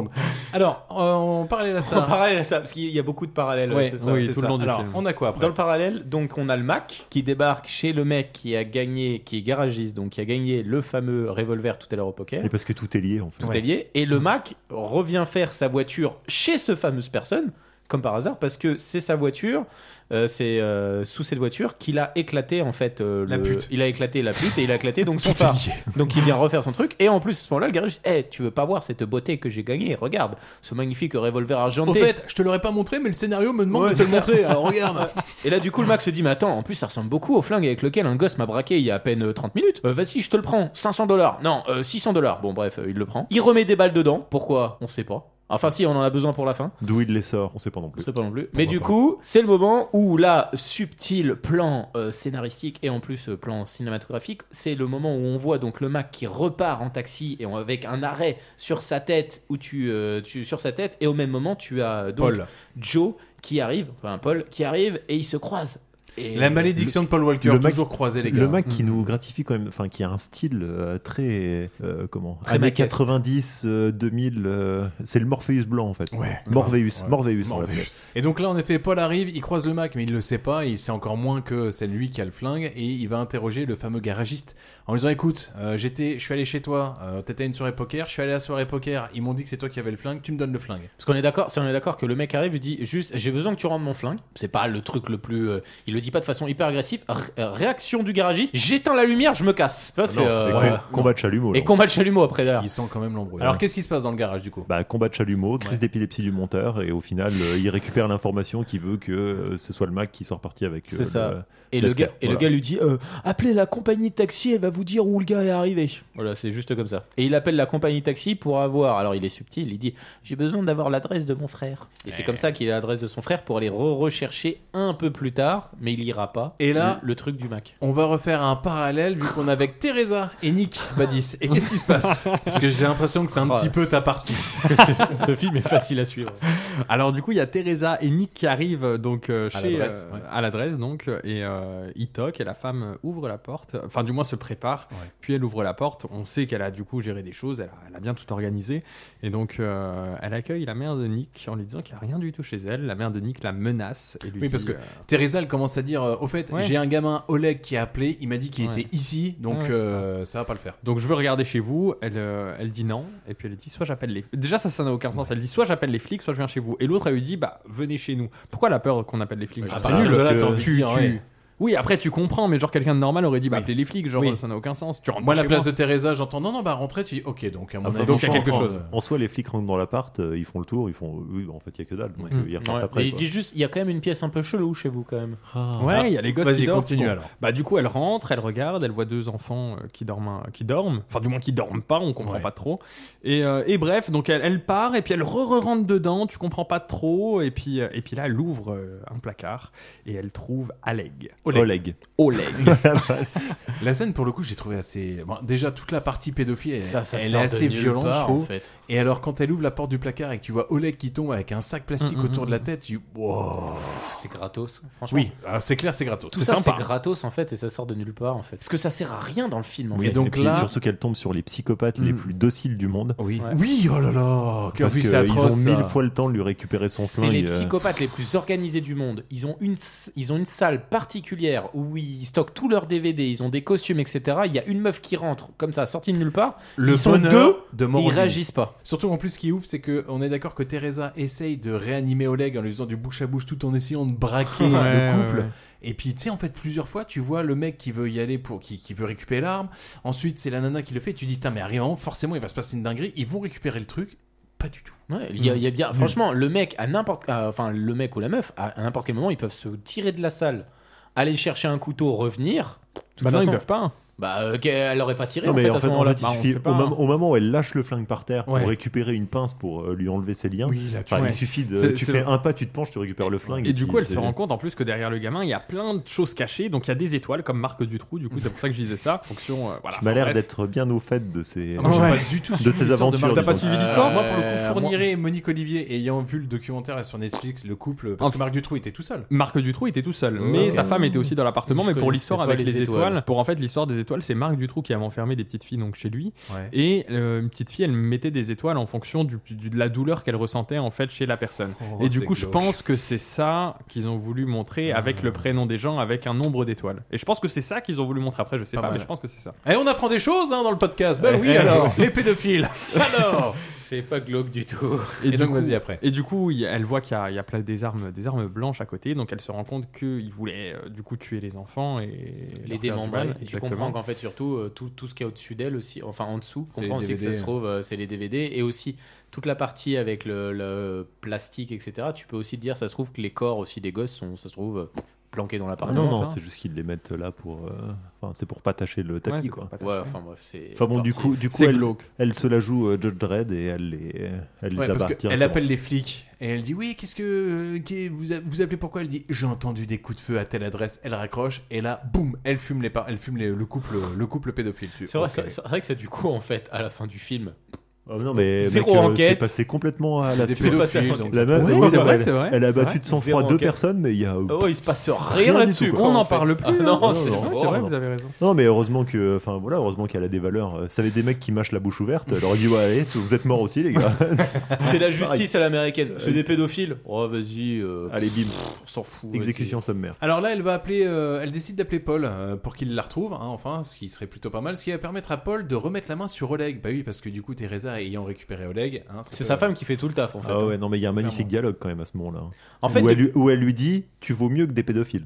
Speaker 2: Alors, euh, on parlait à ça.
Speaker 10: En parallèle à ça, parce qu'il y a beaucoup de parallèles.
Speaker 2: Ouais,
Speaker 10: c'est ça,
Speaker 2: oui,
Speaker 10: c'est
Speaker 2: tout le
Speaker 10: ça.
Speaker 2: long du
Speaker 10: Alors,
Speaker 2: film.
Speaker 10: On a quoi après Dans le parallèle, donc on a le Mac qui débarque chez le mec qui a gagné, qui est garagiste, donc qui a gagné le fameux revolver tout à l'heure au poker.
Speaker 9: Et parce que tout est lié en fait.
Speaker 10: Tout est lié. Et
Speaker 2: Mm.
Speaker 10: le Mac revient faire sa voiture chez ce fameuse personne, comme par hasard, parce que c'est sa voiture, euh, c'est euh, sous cette voiture qu'il a éclaté en fait. euh,
Speaker 2: La
Speaker 10: le-
Speaker 2: pute.
Speaker 10: Il a éclaté la pute et il a
Speaker 2: [laughs]
Speaker 10: éclaté donc son
Speaker 2: Tout est
Speaker 10: phare.
Speaker 2: lié.
Speaker 10: Donc il vient refaire son truc. Et en plus, à ce moment-là, le garage, Eh, tu veux pas voir cette beauté que j'ai gagnée Regarde ce magnifique revolver argenté.
Speaker 2: Au fait, je te l'aurais pas montré, mais le scénario me demande
Speaker 10: Ouais,
Speaker 2: de te le
Speaker 10: c'est clair.
Speaker 2: montrer. Alors regarde.
Speaker 10: Et là, du coup, le Mac se dit Mais attends, en plus, ça ressemble beaucoup au flingue avec lequel un gosse m'a braqué il y a à peine euh, 30 minutes. Euh, Vas-y, je te le prends. 500 dollars. Non, euh, 600 dollars. Bon, bref, euh, il le prend. Il remet des balles dedans. Pourquoi On sait pas. Enfin, si, on en a besoin pour la fin.
Speaker 9: D'où il les sort, on sait pas non plus.
Speaker 10: On sait pas non plus. Mais du coup, c'est le moment où là, subtil plan euh, scénaristique et en plus euh, plan cinématographique, c'est le moment où on voit donc le Mac qui repart en taxi et on- avec un arrêt sur sa tête où tu, euh, tu- sur sa tête et au même moment tu as euh, donc
Speaker 2: Paul.
Speaker 10: Joe qui arrive, enfin Paul qui arrive et ils se croisent. Et-
Speaker 2: La malédiction de Paul Walker,
Speaker 9: Mac-
Speaker 2: toujours croisé les gars. Mm.
Speaker 9: Le Mac qui nous gratifie quand même, enfin qui a un style euh, très euh, comment
Speaker 2: Très
Speaker 9: années
Speaker 2: maquette.
Speaker 9: 90 euh, 2000, euh, c'est le Morpheus blanc en fait.
Speaker 2: Ouais.
Speaker 9: Morpheus,
Speaker 2: Ouais.
Speaker 9: Morpheus, on
Speaker 2: Morpheus.
Speaker 9: l'appelait.
Speaker 2: Et donc là, en effet, Paul arrive, il croise le Mac, mais il le sait pas, et il sait encore moins que c'est lui qui a le flingue, et il va interroger le fameux garagiste en lui disant Écoute, euh, j'étais, je suis allé chez toi, euh, t'étais à une soirée poker, je suis allé à la soirée poker, ils m'ont dit que c'est toi qui avais le flingue, tu me donnes le flingue.
Speaker 10: Parce qu'on est d'accord, si on est d'accord que le mec arrive, il dit juste j'ai besoin que tu rendes mon flingue. C'est pas le truc le plus. euh, il le dit pas de façon hyper agressive. R- euh, réaction du garagiste j'éteins la lumière, je me casse. Tu vois, tu
Speaker 9: Ah Non,
Speaker 10: fais, euh,
Speaker 9: et
Speaker 10: ouais.
Speaker 9: com- combat de chalumeau.
Speaker 10: Et
Speaker 9: là.
Speaker 10: combat de chalumeau après derrière.
Speaker 2: Ils sont quand même nombreux.
Speaker 9: ouais.
Speaker 2: Ah. Alors qu'est-ce qui se passe dans le garage du coup
Speaker 9: Bah, combat de chalumeau, crise d'épilepsie du monteur, et au final, euh, il récupère l'information qui veut que euh, ce soit le Mac qui soit reparti avec. euh,
Speaker 10: C'est ça.
Speaker 9: le-
Speaker 10: et, le
Speaker 9: Lasker.
Speaker 10: gars, et le
Speaker 9: Voilà.
Speaker 10: gars lui dit euh, appelez la compagnie de taxi, elle va vous dire où le gars est arrivé. Voilà, c'est juste comme ça. Et il appelle la compagnie de taxi pour avoir. Alors il est subtil, il dit j'ai besoin d'avoir l'adresse de mon frère. Et c'est comme ça qu'il a l'adresse de son frère pour aller re-rechercher un peu plus tard, mais il ira pas.
Speaker 2: Et là-
Speaker 10: le, le truc du Mac.
Speaker 2: On va refaire un parallèle vu qu'on est avec Teresa et Nick Badis. Et qu'est-ce qui se passe Parce que j'ai l'impression que c'est un
Speaker 13: Oh,
Speaker 2: petit peu
Speaker 13: c'est-
Speaker 2: ta partie.
Speaker 13: Parce que ce- ce
Speaker 10: film est facile à suivre.
Speaker 13: Alors du coup, il y a Teresa Ah, et Nick qui arrivent euh, donc euh,
Speaker 2: À
Speaker 13: chez
Speaker 2: l'adresse,
Speaker 13: euh,
Speaker 2: ouais.
Speaker 13: à l'adresse donc et euh, ils toquent et la femme euh, ouvre la porte, enfin du moins se prépare. Puis elle ouvre la porte. On sait qu'elle a du coup géré des choses, elle a, elle a bien tout organisé et donc euh, elle accueille la mère de Nick en lui disant qu'il n'y a rien du tout chez elle. La mère de Nick la menace et lui
Speaker 2: Oui,
Speaker 13: dit,
Speaker 2: parce que
Speaker 13: euh,
Speaker 2: Teresa, elle commence à dire euh, Au fait,
Speaker 13: Ouais.
Speaker 2: j'ai un gamin, Oleg, qui a appelé, il m'a dit qu'il
Speaker 13: Ouais.
Speaker 2: était ici, donc
Speaker 13: Ouais, c'est
Speaker 2: euh, ça. va pas le faire.
Speaker 13: Donc je veux regarder chez vous. Elle, euh, elle dit non. Et puis elle dit soit j'appelle les. Déjà ça ça n'a aucun sens. Elle dit soit j'appelle les flics, soit je viens chez vous. Et l'autre elle lui dit bah venez chez nous. Pourquoi elle a peur qu'on appelle les flics
Speaker 2: Ouais,
Speaker 13: Genre,
Speaker 2: c'est nul, parce que-
Speaker 13: tu-
Speaker 2: tu-
Speaker 13: tu-
Speaker 2: ouais.
Speaker 13: Oui après tu comprends, mais genre quelqu'un de normal aurait dit bah appelez les flics. Genre
Speaker 2: Oui.
Speaker 13: ça n'a aucun sens. Tu rentres
Speaker 2: Moi, à
Speaker 13: pas
Speaker 2: la
Speaker 13: chez
Speaker 2: place
Speaker 13: moi.
Speaker 2: de Teresa, j'entends Non, non, bah rentrez, tu dis Ok, donc à mon
Speaker 13: Ah, bah,
Speaker 2: avis,
Speaker 13: donc, il y a
Speaker 2: on
Speaker 13: quelque
Speaker 2: prend-
Speaker 13: chose.
Speaker 9: En soi, les flics rentrent dans l'appart, euh, ils font le tour, ils font. Oui, bah, en fait, il y a que dalle. donc, euh, ils repartent
Speaker 10: Ouais.
Speaker 9: après.
Speaker 10: Et il
Speaker 9: quoi.
Speaker 10: dit juste il y a quand même une pièce un peu chelou chez vous quand même.
Speaker 13: Ouais, il y a les gosses
Speaker 2: Vas-y,
Speaker 13: qui dorment.
Speaker 2: continue,
Speaker 13: Bon.
Speaker 2: alors.
Speaker 13: Bah du coup, elle rentre, elle regarde, elle voit deux enfants euh, qui dorment, un- qui dorment, enfin du moins qui dorment pas, on comprend pas trop. Et, euh, et bref, donc elle, elle part et puis elle re rentre dedans, tu comprends pas trop et puis euh, et puis là elle ouvre euh, un placard et elle trouve Oleg.
Speaker 9: Oleg.
Speaker 13: Oleg.
Speaker 2: La scène, pour le coup, j'ai trouvé assez. bon, déjà, toute la partie pédophile, elle,
Speaker 10: Ça, ça
Speaker 2: elle est
Speaker 10: sort de
Speaker 2: assez
Speaker 10: nulle
Speaker 2: violente,
Speaker 10: part,
Speaker 2: je trouve.
Speaker 10: en fait.
Speaker 2: Et alors, quand elle ouvre la porte du placard et que tu vois Oleg qui tombe avec un sac plastique
Speaker 10: Mm, mm,
Speaker 2: autour de la
Speaker 10: mm.
Speaker 2: tête, tu. Wow.
Speaker 10: C'est gratos, franchement.
Speaker 2: Oui, ah, c'est clair, c'est gratos.
Speaker 10: Tout ça, c'est gratos en fait et ça sort de nulle part en fait. Parce que ça sert à rien dans le film en
Speaker 9: Oui,
Speaker 10: fait.
Speaker 9: et puis surtout qu'elle tombe sur les psychopathes les
Speaker 10: Mm.
Speaker 9: plus dociles du monde.
Speaker 2: Oui. Oui, oh là là, que-
Speaker 9: Parce
Speaker 2: oui,
Speaker 9: que euh,
Speaker 2: c'est atroce, euh,
Speaker 9: Ils ont mille
Speaker 2: ça.
Speaker 9: fois le temps de lui récupérer son
Speaker 10: C'est
Speaker 9: flingue.
Speaker 10: les
Speaker 9: euh,
Speaker 10: psychopathes les plus organisés du monde. Ils ont, une, s- ils ont une salle particulière où ils stockent tous leurs DVD, ils ont des costumes, etc. Il y a une meuf qui rentre comme ça, sortie de nulle part.
Speaker 2: Le
Speaker 10: ils sont
Speaker 2: bonheur
Speaker 10: deux,
Speaker 2: de
Speaker 10: et
Speaker 2: Morandini.
Speaker 10: ils réagissent pas.
Speaker 2: Surtout en plus, ce qui est ouf, c'est que on est d'accord que Teresa essaye de réanimer Oleg en lui faisant du bouche à bouche tout en essayant de braquer
Speaker 13: Ouais,
Speaker 2: le couple.
Speaker 13: ouais, ouais.
Speaker 2: Et puis, tu sais, en fait, plusieurs fois, tu vois le mec qui veut y aller pour qui, qui veut récupérer l'arme. Ensuite, c'est la nana qui le fait. Tu dis, putain, mais arrivant, forcément, il va se passer une dinguerie. Ils vont récupérer le truc. Pas du tout.
Speaker 10: Ouais, il
Speaker 9: Mm.
Speaker 10: y a, il y a bien, franchement, le mec à n'importe, euh, enfin le mec ou la meuf à, à n'importe quel moment, ils peuvent se tirer de la salle, aller chercher un couteau, revenir. De toute
Speaker 13: Bah non, ils
Speaker 10: façon-
Speaker 13: peuvent pas.
Speaker 10: Bah euh, qu'elle- elle aurait pas tiré
Speaker 9: Non,
Speaker 10: en
Speaker 9: mais
Speaker 10: fait
Speaker 9: en
Speaker 10: à ce
Speaker 9: fait, en
Speaker 10: moment-là.
Speaker 9: fait, il
Speaker 10: Bah, on
Speaker 9: suffit-
Speaker 10: sait
Speaker 9: au,
Speaker 10: pas.
Speaker 9: moment, au moment où elle lâche le flingue par terre
Speaker 10: Ouais.
Speaker 9: pour récupérer une pince pour euh, lui enlever ses liens,
Speaker 13: Oui, là, tu-
Speaker 9: enfin,
Speaker 13: Ouais.
Speaker 9: il suffit de.
Speaker 13: C'est-
Speaker 9: Tu
Speaker 13: c'est
Speaker 9: fais
Speaker 13: vrai.
Speaker 9: un pas, tu te penches, tu récupères le flingue.
Speaker 13: Et du
Speaker 9: puis
Speaker 13: coup, elle
Speaker 9: c'est-
Speaker 13: se rend compte en plus que derrière le gamin, il y a plein de choses cachées. Donc il y a des étoiles comme marque du trou. Du coup, c'est pour ça que je disais ça. Fonction. euh, voilà.
Speaker 9: Tu m'as l'air
Speaker 13: Bref.
Speaker 9: d'être bien au fait de ces.
Speaker 13: Ah, moi, j'ai
Speaker 9: Ouais.
Speaker 13: pas du tout
Speaker 9: de
Speaker 13: suivi
Speaker 9: ces
Speaker 13: l'histoire de
Speaker 9: aventures.
Speaker 13: Marc. T'as pas
Speaker 9: disons.
Speaker 13: suivi
Speaker 2: Euh,
Speaker 13: l'histoire
Speaker 2: Moi, pour le coup,
Speaker 13: Euh,
Speaker 2: fournirait Monique Olivier, ayant vu le documentaire sur Netflix, le couple, parce
Speaker 13: Enfin,
Speaker 2: que Marc Dutroux était tout seul.
Speaker 13: Marc Dutroux était tout seul,
Speaker 2: Ouais,
Speaker 13: mais
Speaker 2: ouais.
Speaker 13: sa femme était aussi dans l'appartement,
Speaker 2: Je
Speaker 13: mais pour
Speaker 2: connaissais
Speaker 13: l'histoire
Speaker 2: pas
Speaker 13: avec
Speaker 2: les
Speaker 13: les étoiles,
Speaker 2: étoiles.
Speaker 13: pour en fait l'histoire des étoiles. C'est Marc Dutroux qui avait enfermé des petites filles donc chez lui.
Speaker 10: Ouais.
Speaker 13: Et euh, une petite fille, elle mettait des étoiles en fonction du- du- de la douleur qu'elle ressentait en fait chez la personne.
Speaker 10: Oh,
Speaker 13: et du
Speaker 10: c'est
Speaker 13: coup, je
Speaker 10: glauque.
Speaker 13: pense que c'est ça qu'ils ont voulu montrer avec le prénom des gens, avec un nombre d'étoiles. Et je pense que c'est ça qu'ils ont voulu montrer. Après, je sais
Speaker 2: Pas
Speaker 13: pas, mais
Speaker 2: mal.
Speaker 13: je pense que c'est ça.
Speaker 2: Et Eh, on apprend des choses hein, dans le podcast. Ben oui,
Speaker 13: Eh,
Speaker 2: alors,
Speaker 13: oui.
Speaker 2: les pédophiles.
Speaker 9: [laughs]
Speaker 2: Alors.
Speaker 10: C'est pas glauque du tout.
Speaker 13: Et, du
Speaker 2: donc,
Speaker 13: coup-
Speaker 2: vas-y après.
Speaker 13: Et du coup, il y a- elle voit qu'il y a, il y a plein des armes, des armes blanches à côté, donc elle se rend compte qu'ils voulaient euh, du coup tuer les enfants et
Speaker 10: les
Speaker 13: leur faire du mal,
Speaker 10: démembrer. Et tu
Speaker 13: exactement.
Speaker 10: comprends qu'en fait, surtout, euh, tout, tout ce qu'il y a au-dessus d'elle aussi, enfin en dessous,
Speaker 13: C'est
Speaker 10: comprends
Speaker 13: les
Speaker 10: aussi que ça
Speaker 13: DVD,
Speaker 10: se trouve, euh, c'est les DVD. Et aussi, toute la partie avec le, le plastique, etc. Tu peux aussi te dire, ça se trouve que les corps aussi des gosses sont, ça se trouve, euh, planqués dans la partie.
Speaker 9: Ah non, non, c'est juste qu'ils les mettent là pour. euh, Enfin, c'est pour pas tâcher le tapis,
Speaker 10: c'est
Speaker 9: quoi.
Speaker 10: pour pas tâcher. Ouais, enfin, bref, c'est
Speaker 9: Enfin bon, du
Speaker 10: parti.
Speaker 9: coup, du coup
Speaker 10: C'est
Speaker 9: elle,
Speaker 10: glauque.
Speaker 9: elle se la joue euh, Judge Dredd et elle les, elle les
Speaker 2: Ouais, parce
Speaker 9: abat
Speaker 2: que elle
Speaker 9: directement.
Speaker 2: appelle les flics et elle dit oui qu'est-ce que euh, qu'est- vous, a- vous appelez pourquoi elle dit j'ai entendu des coups de feu à telle adresse elle raccroche et là boum elle fume les par- elle fume les- le couple le couple pédophile tu
Speaker 10: C'est vrai,
Speaker 2: Ok.
Speaker 10: c'est- c'est vrai que ça, du coup, en fait, à la fin du film.
Speaker 9: Oh, non, mais
Speaker 10: Zéro
Speaker 9: mec, euh,
Speaker 10: enquête.
Speaker 9: C'est passé complètement à la
Speaker 10: C'est
Speaker 9: suite.
Speaker 10: passé à la fin.
Speaker 9: La meuf,
Speaker 10: Oui,
Speaker 9: elle-
Speaker 10: c'est vrai,
Speaker 9: elle-
Speaker 10: c'est vrai.
Speaker 9: Elle a
Speaker 10: C'est
Speaker 9: battu
Speaker 10: vrai.
Speaker 9: de sang
Speaker 10: Zéro
Speaker 9: froid deux
Speaker 10: enquête.
Speaker 9: personnes, mais il y a.
Speaker 10: Oh, il se passe
Speaker 9: du
Speaker 10: rien là-dessus.
Speaker 9: tout,
Speaker 10: quoi,
Speaker 9: quoi.
Speaker 10: en fait. Ah [laughs] non, c'est vrai, c'est vrai,
Speaker 13: vous avez raison.
Speaker 9: Non, mais heureusement que, euh, enfin voilà, heureusement qu'elle a des valeurs. Euh, Ça avait des mecs qui mâchent la bouche ouverte. Elle leur dit ouais, allez, t- vous êtes morts aussi, les
Speaker 10: [laughs]
Speaker 9: gars.
Speaker 10: C'est la justice à l'américaine. C'est des pédophiles. Oh, vas-y.
Speaker 9: Allez, bim.
Speaker 10: On s'en fout.
Speaker 9: Exécution sommaire.
Speaker 2: Alors là, elle va appeler, euh, elle décide d'appeler Paul euh, pour qu'il la retrouve, hein, enfin, ce qui serait plutôt pas mal, ce qui va permettre à Paul de remettre la main sur Oleg. Bah oui, parce que du coup, Teresa ayant récupéré Oleg, hein, ça
Speaker 10: C'est
Speaker 2: peut-
Speaker 10: sa femme qui fait tout le taf, en fait.
Speaker 9: Ah ouais, non, mais il y a un
Speaker 2: Clairement.
Speaker 9: magnifique dialogue quand même à ce moment-là. hein.
Speaker 10: En fait,
Speaker 9: où, elle,
Speaker 10: depuis-
Speaker 9: lui- où elle lui dit Tu vaux mieux que
Speaker 2: [laughs]
Speaker 9: des pédophiles.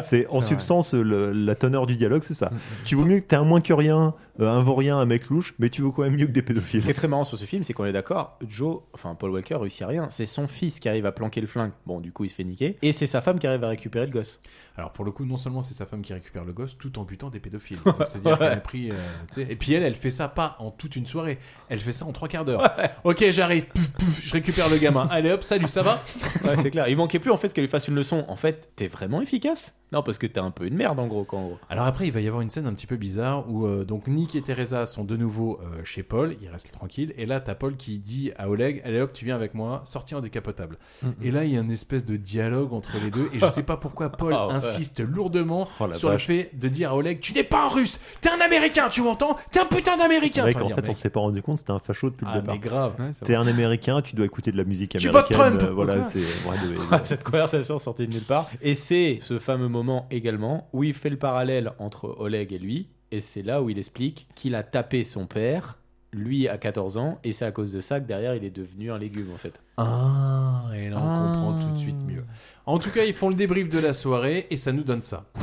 Speaker 9: c'est en
Speaker 10: vrai.
Speaker 9: substance le- la teneur du dialogue, c'est ça.
Speaker 2: Mm,
Speaker 9: tu vaux mieux que t'es un moins que rien, euh, un vaurien, un mec louche, mais tu vaux quand même mieux que des pédophiles.
Speaker 10: Ce qui est très marrant sur ce film, c'est qu'on est d'accord, Joe, enfin Paul Walker réussit rien, c'est son fils qui arrive à planquer le flingue, bon du coup il se fait niquer, et c'est sa femme qui arrive à récupérer
Speaker 2: [laughs]
Speaker 10: le gosse.
Speaker 2: Alors pour le coup, non seulement c'est sa femme qui récupère le gosse, tout en butant des pédophiles. Donc, C'est-à-dire qu'elle a pris, euh, tu sais, et puis elle, elle fait ça pas en toute une soirée, elle fait ça en trois quarts d'heure.
Speaker 10: Ouais.
Speaker 2: Ok, j'arrive, pouf, pouf, je récupère le gamin. Allez hop, salut, ça va
Speaker 10: Ouais, c'est clair, il manquait plus en fait qu'elle lui fasse une leçon, en fait t'es vraiment efficace Non parce que t'es un peu une merde en gros quand en gros.
Speaker 2: Alors après, il va y avoir une scène un petit peu bizarre où euh, donc Nick et Teresa sont de nouveau euh, chez Paul, ils restent tranquilles, et là t'as Paul qui dit à Oleg, allez hop, tu viens avec moi, sorti en décapotable.
Speaker 13: Mhm.
Speaker 2: Et là, il y a une espèce de dialogue entre les deux, et je sais pas pourquoi Paul
Speaker 13: Ah ouais.
Speaker 2: insiste lourdement
Speaker 13: Oh la
Speaker 2: sur
Speaker 9: vache.
Speaker 2: le fait de dire à Oleg, tu n'es pas un russe, t'es un américain, tu m'entends T'es un putain d'américain
Speaker 9: vrai
Speaker 2: Enfin,
Speaker 9: qu'en
Speaker 2: dire,
Speaker 9: fait, on
Speaker 2: mec,
Speaker 9: s'est pas rendu compte, c'était un facho depuis
Speaker 2: Ah,
Speaker 9: le départ.
Speaker 2: mais grave.
Speaker 13: Ouais, c'est
Speaker 9: T'es un américain, tu dois écouter de la musique
Speaker 10: Tu
Speaker 9: américaine.
Speaker 10: votes Trump
Speaker 9: euh, Voilà,
Speaker 10: Pourquoi
Speaker 9: c'est. ouais, de- de-
Speaker 10: Cette conversation sortie de nulle part, et c'est ce fameux moment également où il fait le parallèle entre Oleg et lui, et c'est là où il explique qu'il a tapé son père, lui à 14 ans, et c'est à cause de ça que derrière il est devenu un légume en fait.
Speaker 2: [laughs] Ah, et là on comprend tout de suite mieux. En tout cas, ils font le débrief de la soirée, et ça nous donne ça.
Speaker 5: Tu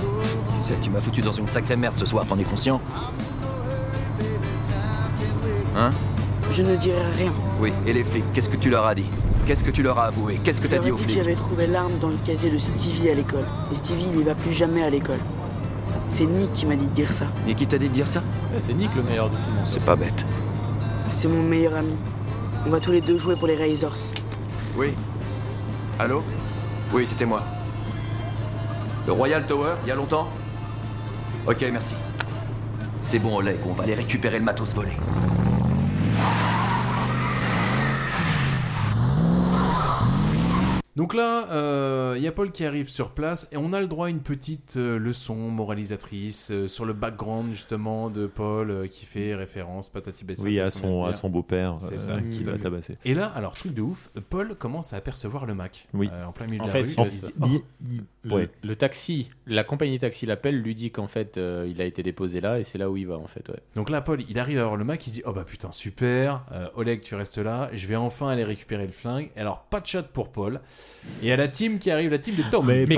Speaker 5: sais, tu m'as foutu dans une sacrée merde ce soir, t'en es conscient Hein
Speaker 12: Je ne dirai rien.
Speaker 5: Oui, et les flics, qu'est-ce que tu leur as dit Qu'est-ce que tu leur as avoué Qu'est-ce que t'as
Speaker 12: Je leur
Speaker 5: dit
Speaker 12: ai
Speaker 5: aux
Speaker 12: dit que
Speaker 5: flics
Speaker 12: j'avais trouvé l'arme dans le casier de Stevie à l'école. Et Stevie, il n'y va plus jamais à l'école. C'est Nick qui m'a dit de dire ça.
Speaker 5: Et qui t'a dit de dire ça
Speaker 10: C'est Nick le meilleur du film.
Speaker 5: C'est pas bête.
Speaker 12: C'est mon meilleur ami. On va tous les deux jouer pour les Razors.
Speaker 5: Oui. Allô Oui, c'était moi. Le Royal Tower, il y a longtemps Ok, merci. C'est bon, Oleg, on va aller récupérer le matos volé.
Speaker 2: Donc là, euh, il y a Paul qui arrive sur place et on a le droit à une petite euh, leçon moralisatrice euh, sur le background justement de Paul euh, qui fait référence patati bessa.
Speaker 9: Oui,
Speaker 2: c'est
Speaker 9: à
Speaker 2: ce qu'on vient
Speaker 9: son,
Speaker 2: de
Speaker 9: à
Speaker 2: dire.
Speaker 9: son beau-père
Speaker 2: C'est
Speaker 9: euh,
Speaker 2: ça,
Speaker 9: qui
Speaker 2: tout à
Speaker 9: l'a
Speaker 2: fait.
Speaker 9: tabassé.
Speaker 2: Et là, alors truc de ouf, Paul commence à apercevoir le Mac
Speaker 9: Oui.
Speaker 2: euh, en plein milieu
Speaker 10: En
Speaker 2: de
Speaker 10: fait,
Speaker 2: la rue.
Speaker 10: en-
Speaker 2: Il se dit,
Speaker 10: il-
Speaker 2: Oh.
Speaker 9: il-
Speaker 10: Le,
Speaker 9: Ouais.
Speaker 10: le taxi, la compagnie taxi l'appelle, lui dit qu'en fait euh, il a été déposé là et c'est là où il va en fait. Ouais.
Speaker 2: Donc là, Paul, il arrive à voir le Mac, il se dit Oh bah putain, super, euh, Oleg, tu restes là, je vais enfin aller récupérer le flingue. Et alors, pas de chat pour Paul. Et à la team qui arrive, la team de Tom.
Speaker 9: pas- pas de-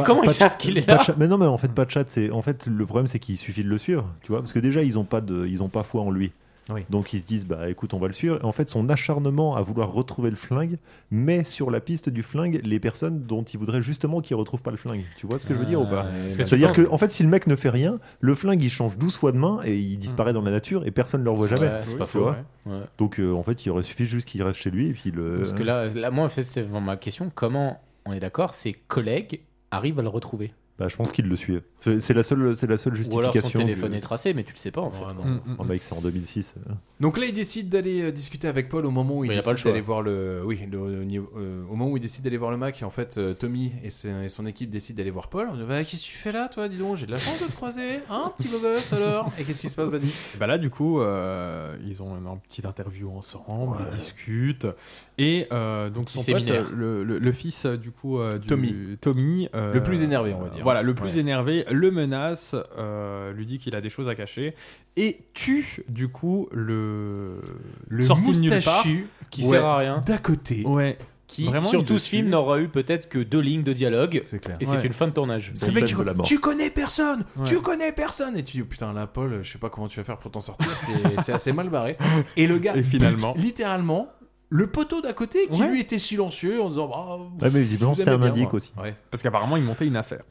Speaker 9: pas de chat- Mais non, mais en fait, pas de chat. C'est en fait le problème, c'est qu'il suffit de le suivre, tu vois, parce que déjà ils ont pas de, ils ont pas foi en lui.
Speaker 2: Oui.
Speaker 9: Donc ils se disent bah écoute, on va le suivre. Et en fait, son acharnement à vouloir retrouver le flingue met sur la piste du flingue les personnes dont il voudrait justement qu'ils retrouvent pas le flingue. Tu vois ce que je veux
Speaker 10: Ah,
Speaker 9: dire ou pas
Speaker 10: Parce que tu
Speaker 9: C'est-à-dire
Speaker 10: penses-
Speaker 9: que en fait, si le mec ne fait rien, le flingue il change 12 fois de main et il disparaît dans la nature et personne ne le revoit
Speaker 10: C'est-
Speaker 9: jamais.
Speaker 10: ouais, c'est pas
Speaker 9: tu
Speaker 10: faux, hein.
Speaker 9: vois Euh,
Speaker 10: ouais. Ouais.
Speaker 9: Donc euh, en fait, il aurait suffi juste qu'il reste chez lui et puis le.
Speaker 10: Parce que là, là moi en fait, c'est vraiment ma question comment on est d'accord, ses collègues arrivent à le retrouver.
Speaker 9: Bah, je pense qu'ils le suivaient. C'est c'est la seule, c'est la seule
Speaker 10: Ou alors son
Speaker 9: justification.
Speaker 10: téléphone
Speaker 9: du-
Speaker 10: est tracé, mais tu le sais pas en fait. Mmh.
Speaker 13: Mm,
Speaker 9: Oh, mec, c'est en 2006. euh.
Speaker 2: Donc là, il décide d'aller euh, discuter avec Paul au moment où il,
Speaker 10: Mais il a pas le
Speaker 2: décide
Speaker 10: choix.
Speaker 2: d'aller voir le, oui, le- au niveau- euh, au moment où il décide d'aller voir le Mac et en fait euh, Tommy et, sa- et son équipe décident d'aller voir Paul. On dit bah qu'est-ce que tu fais là, toi Dis donc, j'ai de la chance de te croiser, hein, petit beau gosse alors. Et qu'est-ce qui se passe, Badi
Speaker 13: Bah là, du coup, euh, ils ont une, une petite interview ensemble, ils discutent. Et euh, donc,
Speaker 10: Petit
Speaker 13: son
Speaker 10: séminaire.
Speaker 13: pote, le, le- le fils, euh, du coup, euh, du-
Speaker 2: Tommy.
Speaker 13: Tommy, euh,
Speaker 2: Le plus énervé, on va dire.
Speaker 13: Voilà, le plus
Speaker 2: Ouais.
Speaker 13: énervé, le menace, euh, lui dit qu'il a des choses à cacher. Et tue, du coup, le.
Speaker 10: Le
Speaker 13: sorti de nulle part, Oh.
Speaker 10: moustachu
Speaker 13: qui
Speaker 10: ouais,
Speaker 13: sert à rien.
Speaker 2: D'à côté.
Speaker 13: Ouais.
Speaker 10: Qui,
Speaker 13: Vraiment,
Speaker 10: sur
Speaker 13: il
Speaker 10: tout
Speaker 13: le
Speaker 10: ce film,
Speaker 13: tue.
Speaker 10: n'aura eu peut-être que deux lignes de dialogue. Et
Speaker 2: Ouais.
Speaker 10: c'est une fin de tournage.
Speaker 2: Parce que le mec, il dit, tu connais personne,
Speaker 10: Ouais.
Speaker 2: tu connais personne. Et tu dis, oh, putain, là, Paul, je sais pas comment tu vas faire pour t'en sortir, c'est- [laughs] c'est assez mal barré. Et le gars,
Speaker 13: Et finalement.
Speaker 2: bute littéralement, le poteau d'à côté qui
Speaker 13: Ouais.
Speaker 2: lui était silencieux en disant, bah,
Speaker 9: Ouais, mais visiblement,
Speaker 2: je vous
Speaker 9: c'était
Speaker 2: aimais
Speaker 9: un
Speaker 2: bien,
Speaker 9: indique
Speaker 2: moi.
Speaker 9: aussi.
Speaker 2: Ouais.
Speaker 13: Parce qu'apparemment, il montait une affaire.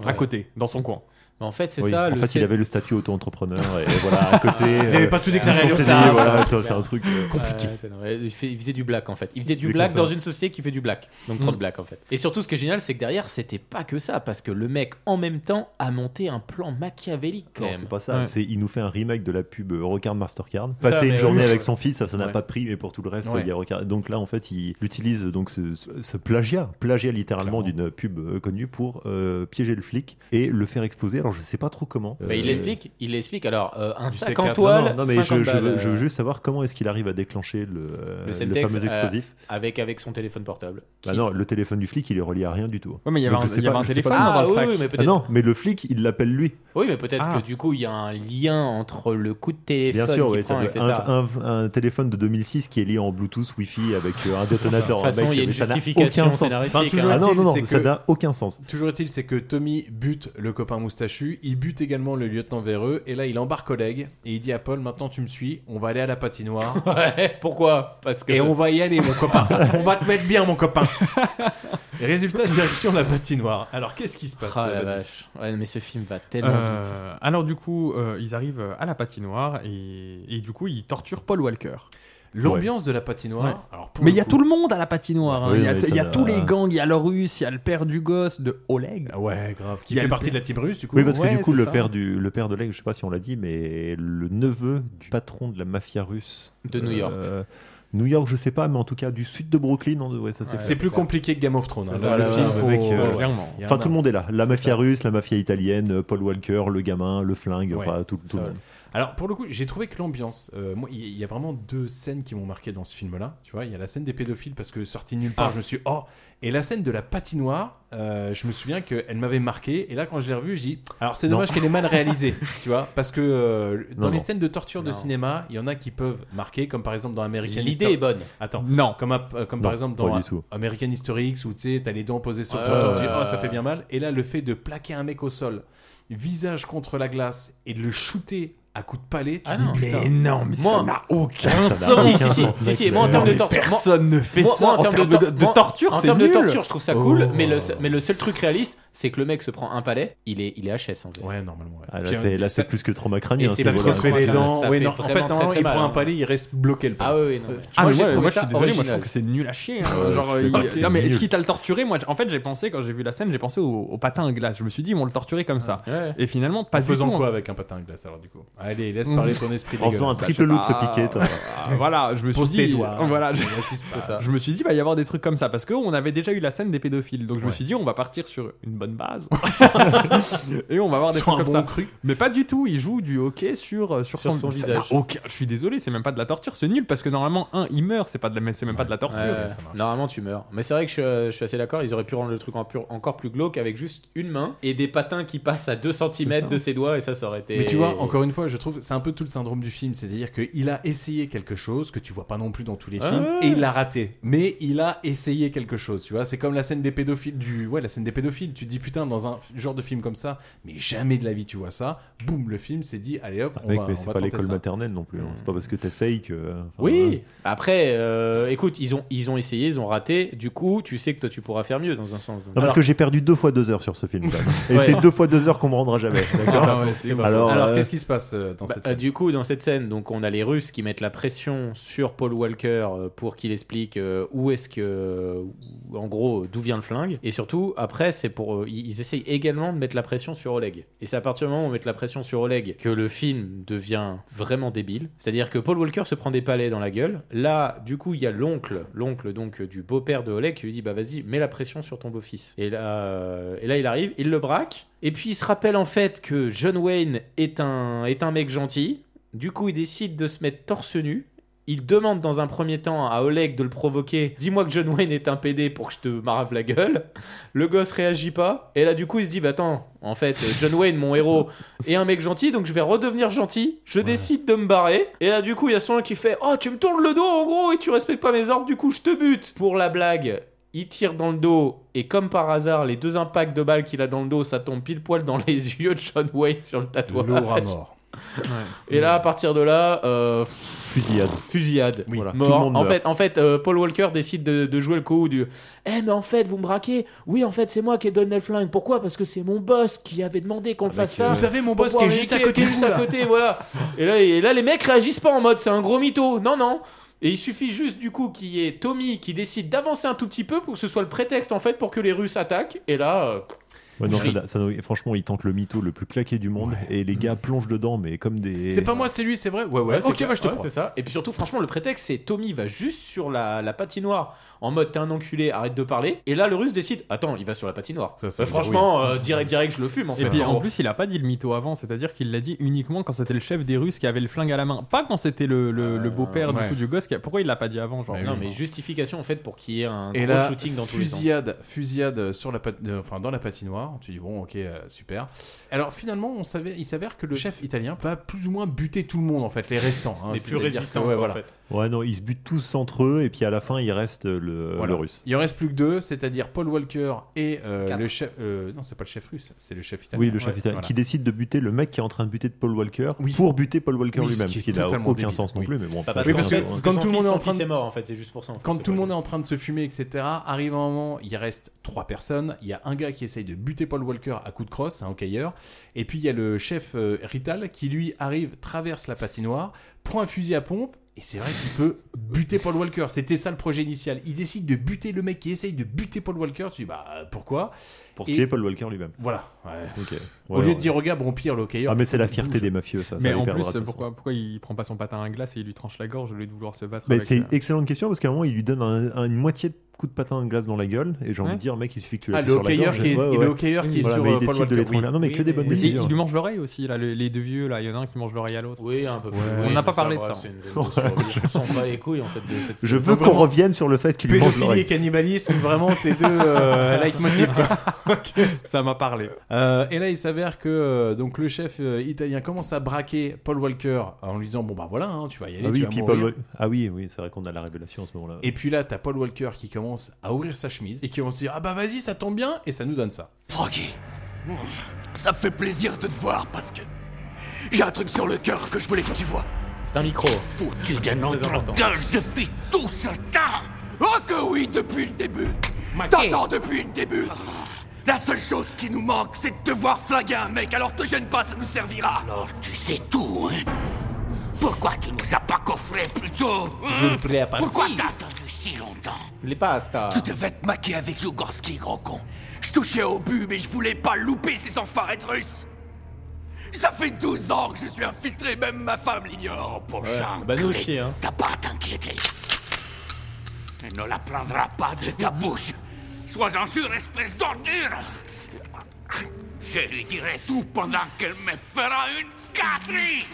Speaker 13: À
Speaker 10: Ouais.
Speaker 13: côté, dans son coin.
Speaker 10: Mais en fait, c'est
Speaker 9: Oui,
Speaker 10: ça.
Speaker 9: en
Speaker 10: le
Speaker 9: fait, il
Speaker 10: scén-
Speaker 9: avait le statut auto-entrepreneur et voilà, à côté.
Speaker 10: [laughs] Il avait pas tout déclaré,
Speaker 9: ils sont
Speaker 10: le
Speaker 9: cédés,
Speaker 10: savent.
Speaker 9: voilà, ça, c'est un truc euh, compliqué.
Speaker 10: Ouais, c'est vrai. il, fait- il faisait du black en fait. Il faisait du
Speaker 13: Oui,
Speaker 10: black
Speaker 13: c'est ça.
Speaker 10: dans une société qui fait du black. Donc trop de black en fait. Et surtout, ce qui est génial, c'est que derrière, c'était pas que ça. Parce que le mec, en même temps, a monté un plan machiavélique quand
Speaker 9: Non,
Speaker 10: même.
Speaker 9: c'est pas ça.
Speaker 10: Ouais.
Speaker 9: C'est il nous fait un remake de la pub euh, Rocard Mastercard.
Speaker 10: Ça,
Speaker 9: Passer
Speaker 10: mais
Speaker 9: une journée
Speaker 10: oui.
Speaker 9: avec son fils, ça, ça n'a
Speaker 10: Ouais.
Speaker 9: pas de prix, mais pour tout le reste,
Speaker 10: Ouais.
Speaker 9: il y a Rocard. Donc là, en fait, il utilise donc ce, ce- ce plagiat, plagiat littéralement d'une pub euh, connue pour euh, piéger le flic et le faire exploser. Alors je sais pas trop comment.
Speaker 10: Mais il
Speaker 9: Euh,
Speaker 10: l'explique, il l'explique. Alors, euh, un
Speaker 9: du
Speaker 10: sac
Speaker 9: C4.
Speaker 10: en toile,
Speaker 9: Non, non, mais je,
Speaker 10: 50
Speaker 9: je
Speaker 10: balles,
Speaker 9: veux, je veux
Speaker 10: euh,
Speaker 9: juste savoir comment est-ce qu'il arrive à déclencher le, euh,
Speaker 10: le
Speaker 9: le
Speaker 10: Semtex,
Speaker 9: fameux
Speaker 10: euh,
Speaker 9: explosif.
Speaker 10: avec, avec son téléphone portable.
Speaker 9: Bah non, le téléphone du flic, il est relié à rien du tout.
Speaker 13: Ouais, mais il y avait
Speaker 9: Donc,
Speaker 13: un-
Speaker 9: je sais
Speaker 13: il y avait
Speaker 9: pas-
Speaker 13: un
Speaker 9: je sais
Speaker 13: téléphone
Speaker 9: pas
Speaker 13: dans
Speaker 9: comment-
Speaker 13: le
Speaker 10: sac. Ah oui, oui, mais peut-être-
Speaker 9: Ah non, mais le flic, il l'appelle lui.
Speaker 10: Oui, mais peut-être
Speaker 13: Ah.
Speaker 10: que du coup, il y a un lien entre le coup de téléphone.
Speaker 9: Bien sûr,
Speaker 10: qu'il
Speaker 9: ouais, ça
Speaker 10: prend,
Speaker 9: doit-
Speaker 10: etc.
Speaker 9: un, un- un téléphone de 2006 qui est lié en Bluetooth, Wi-Fi avec euh, un détonateur.
Speaker 10: De toute façon,
Speaker 9: Mec,
Speaker 10: il y a une
Speaker 9: mais ça n'a
Speaker 10: justification
Speaker 9: aucun sens.
Speaker 10: scénaristique,
Speaker 9: Enfin, toujours
Speaker 2: hein.
Speaker 9: ah non, non,
Speaker 2: C'est
Speaker 9: non,
Speaker 2: que-
Speaker 9: ça n'a aucun sens.
Speaker 2: Toujours est-il, c'est que Tommy bute le copain moustachu, il bute également le lieutenant véreux, et là il embarque Oleg, et il dit à Paul, maintenant tu me suis, on va aller à la patinoire.
Speaker 10: [laughs] Ouais, pourquoi Parce que.
Speaker 2: Et on va y aller, mon copain. on va te mettre bien, mon copain. Et Résultat, direction la patinoire. Alors qu'est-ce qui se passe
Speaker 10: Ah, la
Speaker 2: Baptiste
Speaker 10: vache. Ouais, mais ce film va tellement
Speaker 13: Euh,
Speaker 10: vite.
Speaker 13: Alors du coup, euh, ils arrivent à la patinoire et, et du coup, ils torturent Paul Walker.
Speaker 2: L'ambiance de la patinoire.
Speaker 13: Ouais.
Speaker 2: alors, pour
Speaker 13: mais
Speaker 2: le
Speaker 13: il y a
Speaker 2: coup-
Speaker 13: tout le monde à la patinoire. hein.
Speaker 9: Oui,
Speaker 13: il y a,
Speaker 9: oui, ça
Speaker 13: il y a
Speaker 9: n'a-
Speaker 13: tous les gangs, il y a le russe, il y a le père du gosse de Oleg.
Speaker 2: Ah Ouais, grave. Qui
Speaker 13: Il y a
Speaker 2: fait
Speaker 13: le
Speaker 2: partie
Speaker 13: père-
Speaker 2: de la team russe, du coup.
Speaker 9: Oui, parce que
Speaker 2: Ouais,
Speaker 9: du coup,
Speaker 2: c'est
Speaker 9: le
Speaker 2: ça.
Speaker 9: père, du, le père de l'aigle, je sais pas si on l'a dit, mais le neveu du patron de la mafia russe.
Speaker 10: De New York.
Speaker 9: euh, New York, je sais pas, mais en tout cas, du sud de Brooklyn, on devrait, ça c'est
Speaker 2: C'est plus compliqué que Game of Thrones. hein.
Speaker 9: Voilà,
Speaker 2: le film,
Speaker 9: voilà,
Speaker 2: faut-
Speaker 9: mec, euh,
Speaker 2: ouais.
Speaker 13: clairement.
Speaker 2: Il y en
Speaker 9: Enfin,
Speaker 2: a.
Speaker 9: tout le monde est là. La mafia russe, la mafia italienne, euh, Paul Walker, le gamin, le flingue,
Speaker 2: Ouais.
Speaker 9: enfin, tout, tout le monde.
Speaker 2: Alors pour le coup, j'ai trouvé que l'ambiance. euh, moi, il y- il y a vraiment deux scènes qui m'ont marqué dans ce film-là. Tu vois, il y a la scène des pédophiles parce que sortie nulle part,
Speaker 13: Ah.
Speaker 2: je me suis oh. Et la scène de la patinoire, euh, je me souviens qu'elle m'avait marqué. Et là, quand je l'ai revue, j'ai dit alors c'est
Speaker 9: Non.
Speaker 2: dommage qu'elle est mal réalisée, tu vois, parce que euh, dans
Speaker 9: Non,
Speaker 2: les
Speaker 9: non.
Speaker 2: scènes de torture de
Speaker 10: Non.
Speaker 2: cinéma, il y en a qui peuvent marquer, comme par exemple dans American.
Speaker 10: L'idée
Speaker 2: History-
Speaker 10: est bonne.
Speaker 2: Attends.
Speaker 13: Non.
Speaker 2: Comme à- euh, comme
Speaker 9: Non,
Speaker 2: par exemple dans
Speaker 9: pas du tout.
Speaker 2: American History X où tu sais, t'as les dents posées sur
Speaker 10: Ouais,
Speaker 2: toi,
Speaker 10: ouais,
Speaker 2: tu dis
Speaker 10: Euh, ouais.
Speaker 2: oh ça fait bien mal. Et là, le fait de plaquer un mec au sol, visage contre la glace et de le shooter à coups de palais, tu
Speaker 10: Ah
Speaker 2: dis
Speaker 10: non.
Speaker 2: putain.
Speaker 13: Mais non, mais
Speaker 10: Moi-
Speaker 13: ça n'a aucun
Speaker 9: Ça n'a
Speaker 13: sens.
Speaker 10: Si,
Speaker 9: aucun
Speaker 10: si, si,
Speaker 9: sens,
Speaker 10: si,
Speaker 9: mec,
Speaker 10: si,
Speaker 9: mais-
Speaker 10: moi en termes
Speaker 9: Non,
Speaker 10: de
Speaker 9: mais
Speaker 10: torture. moi-
Speaker 13: Personne ne fait
Speaker 10: Moi,
Speaker 13: ça.
Speaker 10: moi,
Speaker 13: en termes de,
Speaker 10: tor-
Speaker 13: de
Speaker 10: moi,
Speaker 13: torture,
Speaker 10: en
Speaker 13: c'est
Speaker 10: termes
Speaker 13: nul. Oh.
Speaker 10: de torture, je trouve ça cool, mais, le, se- mais le seul truc réaliste, c'est que le mec se prend un palais, il est, il est HS en fait.
Speaker 2: Ouais, normalement. ouais.
Speaker 9: Ah, là,
Speaker 2: Puis,
Speaker 9: c'est-
Speaker 2: euh,
Speaker 9: là, c'est plus que trauma crânien.
Speaker 10: Et c'est
Speaker 9: c'est
Speaker 10: parce
Speaker 2: ça
Speaker 9: voilà.
Speaker 10: que
Speaker 2: fait les
Speaker 10: ça
Speaker 2: dents.
Speaker 10: fait
Speaker 2: ouais, non, en
Speaker 10: vraiment
Speaker 2: fait,
Speaker 10: très,
Speaker 2: normalement,
Speaker 10: très
Speaker 2: il
Speaker 10: mal,
Speaker 2: prend un
Speaker 10: hein.
Speaker 2: palais, il reste bloqué le palais.
Speaker 10: Ah oui, oui, non.
Speaker 13: Ah, mais
Speaker 10: j'ai
Speaker 13: moi,
Speaker 10: trouvé
Speaker 13: moi, je
Speaker 10: ça
Speaker 13: suis désolé, moi je
Speaker 10: original.
Speaker 13: trouve que c'est nul à chier. hein.
Speaker 9: Ouais,
Speaker 13: Genre,
Speaker 9: je suis
Speaker 13: il- Non,
Speaker 9: d'accord.
Speaker 13: mais
Speaker 9: Ah, C'est
Speaker 13: est-ce
Speaker 9: nul.
Speaker 13: qu'il t'a le torturé Moi, j- en fait, j'ai pensé, quand j'ai vu la scène, j'ai pensé au, au patin à glace. Je me suis dit, ils vont le torturer comme ça.
Speaker 10: Ouais.
Speaker 13: Et finalement, pas
Speaker 2: En
Speaker 13: du
Speaker 2: faisant
Speaker 13: tout, hein.
Speaker 2: quoi avec un patin à glace alors du coup Allez, laisse
Speaker 13: Mm.
Speaker 2: parler ton esprit.
Speaker 9: En faisant un
Speaker 2: dégueulasse.
Speaker 9: triple loup de se
Speaker 13: Ah,
Speaker 9: piquer. toi.
Speaker 13: euh, voilà, je me suis
Speaker 2: Pose tes
Speaker 13: dit.
Speaker 2: doigts.
Speaker 13: Voilà, je,
Speaker 2: Qu'est-ce qui se passe
Speaker 13: je me suis dit, il va y avoir des trucs comme ça parce qu'on avait déjà eu la scène des pédophiles. Donc je me suis dit, on va partir sur une bonne
Speaker 10: [laughs]
Speaker 13: base et on va avoir des
Speaker 2: Sur
Speaker 13: trucs
Speaker 2: un
Speaker 13: comme
Speaker 2: bon
Speaker 13: ça.
Speaker 2: cru.
Speaker 13: Mais pas du tout, il joue du hockey sur, euh, sur,
Speaker 10: Sur son
Speaker 13: ça
Speaker 10: visage.
Speaker 13: n'a aucun- Je suis désolé, c'est même pas de la torture, c'est nul parce que normalement, un, il meurt, c'est pas de la, c'est même pas de la torture.
Speaker 10: Ouais, ouais. Normalement, tu meurs. Mais c'est vrai que je, je suis assez d'accord, ils auraient pu rendre le truc en pur- encore plus glauque avec juste une main et des patins qui passent à 2 cm de ses doigts, et ça, ça aurait été.
Speaker 2: Mais tu vois, encore une fois, je trouve c'est un peu tout le syndrome du film, c'est-à-dire qu'il a essayé quelque chose que tu vois pas non plus dans tous les films
Speaker 10: Ah.
Speaker 2: et il l'a raté. Mais il a essayé quelque chose, tu vois. C'est comme la scène des pédophiles du, ouais, la scène des pédophiles. Tu te dis putain dans un genre de film comme ça, mais jamais de la vie tu vois ça. Boum, le film s'est dit allez hop, on
Speaker 9: Mec,
Speaker 2: va,
Speaker 9: mais
Speaker 2: on
Speaker 9: c'est
Speaker 2: va
Speaker 9: pas
Speaker 2: tenter
Speaker 9: l'école
Speaker 2: ça.
Speaker 9: maternelle non plus. hein. C'est pas parce que t'essayes que. euh, enfin,
Speaker 10: Oui, après, euh, écoute, ils ont, ils ont essayé, ils ont raté. Du coup, tu sais que toi, tu pourras faire mieux dans un sens. Donc,
Speaker 9: Non, parce que j'ai perdu deux fois deux heures sur ce film. quand même. Et
Speaker 10: Ouais.
Speaker 9: c'est deux fois deux heures qu'on me rendra jamais. d'accord
Speaker 2: bah,
Speaker 13: Ah ouais, c'est
Speaker 10: pas
Speaker 9: Alors,
Speaker 2: Alors
Speaker 9: euh,
Speaker 2: qu'est-ce qui se passe euh, dans
Speaker 10: Bah,
Speaker 2: cette
Speaker 10: euh,
Speaker 2: scène
Speaker 10: du coup, dans cette scène, donc on a les Russes qui mettent la pression sur Paul Walker euh, pour qu'il explique euh, où est-ce que, euh, en gros, d'où vient le flingue. Et surtout, après, c'est pour, euh, euh, ils ils essayent également de mettre la pression sur Oleg. Et c'est à partir du moment où on met la pression sur Oleg que le film devient vraiment débile. C'est-à-dire que Paul Walker se prend des palais dans la gueule. Là, du coup, il y a l'oncle, l'oncle donc euh, du beau-père de Oleg qui lui dit bah vas-y, mets la pression sur ton beau-fils. Et là, euh, et là, il arrive, il le braque. Et puis il se rappelle en fait que John Wayne est un, est un mec gentil. Du coup, il décide de se mettre torse nu il demande dans un premier temps à Oleg de le provoquer. Dis-moi que John Wayne est un PD pour que je te marave la gueule. Le gosse réagit pas. Et là, du coup, il se dit Bah attends, en fait, euh, John Wayne, mon héros, est un mec gentil, donc je vais redevenir gentil. Je décide de me barrer. Et là, du coup, il y a son qui fait Oh, tu me tournes le dos en gros et tu respectes pas mes ordres, du coup, je te bute. Pour la blague, il tire dans le dos. Et comme par hasard, les deux impacts de balles qu'il a dans le dos, ça tombe pile poil dans les [laughs] yeux de John Wayne sur le tatouage.
Speaker 2: Lourd à mort.
Speaker 10: Et là, à partir de là, euh,
Speaker 9: Fusillade.
Speaker 10: fusillade, voilà.
Speaker 9: tout
Speaker 10: mort.
Speaker 9: le monde
Speaker 10: en
Speaker 9: meurt.
Speaker 10: fait, en fait, euh, Paul Walker décide de, de jouer le coup du. Eh, mais en fait, vous me braquez. Oui, en fait, c'est moi qui ai donné le flingue. Pourquoi Parce que c'est mon boss qui avait demandé
Speaker 9: Ah,
Speaker 10: qu'on le fasse ça.
Speaker 2: euh, Vous savez, mon
Speaker 10: Pour
Speaker 2: boss qui est
Speaker 10: pouvoir
Speaker 2: juste à
Speaker 10: éviter-
Speaker 2: côté de
Speaker 10: juste
Speaker 2: vous,
Speaker 10: à
Speaker 2: là.
Speaker 10: côté, voilà. Et là, et là, les mecs réagissent pas en mode c'est un gros mytho. Non, non. Et il suffit juste du coup qu'il y ait Tommy qui décide d'avancer un tout petit peu pour que ce soit le prétexte en fait pour que les Russes attaquent. Et là, euh,
Speaker 9: Ouais, non,
Speaker 10: je
Speaker 9: ça
Speaker 10: ris.
Speaker 9: n'a- ça n'a- franchement, ils tentent le mytho le plus claqué du monde et les gars plongent dedans, mais comme des.
Speaker 2: C'est pas moi, c'est lui, c'est vrai Ouais, ouais.
Speaker 10: Ouais, c'est
Speaker 2: ok,
Speaker 10: clair.
Speaker 2: bah je te
Speaker 10: Ouais,
Speaker 2: crois.
Speaker 10: C'est ça. Et puis surtout, franchement, le prétexte, c'est Tommy va juste sur la, la patinoire en mode t'es un enculé, arrête de parler. Et là, le russe décide attends, il va sur la patinoire. Bah,
Speaker 13: veut
Speaker 10: franchement,
Speaker 13: dire oui.
Speaker 10: euh, direct, direct, je le fume en
Speaker 13: Et
Speaker 10: fait.
Speaker 13: puis
Speaker 10: gros.
Speaker 13: en plus, il a pas dit le mytho avant, c'est-à-dire qu'il l'a dit uniquement quand c'était le chef des Russes qui avait le flingue à la main, pas quand c'était le, le- le beau-père
Speaker 10: Euh, ouais. Bah
Speaker 13: du coup du gosse. Qui a- Pourquoi il l'a pas dit avant genre,
Speaker 10: non, mais justification en fait pour qu'il y ait un
Speaker 2: Et
Speaker 10: gros
Speaker 2: là,
Speaker 10: shooting dans tous les sens.
Speaker 2: fusillade, fusillade sur la pat- euh, enfin, dans la patinoire. Tu dis bon, ok, euh, super. Alors finalement, on savait, il s'avère que le chef italien va plus ou moins buter tout le monde en fait, les restants. hein.
Speaker 10: [laughs] Les plus
Speaker 2: C'est-à-dire que,
Speaker 10: résistants,
Speaker 2: ouais,
Speaker 10: quoi, en
Speaker 2: voilà.
Speaker 10: fait.
Speaker 9: Ouais, non, ils se butent tous entre eux et puis à la fin, il reste le,
Speaker 2: Voilà.
Speaker 9: le russe.
Speaker 2: Il en reste plus que deux, c'est-à-dire Paul Walker et euh,
Speaker 9: Quatre.
Speaker 2: le chef. euh, non, c'est pas le chef russe, c'est le chef italien.
Speaker 9: Oui, le chef
Speaker 2: Ouais.
Speaker 9: italien
Speaker 2: Voilà.
Speaker 9: qui décide de buter le mec qui est en train de buter de Paul Walker pour buter Paul Walker
Speaker 2: Oui, ce
Speaker 9: lui-même,
Speaker 2: qui
Speaker 9: ce
Speaker 2: est
Speaker 9: qui n'a aucun
Speaker 2: totalement débile.
Speaker 9: sens non
Speaker 2: Oui.
Speaker 9: plus, mais bon.
Speaker 2: Bah,
Speaker 9: après,
Speaker 2: parce
Speaker 9: c'est
Speaker 2: que en
Speaker 9: un
Speaker 2: fait,
Speaker 9: jeu, hein.
Speaker 2: quand
Speaker 10: son
Speaker 2: tout le
Speaker 10: fils,
Speaker 2: monde est
Speaker 10: son
Speaker 2: en train
Speaker 10: fils
Speaker 2: de
Speaker 10: est mort, en fait, c'est juste pour ça, en fait,
Speaker 2: quand
Speaker 10: c'est
Speaker 2: tout le
Speaker 10: pas
Speaker 2: monde est en train de se fumer, etc. Arrive un moment, il reste trois personnes. Il y a un gars qui essaye de buter Paul Walker à coup de crosse, un hockeyeur. Et puis il y a le chef euh, Rital qui lui arrive, traverse la patinoire, prend un fusil à pompe. Et c'est vrai qu'il peut buter Paul Walker. C'était ça le projet initial. Il décide de buter le mec qui essaye de buter Paul Walker. Tu dis bah pourquoi
Speaker 9: Pour
Speaker 2: Et
Speaker 9: tuer Paul Walker lui-même.
Speaker 2: Voilà. ouais.
Speaker 9: Ok.
Speaker 2: Au
Speaker 9: Ouais,
Speaker 2: lieu
Speaker 9: ouais.
Speaker 2: de dire au gars bon pire le hockeyeur.
Speaker 9: Ah, mais c'est la
Speaker 2: il
Speaker 9: fierté
Speaker 2: bouge.
Speaker 9: des mafieux, ça, ça
Speaker 13: Mais
Speaker 9: les
Speaker 13: en
Speaker 9: perdra de
Speaker 13: plus,
Speaker 9: toute façon.
Speaker 13: pourquoi, pourquoi il prend pas son patin à glace et il lui tranche la gorge au lieu de vouloir se battre
Speaker 9: Mais
Speaker 13: avec,
Speaker 9: c'est
Speaker 13: euh,
Speaker 9: une excellente question parce qu'à un moment, il lui donne un- un- une moitié de coup de patin de glace dans la gueule et j'ai envie
Speaker 13: Ouais.
Speaker 9: de dire, mec, il suffit que tu
Speaker 2: Ah,
Speaker 9: l'appuies
Speaker 2: le
Speaker 9: sur la
Speaker 2: hockeyeur
Speaker 9: gorge,
Speaker 2: qui est-
Speaker 9: ouais,
Speaker 2: et le
Speaker 9: ouais.
Speaker 2: hockeyeur qui est
Speaker 9: Voilà,
Speaker 2: sur,
Speaker 9: mais il
Speaker 2: euh, Paul
Speaker 9: décide de
Speaker 2: Walker,
Speaker 9: l'étrangler.
Speaker 2: oui.
Speaker 9: Non, mais
Speaker 2: Oui,
Speaker 9: que des bonnes
Speaker 13: Il, il
Speaker 9: décisions.
Speaker 13: lui mange l'oreille aussi, là, le- les deux vieux, là, il y en a un qui mange l'oreille à l'autre.
Speaker 10: Oui, un peu plus.
Speaker 13: On
Speaker 10: Oui,
Speaker 13: n'a
Speaker 10: mais
Speaker 13: pas parlé de
Speaker 10: bref,
Speaker 13: ça.
Speaker 10: c'est une veine de survie. On s'en bat les couilles en fait. de cette-
Speaker 9: Je
Speaker 10: cette-
Speaker 9: veux qu'on revienne sur le fait qu'il lui mange
Speaker 2: Pédophilie et
Speaker 9: l'oreille.
Speaker 2: cannibalisme, vraiment tes deux
Speaker 9: [laughs]
Speaker 2: euh, leitmotifs. quoi.
Speaker 13: Ça m'a parlé.
Speaker 2: Euh, et là, il s'avère que euh, donc le chef euh, italien commence à braquer Paul Walker en lui disant bon bah voilà, hein, tu vas y aller,
Speaker 9: Ah
Speaker 2: tu
Speaker 9: oui,
Speaker 2: vas
Speaker 9: puis
Speaker 2: mourir.
Speaker 9: Paul- ah oui, oui, c'est vrai qu'on a la révélation à ce moment-là.
Speaker 2: Et puis là, t'as Paul Walker qui commence à ouvrir sa chemise et qui commence à dire ah bah vas-y, ça tombe bien et ça nous donne ça.
Speaker 6: Froggy, ça me fait plaisir de te voir parce que j'ai un truc sur le cœur que je voulais que tu vois.
Speaker 10: C'est un micro.
Speaker 6: Tu gagnes
Speaker 10: important.
Speaker 6: gueule depuis tout ce temps Oh que oui, depuis le début T'entends depuis le début La seule chose qui nous manque, c'est de devoir flinguer un mec, alors te gêne pas, ça nous servira Alors tu sais tout, hein Pourquoi tu nous as pas coffré plus tôt
Speaker 10: Je le plais à partir.
Speaker 6: Pourquoi t'as attendu si longtemps
Speaker 10: Les pastas.
Speaker 6: Tu devais te maquer avec Zugorski, gros con. Je touchais au but, mais je voulais pas louper ces enfarés de russes. Ça fait 12 ans que je suis infiltré, même ma femme l'ignore, oh, prochain.
Speaker 10: bah nous aussi, hein.
Speaker 6: T'as pas à t'inquiéter. Elle ne la prendra pas de ta bouche. Sois-en sûr, espèce d'ordure. Je lui dirai tout pendant qu'elle me fera une catrie.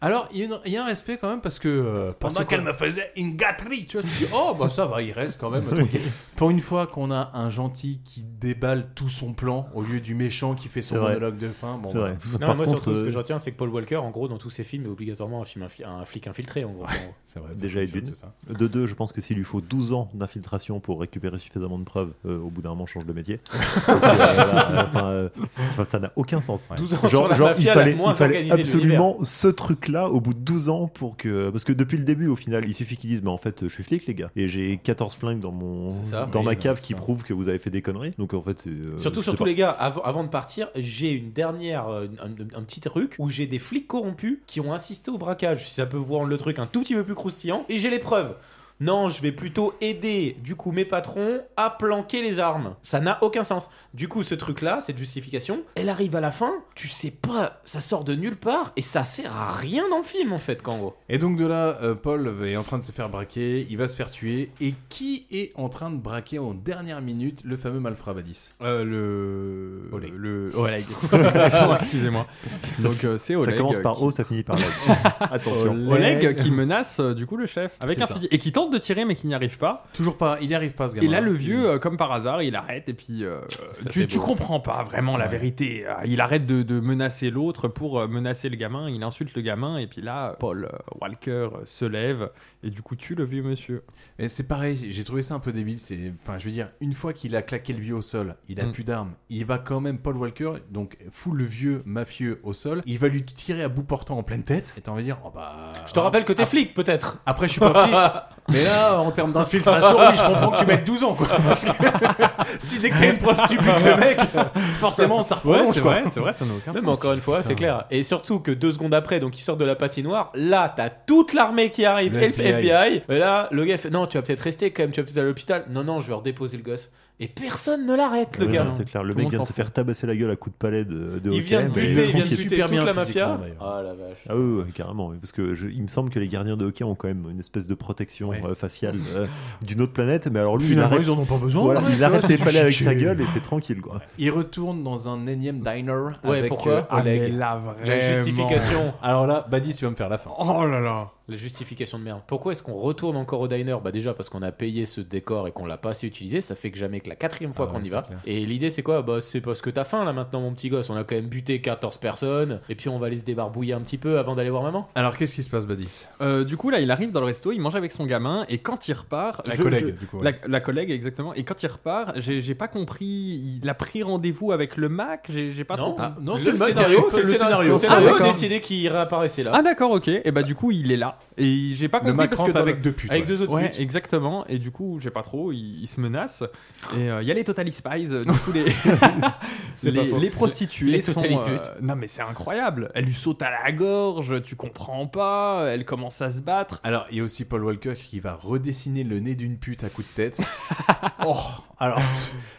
Speaker 2: Alors il y, a une- il y a un respect quand même parce que euh, pendant
Speaker 6: Parce que
Speaker 2: qu'elle
Speaker 6: quoi
Speaker 2: me faisait une gâterie, tu vois, tu dis oh bah ça va, il reste quand même. tranquille. Pour une fois qu'on a un gentil qui déballe tout son plan au lieu du méchant qui fait son
Speaker 9: C'est vrai.
Speaker 2: monologue de fin. Bon,
Speaker 9: C'est
Speaker 2: bah.
Speaker 9: vrai.
Speaker 10: Non,
Speaker 9: Par
Speaker 10: moi
Speaker 9: contre,
Speaker 10: surtout, ce que
Speaker 9: euh,
Speaker 10: je retiens, c'est que Paul Walker, en gros, dans tous ses films, est obligatoirement un, film infli- un flic infiltré, en gros. Euh,
Speaker 2: C'est vrai.
Speaker 9: Déjà et d'une. De deux, je pense que s'il lui faut 12 ans d'infiltration pour récupérer suffisamment de preuves, euh, au bout d'un moment, change de métier. Parce que, euh, là, enfin, euh, c'est- ça n'a aucun sens.
Speaker 10: 12 ans sur la mafia, la moins
Speaker 9: il fallait
Speaker 10: organisée de
Speaker 9: absolument ce truc-là au bout de 12 ans pour que. Parce que depuis le début, au final, il suffit qu'ils disent Mais en fait, je suis flic, les gars. Et j'ai 14 flingues dans, mon...
Speaker 10: ça,
Speaker 9: dans
Speaker 10: oui,
Speaker 9: ma
Speaker 10: non,
Speaker 9: cave
Speaker 10: c'est
Speaker 9: qui
Speaker 10: ça.
Speaker 9: prouvent que vous avez fait des conneries. Donc en fait. euh,
Speaker 10: Surtout,
Speaker 9: je sais
Speaker 10: surtout
Speaker 9: pas.
Speaker 10: les gars, avant, avant de partir, j'ai une dernière, euh, un, un- un petit truc où j'ai des flics corrompus qui ont assisté au braquage. Si ça peut vous rendre le truc un tout petit peu plus croustillant, et j'ai les preuves. Non, je vais plutôt aider du coup mes patrons à planquer les armes. Ça n'a aucun sens. Du coup, ce truc-là, cette justification, elle arrive à la fin. Tu sais pas, ça sort de nulle part et ça sert à rien dans le film en fait, Kango.
Speaker 2: Et donc de là, euh, Paul est en train de se faire braquer, il va se faire tuer. Et qui est en train de braquer en dernière minute le fameux Malfravadis
Speaker 13: Euh, le.
Speaker 2: Oleg.
Speaker 13: Le. Euh, [laughs] Oleg. Exactement, Excusez-moi. Donc euh, c'est Oleg.
Speaker 9: Ça commence par
Speaker 13: qui-
Speaker 9: O, ça finit
Speaker 10: [laughs]
Speaker 9: par L. Attention.
Speaker 13: Oleg qui menace euh, du coup le chef avec
Speaker 2: C'est
Speaker 13: un
Speaker 2: ça.
Speaker 13: fusil et qui tente de tirer mais qui n'y arrive pas.
Speaker 2: Toujours pas, il n'y arrive pas ce gamin.
Speaker 13: Et là, le vieux, euh, comme par hasard, il arrête et puis euh,
Speaker 2: Ça, c'est
Speaker 13: tu, tu
Speaker 2: beau.
Speaker 13: comprends pas vraiment la
Speaker 2: Ouais.
Speaker 13: vérité. Euh, Il arrête de, de menacer l'autre pour euh, menacer le gamin. Il insulte le gamin et puis là, Paul euh, Walker euh, se lève et du coup tue le vieux monsieur.
Speaker 2: Et c'est pareil, j'ai trouvé ça un peu débile. C'est, enfin, je veux dire, une fois qu'il a claqué le vieux au sol, il a
Speaker 13: Mm.
Speaker 2: plus d'armes. Il va quand même Paul Walker, donc foule le vieux mafieux au sol. Il va lui tirer à bout portant en pleine tête. Et t'as envie de dire, oh bah.
Speaker 10: Je te rappelle que
Speaker 13: Ah.
Speaker 10: t'es
Speaker 13: [laughs]
Speaker 10: flic peut-être.
Speaker 2: Après, je suis pas flic. Mais là, en termes d'infiltration, oui, je comprends que tu mettes 12 ans, quoi. Parce que si dès que t'as une preuve, tu butes le
Speaker 10: [laughs]
Speaker 2: mec, forcément, ça reprolonge,
Speaker 10: Ouais, c'est
Speaker 2: quoi.
Speaker 10: vrai, c'est vrai,
Speaker 13: ça n'a aucun
Speaker 10: Non, mais encore une fois, c'est clair. Et surtout que deux secondes après, donc ils sortent de la patinoire, là, t'as toute l'armée qui arrive,
Speaker 2: Le
Speaker 10: et le FBI.
Speaker 2: FBI.
Speaker 10: Et là, le gars fait Non, tu vas peut-être rester quand même, tu vas peut-être à l'hôpital. Non, non, je vais redéposer le gosse. Et personne ne l'arrête, le
Speaker 9: Ouais,
Speaker 10: gars.
Speaker 9: non, C'est clair, le
Speaker 10: Tout
Speaker 9: mec
Speaker 10: monde
Speaker 9: vient de
Speaker 10: s'en
Speaker 9: se faire tabasser la gueule à coups de palais de, de
Speaker 10: Il
Speaker 9: hockey,
Speaker 10: vient de
Speaker 9: mais-
Speaker 10: buter, il vient de
Speaker 9: tranquille.
Speaker 10: buter toute la mafia.
Speaker 2: d'ailleurs.
Speaker 10: Ah la vache.
Speaker 9: Ah oui, oui, carrément, oui, parce que je- il me semble que les gardiens de hockey ont quand même une espèce de protection euh, faciale euh, d'une autre planète, mais alors lui,
Speaker 2: Finalement,
Speaker 9: il arrête,
Speaker 2: ils en ont pas besoin, hein.
Speaker 9: Voilà,
Speaker 2: ouais,
Speaker 9: il arrête
Speaker 2: c'est
Speaker 9: les
Speaker 2: du
Speaker 9: palais avec sa
Speaker 2: chichi.
Speaker 9: gueule et c'est tranquille, quoi.
Speaker 2: Il retourne dans un énième diner
Speaker 10: Ouais,
Speaker 2: avec
Speaker 10: pourquoi
Speaker 2: euh,
Speaker 10: Ah,
Speaker 2: Oleg.
Speaker 10: mais là, La justification.
Speaker 2: Alors là, Badis, tu vas me faire la fin.
Speaker 13: Oh là là.
Speaker 10: La justification de merde. Pourquoi est-ce qu'on retourne encore au diner Bah déjà parce qu'on a payé ce décor et qu'on l'a pas assez utilisé, ça fait que jamais que la quatrième fois
Speaker 2: Ah
Speaker 10: qu'on
Speaker 2: ouais,
Speaker 10: y
Speaker 2: c'est
Speaker 10: va.
Speaker 2: clair.
Speaker 10: Et l'idée c'est quoi Bah c'est parce que t'as faim là maintenant mon petit gosse, on a quand même buté 14 personnes, et puis on va aller se débarbouiller un petit peu avant d'aller voir maman.
Speaker 2: Alors, qu'est-ce qui se passe, Badis
Speaker 13: Euh, du coup, là, il arrive dans le resto, il mange avec son gamin, et quand il repart.
Speaker 2: La collègue, du coup, ouais.
Speaker 13: La, la collègue, exactement. Et quand il repart, j'ai j'ai pas compris. Il a pris rendez-vous avec le Mac, j'ai j'ai pas
Speaker 10: Non,
Speaker 13: trop.
Speaker 10: Ah, non, Le c'est le Mac, scénario, c'est c'est le le scénario. scénario.
Speaker 13: Ah,
Speaker 10: Le
Speaker 13: d'accord.
Speaker 10: scénario a décidé qu'il réapparaissait là.
Speaker 13: Ah, d'accord, ok. Et bah, du coup, il est là. Et j'ai pas
Speaker 2: Le
Speaker 13: compris.
Speaker 2: Mac
Speaker 13: parce
Speaker 2: rentre
Speaker 13: que dans
Speaker 2: avec
Speaker 13: le-
Speaker 2: deux putes,
Speaker 13: Avec
Speaker 2: ouais.
Speaker 13: deux autres
Speaker 2: Ouais,
Speaker 13: putes. exactement. Et du coup, j'ai pas trop. Il, il se menace. Et euh, il y a les Totally Spies, [laughs] euh, du coup, les,
Speaker 10: C'est pas
Speaker 13: les,
Speaker 10: faux.
Speaker 13: les prostituées.
Speaker 10: Les
Speaker 13: sont,
Speaker 10: totaliputes.
Speaker 13: euh, non, mais c'est incroyable. Elle lui saute à la gorge, tu comprends pas. Elle commence à se battre.
Speaker 2: Alors, il y a aussi Paul Walker qui va redessiner le nez d'une pute à coup de
Speaker 10: [laughs]
Speaker 2: tête. oh, alors,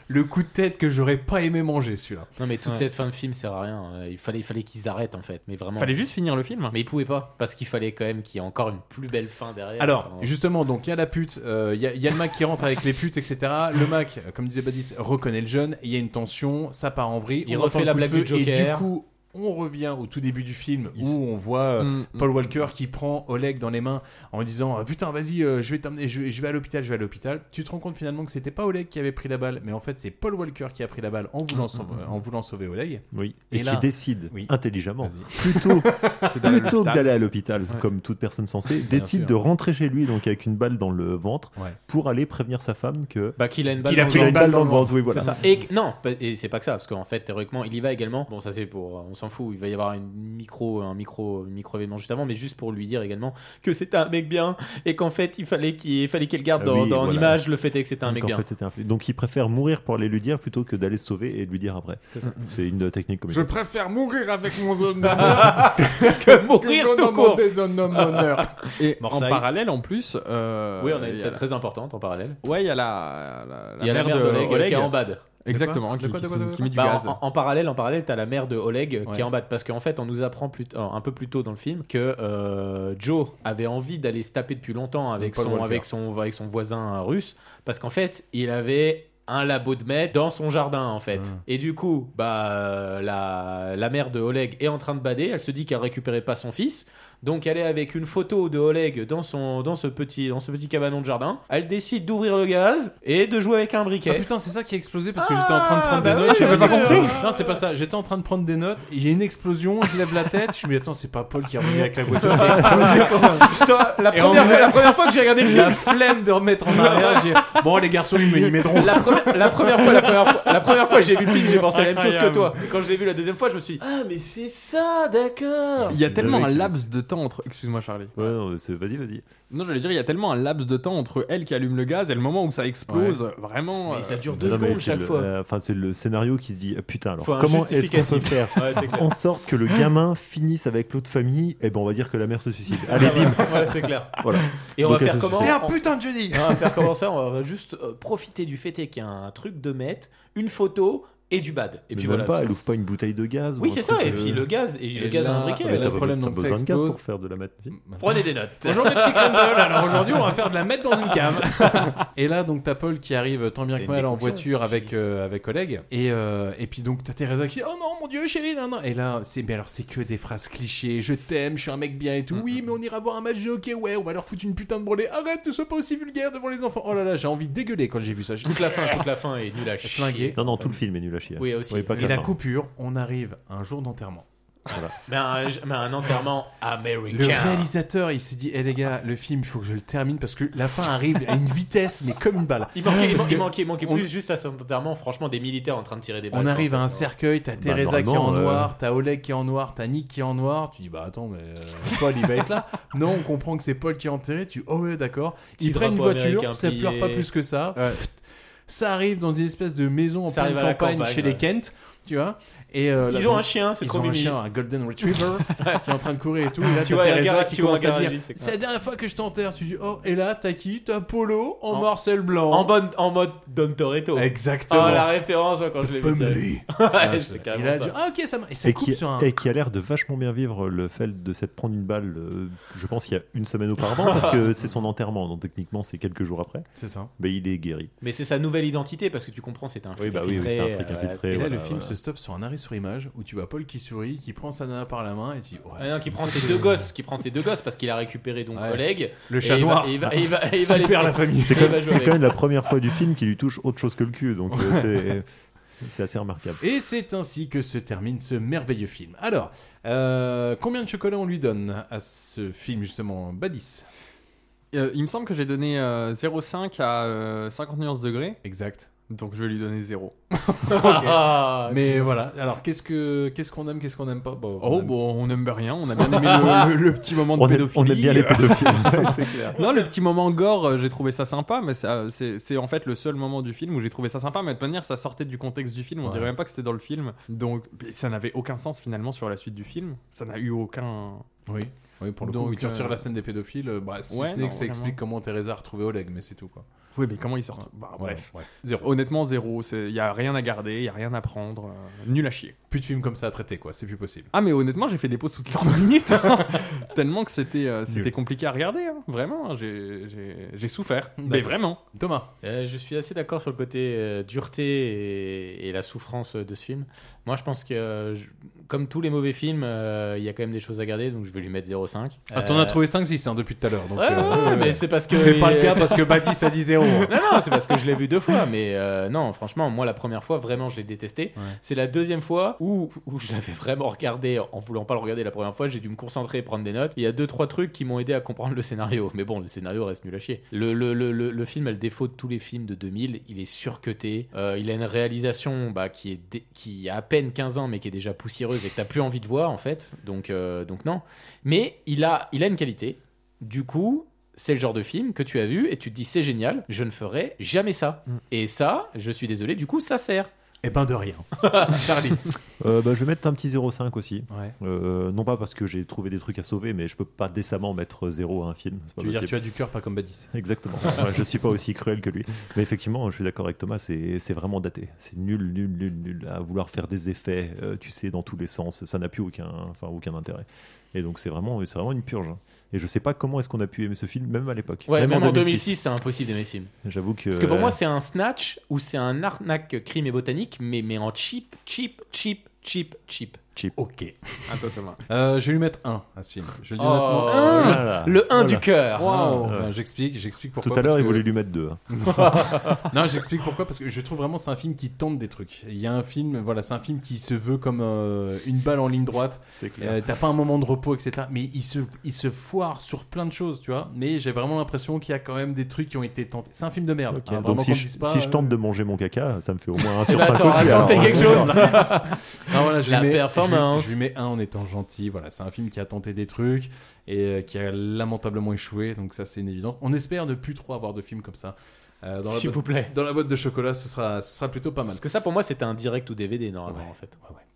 Speaker 2: le coup de tête que j'aurais pas aimé manger, celui-là.
Speaker 10: Non mais toute
Speaker 2: Ouais.
Speaker 10: cette fin de film sert à rien. Euh, Il fallait, il fallait qu'ils arrêtent en fait, mais vraiment.
Speaker 13: Fallait juste finir le film.
Speaker 10: Mais ils pouvaient pas parce qu'il fallait quand même qu'il y ait encore une plus belle fin derrière.
Speaker 2: Alors,
Speaker 10: Enfin,
Speaker 2: justement, donc il y a la pute, euh, il y, a- il y a le Mac qui rentre avec les putes, etc. Le Mac, euh, comme disait Badis, reconnaît le jeune, il y a une tension, ça part en vrille.
Speaker 10: Il
Speaker 2: on entend
Speaker 10: refait
Speaker 2: le
Speaker 10: la
Speaker 2: coup de
Speaker 10: blague du
Speaker 2: feu, Et du
Speaker 10: Joker.
Speaker 2: coup, on revient au tout début du film où on voit euh,
Speaker 13: Mm,
Speaker 2: Paul Walker qui prend Oleg dans les mains en lui disant ah, Putain, vas-y, euh, je vais t'emmener, je, je vais à l'hôpital, je vais à l'hôpital. Tu te rends compte finalement que c'était pas Oleg qui avait pris la balle, mais en fait, c'est Paul Walker qui a pris la balle en voulant, sauver, en voulant sauver Oleg.
Speaker 9: Oui. Et,
Speaker 2: Et
Speaker 9: qui
Speaker 2: là-
Speaker 9: décide
Speaker 2: Oui.
Speaker 9: intelligemment,
Speaker 2: Vas-y.
Speaker 9: plutôt,
Speaker 2: d'aller à
Speaker 9: plutôt que
Speaker 2: l'hôpital.
Speaker 9: d'aller à l'hôpital,
Speaker 2: Ouais.
Speaker 9: comme toute personne sensée,
Speaker 2: Bien
Speaker 9: décide
Speaker 2: sûr.
Speaker 9: de rentrer chez lui, donc avec une balle dans le ventre,
Speaker 2: Ouais.
Speaker 9: pour aller prévenir sa femme que.
Speaker 10: Bah qu'il a une balle
Speaker 9: qu'il a
Speaker 10: dans
Speaker 9: pris
Speaker 10: le
Speaker 9: une
Speaker 10: ventre.
Speaker 9: balle dans le ventre, oui, voilà.
Speaker 10: C'est ça. Et que- non, pas- et c'est pas que ça, parce qu'en fait théoriquement il y va également. Bon ça c'est pour, on s'en fout. Il va y avoir une micro, un micro, micro événement juste avant, mais juste pour lui dire également que c'était un mec bien et qu'en fait il fallait qu'il fallait qu'elle garde
Speaker 9: Ah
Speaker 10: dans,
Speaker 9: oui,
Speaker 10: dans
Speaker 9: voilà.
Speaker 10: l'image le fait est que c'était un
Speaker 9: Donc,
Speaker 10: mec
Speaker 9: en
Speaker 10: bien.
Speaker 9: fait, c'était un flic. Donc il préfère mourir pour aller lui dire plutôt que d'aller se sauver et de lui dire après. C'est une technique comme
Speaker 17: Je préfère mourir avec
Speaker 2: [laughs]
Speaker 17: mon zone
Speaker 9: [laughs]
Speaker 10: que [laughs] mourir
Speaker 17: que
Speaker 10: tout
Speaker 17: demander
Speaker 10: court.
Speaker 17: son homme d'honneur.
Speaker 13: Et
Speaker 2: Marseille.
Speaker 13: en parallèle, en plus. euh,
Speaker 10: oui, on
Speaker 2: Ah,
Speaker 10: a une
Speaker 13: il y
Speaker 10: scène très importante en parallèle.
Speaker 13: Ouais, il y a la, la,
Speaker 10: Il y a la mère
Speaker 13: de
Speaker 10: d'Oleg euh,
Speaker 13: Oleg.
Speaker 10: qui est en bad.
Speaker 13: Exactement,
Speaker 10: De
Speaker 13: qui,
Speaker 10: quoi, de
Speaker 13: qui-
Speaker 10: quoi, de
Speaker 13: qui
Speaker 10: quoi
Speaker 13: met du
Speaker 10: Bah,
Speaker 13: gaz.
Speaker 10: En,
Speaker 2: Ah,
Speaker 10: en parallèle, en parallèle, t'as la mère de Oleg
Speaker 13: Ouais.
Speaker 10: qui est en bas parce qu'en fait, on nous apprend plus t- un peu plus tôt dans le film que euh, Joe avait envie d'aller se taper depuis longtemps avec
Speaker 2: Paul
Speaker 10: son
Speaker 2: Walker.
Speaker 10: avec son avec son voisin euh, russe parce qu'en fait, il avait un labo de maître dans son jardin en fait.
Speaker 2: Mmh.
Speaker 10: Et du coup, bah euh, la, la mère de Oleg est en train de bader, elle se dit qu'elle récupérait pas son fils. Donc elle est avec une photo de Oleg dans son dans ce petit dans ce petit cabanon de jardin. Elle décide d'ouvrir le gaz et de jouer avec un briquet.
Speaker 2: Ah putain, c'est ça qui a explosé parce que j'étais en train de prendre des
Speaker 10: bah
Speaker 2: notes.
Speaker 10: oui,
Speaker 2: J'avais
Speaker 10: parce
Speaker 2: pas
Speaker 10: que-
Speaker 2: compris. Non, c'est pas ça. J'étais en train de prendre des notes. Il y a une explosion. Je lève la tête. Je me dis, attends, c'est pas Paul qui est revenu avec la voiture.
Speaker 10: [laughs]
Speaker 2: qui a explosé.
Speaker 10: Je te- la,
Speaker 2: Et en
Speaker 10: première,
Speaker 2: vrai-
Speaker 10: la première fois que j'ai regardé
Speaker 2: [laughs]
Speaker 10: le
Speaker 2: La
Speaker 10: film,
Speaker 2: flemme de remettre en arrière. j'ai- Bon, les garçons, ils me- ils m'aideront.
Speaker 10: la, première- la première fois, la première fois, la première fois que j'ai vu le film, j'ai pensé à la même chose que
Speaker 13: Incroyable.
Speaker 10: toi. Et quand je l'ai vu la deuxième fois, je me suis dit, ah mais c'est ça, d'accord.
Speaker 13: Il y a tellement un
Speaker 9: mec, il-
Speaker 13: laps de temps entre. Excuse-moi, Charlie.
Speaker 9: Ouais, non, mais c'est- vas-y, vas-y.
Speaker 13: Non, j'allais dire, il y a tellement un laps de temps entre elle qui allume le gaz et le moment où ça explose. Vraiment. euh,
Speaker 10: Mais ça dure
Speaker 9: Non, mais c'est le- euh, Enfin, c'est le scénario qui se dit ah, putain. Alors,
Speaker 13: Faut un
Speaker 9: comment est-ce qu'on peut
Speaker 13: justificatif.
Speaker 9: faire
Speaker 10: [laughs]
Speaker 13: Ouais, c'est clair.
Speaker 9: en sorte que le gamin finisse avec l'autre famille Eh ben, on va dire que la mère se suicide. Allez, bim.
Speaker 10: Ouais, c'est clair.
Speaker 9: Voilà.
Speaker 10: Et on va
Speaker 9: Donc, elle
Speaker 10: faire
Speaker 9: se
Speaker 10: comment
Speaker 9: suicide.
Speaker 10: on- On va faire comment ça On va juste euh, profiter du fait qu'il y a un truc de mettre, une photo et du bad. Et
Speaker 9: Mais
Speaker 10: puis
Speaker 9: même
Speaker 10: voilà.
Speaker 9: pas, elle ouvre pas une bouteille de gaz.
Speaker 10: Oui,
Speaker 9: ou un
Speaker 10: c'est
Speaker 9: truc,
Speaker 10: ça, et puis
Speaker 9: euh,
Speaker 10: le gaz, et le
Speaker 13: Et
Speaker 10: gaz
Speaker 13: là,
Speaker 10: à imbriquer.
Speaker 13: mais
Speaker 9: t'as
Speaker 13: le
Speaker 9: pas-
Speaker 13: problème,
Speaker 9: t'as
Speaker 13: donc,
Speaker 9: besoin
Speaker 13: ça
Speaker 9: de gaz
Speaker 13: explose.
Speaker 9: pour faire de la mat-
Speaker 10: Prenez des notes.
Speaker 2: Bonjour mes petits crumbles. Alors aujourd'hui, on va faire de la mettre dans une cave. [laughs] Et là, donc t'as Paul qui arrive tant bien
Speaker 13: C'est
Speaker 2: que
Speaker 13: une
Speaker 2: mal en
Speaker 13: déconction,
Speaker 2: voiture avec euh, avec Oleg. Et euh, et puis donc t'as Teresa qui dit oh non mon dieu chérie non non. Et là c'est mais alors c'est que des phrases clichés. Je t'aime, je suis un mec bien et tout. Oui mais on ira voir un match de hockey ouais. On va leur foutre une putain de brûlée. Arrête, ne sois pas aussi vulgaire devant les enfants. Oh là là, j'ai envie de dégueuler quand j'ai vu ça. J'ai-
Speaker 13: [laughs]
Speaker 10: Toute la fin, toute la fin est nulle à chier.
Speaker 2: Flingué.
Speaker 9: Non, non, tout le film est nul à chier.
Speaker 10: Oui, aussi.
Speaker 9: pas que hein.
Speaker 2: Et la
Speaker 9: fin.
Speaker 2: coupure, on arrive à un jour d'enterrement.
Speaker 10: Mais un, Ben, euh, mais un enterrement
Speaker 2: Le
Speaker 10: américain.
Speaker 2: réalisateur, il s'est dit, eh les gars, le film, il faut que je le termine parce que la fin arrive à une vitesse, mais comme une balle.
Speaker 10: Il manquait, il
Speaker 2: Parce
Speaker 10: manquait, il
Speaker 2: que
Speaker 10: manquait, il manquait
Speaker 2: on-
Speaker 10: plus juste à cet enterrement, franchement, des militaires en train de tirer des balles.
Speaker 2: On arrive à un cercueil, t'as
Speaker 9: Bah,
Speaker 2: Teresa qui est en
Speaker 9: normalement, euh,
Speaker 2: noir, t'as Oleg qui est en noir, t'as Nick qui est en noir. Tu dis, bah attends, mais euh, Paul, il va être
Speaker 10: [laughs]
Speaker 2: là. Non, on comprend que c'est Paul qui est enterré. Tu, oh ouais, d'accord.
Speaker 10: Petit
Speaker 2: Ils prennent une
Speaker 10: drapeau
Speaker 2: voiture,
Speaker 10: américain
Speaker 2: ça
Speaker 10: plié.
Speaker 2: pleure pas plus que ça.
Speaker 10: Ouais.
Speaker 2: Pfft. Ça arrive dans une espèce de maison en
Speaker 10: Ça
Speaker 2: pleine
Speaker 10: arrive à la
Speaker 2: campagne,
Speaker 10: campagne,
Speaker 2: chez
Speaker 10: ouais.
Speaker 2: les Kent, tu vois. Et, euh, là,
Speaker 10: Ils ont
Speaker 2: donc,
Speaker 10: un chien, c'est
Speaker 2: Ils
Speaker 10: trop
Speaker 2: ont un
Speaker 10: mignon.
Speaker 2: chien, un Golden
Speaker 10: [laughs]
Speaker 2: Retriever, qui est en train de courir et tout. Et là,
Speaker 10: Tu
Speaker 2: t'as
Speaker 10: vois, il y a un
Speaker 2: Teresa
Speaker 10: gars-
Speaker 2: qui
Speaker 10: tu vois un
Speaker 2: commence à dire,
Speaker 10: garagiste, c'est clair.
Speaker 2: C'est la dernière fois que je t'enterre. Tu dis, oh, et là, t'as qui T'as Polo en, morcel blanc.
Speaker 10: En, bonne, en mode Don Toretto.
Speaker 2: Exactement.
Speaker 10: Ah, la référence, moi, quand je l'ai vu. ça.
Speaker 2: Family.
Speaker 10: [laughs] ouais, c'est
Speaker 2: Et
Speaker 10: carrément
Speaker 2: là,
Speaker 10: ça.
Speaker 2: tu- ah, ok, ça marche. Et ça
Speaker 9: Et
Speaker 2: coupe
Speaker 9: qui,
Speaker 2: sur un.
Speaker 9: et qui a l'air de vachement bien vivre le fait de s'être prendre une balle, euh, je pense, il y a une semaine auparavant, parce que c'est son enterrement, donc techniquement c'est quelques jours après.
Speaker 2: C'est ça.
Speaker 9: Mais il est guéri.
Speaker 10: Mais c'est sa nouvelle identité parce que tu comprends, c'est un flic
Speaker 9: Oui, bah oui,
Speaker 10: infiltré. euh,
Speaker 9: oui, c'est un flic infiltré,
Speaker 2: Et là,
Speaker 9: voilà,
Speaker 2: le film
Speaker 9: voilà.
Speaker 2: se stoppe sur un arrêt sur image où tu vois Paul qui sourit, qui prend sa nana par la main et tu dis, ouais,
Speaker 10: Ah non,
Speaker 2: c'est
Speaker 10: qui
Speaker 2: bon,
Speaker 10: prend
Speaker 2: ça,
Speaker 10: ses
Speaker 2: c'est-
Speaker 10: deux gosses, qui prend ses deux gosses parce qu'il a récupéré donc
Speaker 2: Ouais.
Speaker 10: Oleg.
Speaker 2: Le
Speaker 10: Et
Speaker 2: chat
Speaker 10: il va-
Speaker 2: noir.
Speaker 10: et il va- et il va- et il va les-
Speaker 2: Super la famille.
Speaker 9: C'est
Speaker 10: Et
Speaker 9: quand,
Speaker 2: [laughs]
Speaker 10: il va jouer
Speaker 9: c'est
Speaker 10: avec.
Speaker 9: quand même la première fois du film qui lui touche autre chose que le cul, donc euh, c'est- c'est assez remarquable.
Speaker 2: Et c'est ainsi que se termine ce merveilleux film. Alors, euh, combien de chocolat on lui donne à ce film, justement Badis
Speaker 13: Euh, il me semble que j'ai donné euh, 0,5 à euh, 50 nuances degrés.
Speaker 2: Exact.
Speaker 13: Donc je vais lui
Speaker 2: [laughs]
Speaker 13: donner 0.
Speaker 10: Ah,
Speaker 2: Mais voilà, alors qu'est-ce que qu'est-ce qu'on aime, qu'est-ce qu'on aime pas Bon, on
Speaker 13: Oh,
Speaker 2: aime-
Speaker 13: bon, on aime rien. On a bien aimé le, le- le petit moment de
Speaker 9: On aime-
Speaker 13: pédophilie.
Speaker 9: on aime bien
Speaker 2: [laughs]
Speaker 9: les pédophiles, ouais, c'est
Speaker 2: clair.
Speaker 13: Non, le petit moment gore, euh, j'ai trouvé ça sympa, mais ça- c'est c'est en fait le seul moment du film où j'ai trouvé ça sympa, mais de toute manière, ça sortait du contexte du film. On
Speaker 2: Ouais.
Speaker 13: dirait même pas que c'était dans le film. Donc puis ça n'avait aucun sens finalement sur la suite du film. Ça n'a eu aucun.
Speaker 2: Oui. Oui, pour le
Speaker 13: Donc,
Speaker 2: coup, tu retires
Speaker 13: euh,
Speaker 2: la scène des pédophiles, euh, bah, si
Speaker 13: ouais,
Speaker 2: ce n'est
Speaker 13: non,
Speaker 2: que ça
Speaker 13: vraiment.
Speaker 2: explique comment Teresa a retrouvé Oleg, mais c'est tout quoi.
Speaker 13: Oui, mais comment ils sortent Bah,
Speaker 2: Ouais,
Speaker 13: Bref.
Speaker 2: Ah, ouais.
Speaker 13: Honnêtement, zéro. Il y a rien à garder, il y a rien à prendre. euh, nul à chier.
Speaker 2: Plus de films comme ça à traiter quoi, c'est plus possible.
Speaker 13: Ah mais honnêtement j'ai fait des pauses toutes les 30 minutes hein. [laughs] tellement que c'était euh, c'était
Speaker 2: Nul.
Speaker 13: compliqué à regarder hein. vraiment hein, j'ai- j'ai j'ai souffert mais
Speaker 2: D'accord.
Speaker 13: vraiment
Speaker 2: Thomas
Speaker 10: Euh, je suis assez d'accord sur le côté euh, dureté et, et la souffrance euh, de ce film. Moi, je pense que, euh, je- comme tous les mauvais films, euh, il y a quand même des choses à garder, donc je vais lui mettre 0,5.
Speaker 2: Ah, t'en
Speaker 10: Euh,
Speaker 2: as trouvé 5-6 hein, depuis tout à l'heure. donc,
Speaker 10: Ouais,
Speaker 2: euh,
Speaker 10: ouais,
Speaker 2: ouais,
Speaker 10: mais
Speaker 2: ouais.
Speaker 10: c'est parce que.
Speaker 2: Fais pas le gars parce que Baptiste a dit 0. hein.
Speaker 10: Non, non, c'est parce que je l'ai vu deux fois, mais euh, non, franchement, moi la première fois, vraiment, je l'ai détesté.
Speaker 2: Ouais.
Speaker 10: C'est la deuxième fois où, où je l'avais vraiment regardé en voulant pas le regarder la première fois, j'ai dû me concentrer et prendre des notes. Il y a deux, trois trucs qui m'ont aidé à comprendre le scénario, mais bon, le scénario reste nul à chier. Le, le, le, le, le film a le défaut de tous les films de 2000, il est surcuté, euh, il a une réalisation bah, qui, est dé- qui a à peine 15 ans, mais qui est déjà poussiéreuse et que t'as plus envie de voir en fait, donc, euh, donc non. Mais il a, il a une qualité. Du coup, c'est le genre de film que tu as vu et tu te dis c'est génial, je ne ferai jamais ça.
Speaker 9: Mm.
Speaker 10: Et ça, je suis désolé, du coup, ça sert.
Speaker 2: Eh ben de rien.
Speaker 9: [laughs]
Speaker 10: Charlie.
Speaker 9: Euh, bah, je vais mettre un petit 0,5 aussi.
Speaker 10: Ouais.
Speaker 9: Euh, non pas parce que j'ai trouvé des trucs à sauver, mais je peux pas décemment mettre 0 à un film. c'est pas
Speaker 2: Tu veux dire,
Speaker 9: possible.
Speaker 2: tu as du cœur, pas comme Badis.
Speaker 9: [laughs] Exactement. Ouais, je suis pas aussi cruel que lui. Mais effectivement, je suis d'accord avec Thomas, c'est c'est vraiment daté. C'est nul, nul, nul, nul. À vouloir faire des effets, euh, tu sais, dans tous les sens, ça n'a plus aucun, enfin, aucun intérêt. Et donc, c'est vraiment, c'est vraiment une purge. hein. Et je sais pas comment est-ce qu'on a pu aimer ce film, même à l'époque.
Speaker 10: Ouais, même, en 2006, c'est impossible d'aimer ce film.
Speaker 9: J'avoue que. euh,
Speaker 10: Parce que pour moi, c'est un snatch ou c'est un arnaque crime et botanique, mais, mais en cheap, cheap, cheap, cheap, cheap.
Speaker 9: Cheap.
Speaker 2: Ok.
Speaker 13: un peu comme un.
Speaker 2: Euh, je vais lui mettre 1 à ce film. Je vais le dis
Speaker 10: Oh,
Speaker 2: maintenant. Euh,
Speaker 10: un,
Speaker 9: Voilà.
Speaker 10: le 1
Speaker 9: Ah, Voilà.
Speaker 10: du cœur.
Speaker 2: Waouh.
Speaker 9: Ouais.
Speaker 2: Ben, J'explique, j'explique
Speaker 9: Oh Tout
Speaker 2: pourquoi.
Speaker 9: à l'heure,
Speaker 2: parce
Speaker 9: il
Speaker 2: que-
Speaker 9: voulait lui mettre deux. hein.
Speaker 2: [laughs] non, j'explique pourquoi parce que je trouve vraiment c'est un film qui tente des trucs. Il y a un film, voilà, c'est un film qui se veut comme euh, une balle en ligne droite.
Speaker 9: C'est clair.
Speaker 2: Euh, T'as pas un moment de repos, etc. Mais il se, il se foire sur plein de choses, tu vois. Mais j'ai vraiment l'impression qu'il y a quand même des trucs qui ont été tentés. C'est un film de merde.
Speaker 9: Ok,
Speaker 2: hein, vraiment
Speaker 9: donc si
Speaker 2: qu'on
Speaker 9: je,
Speaker 2: dise pas,
Speaker 9: si je
Speaker 2: euh,
Speaker 9: tente de manger mon caca, ça me fait au moins un
Speaker 10: Eh
Speaker 9: sur
Speaker 10: ben,
Speaker 9: 5
Speaker 10: attends,
Speaker 9: aussi.
Speaker 10: attends,
Speaker 9: alors. Oh,
Speaker 10: t'es quelque chose. [laughs]
Speaker 2: Non, Ah, voilà, je
Speaker 10: La
Speaker 2: mets- je,
Speaker 10: mince.
Speaker 2: je lui mets un en étant gentil. Voilà, c'est un film qui a tenté des trucs et euh, qui a lamentablement échoué. Donc ça, c'est une évidence. On espère ne plus trop avoir de films comme ça. Euh, dans la
Speaker 10: S'il
Speaker 2: boîte-
Speaker 10: vous plaît.
Speaker 2: Dans la boîte de chocolat, ce sera, ce sera plutôt pas mal.
Speaker 10: Parce que ça, pour moi, c'était un direct ou DVD normalement, en fait.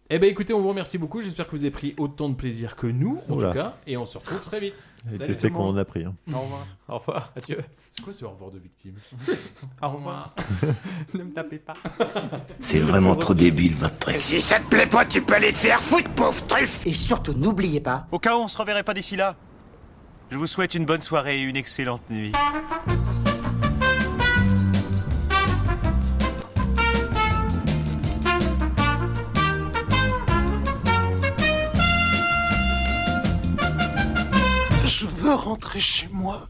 Speaker 2: Eh ben écoutez, on vous remercie beaucoup. J'espère que vous avez pris autant de plaisir que nous, en
Speaker 18: Oula.
Speaker 2: tout cas. Et on se retrouve très vite.
Speaker 18: Et
Speaker 2: Salut
Speaker 18: Dieu
Speaker 2: tout
Speaker 18: sait
Speaker 2: le monde.
Speaker 18: qu'on en a pris, hein.
Speaker 2: Au revoir.
Speaker 10: Au revoir, adieu.
Speaker 2: C'est quoi ce au revoir de victime Au revoir.
Speaker 13: [laughs]
Speaker 10: ne me tapez pas.
Speaker 5: C'est vraiment trop débile, votre truc.
Speaker 19: Si ça te plaît pas, tu peux aller te faire foutre, pauvre truffe
Speaker 20: Et surtout, n'oubliez pas.
Speaker 9: Au cas où on se reverrait pas d'ici là, je vous souhaite une bonne soirée et une excellente nuit.
Speaker 6: Je veux rentrer chez moi.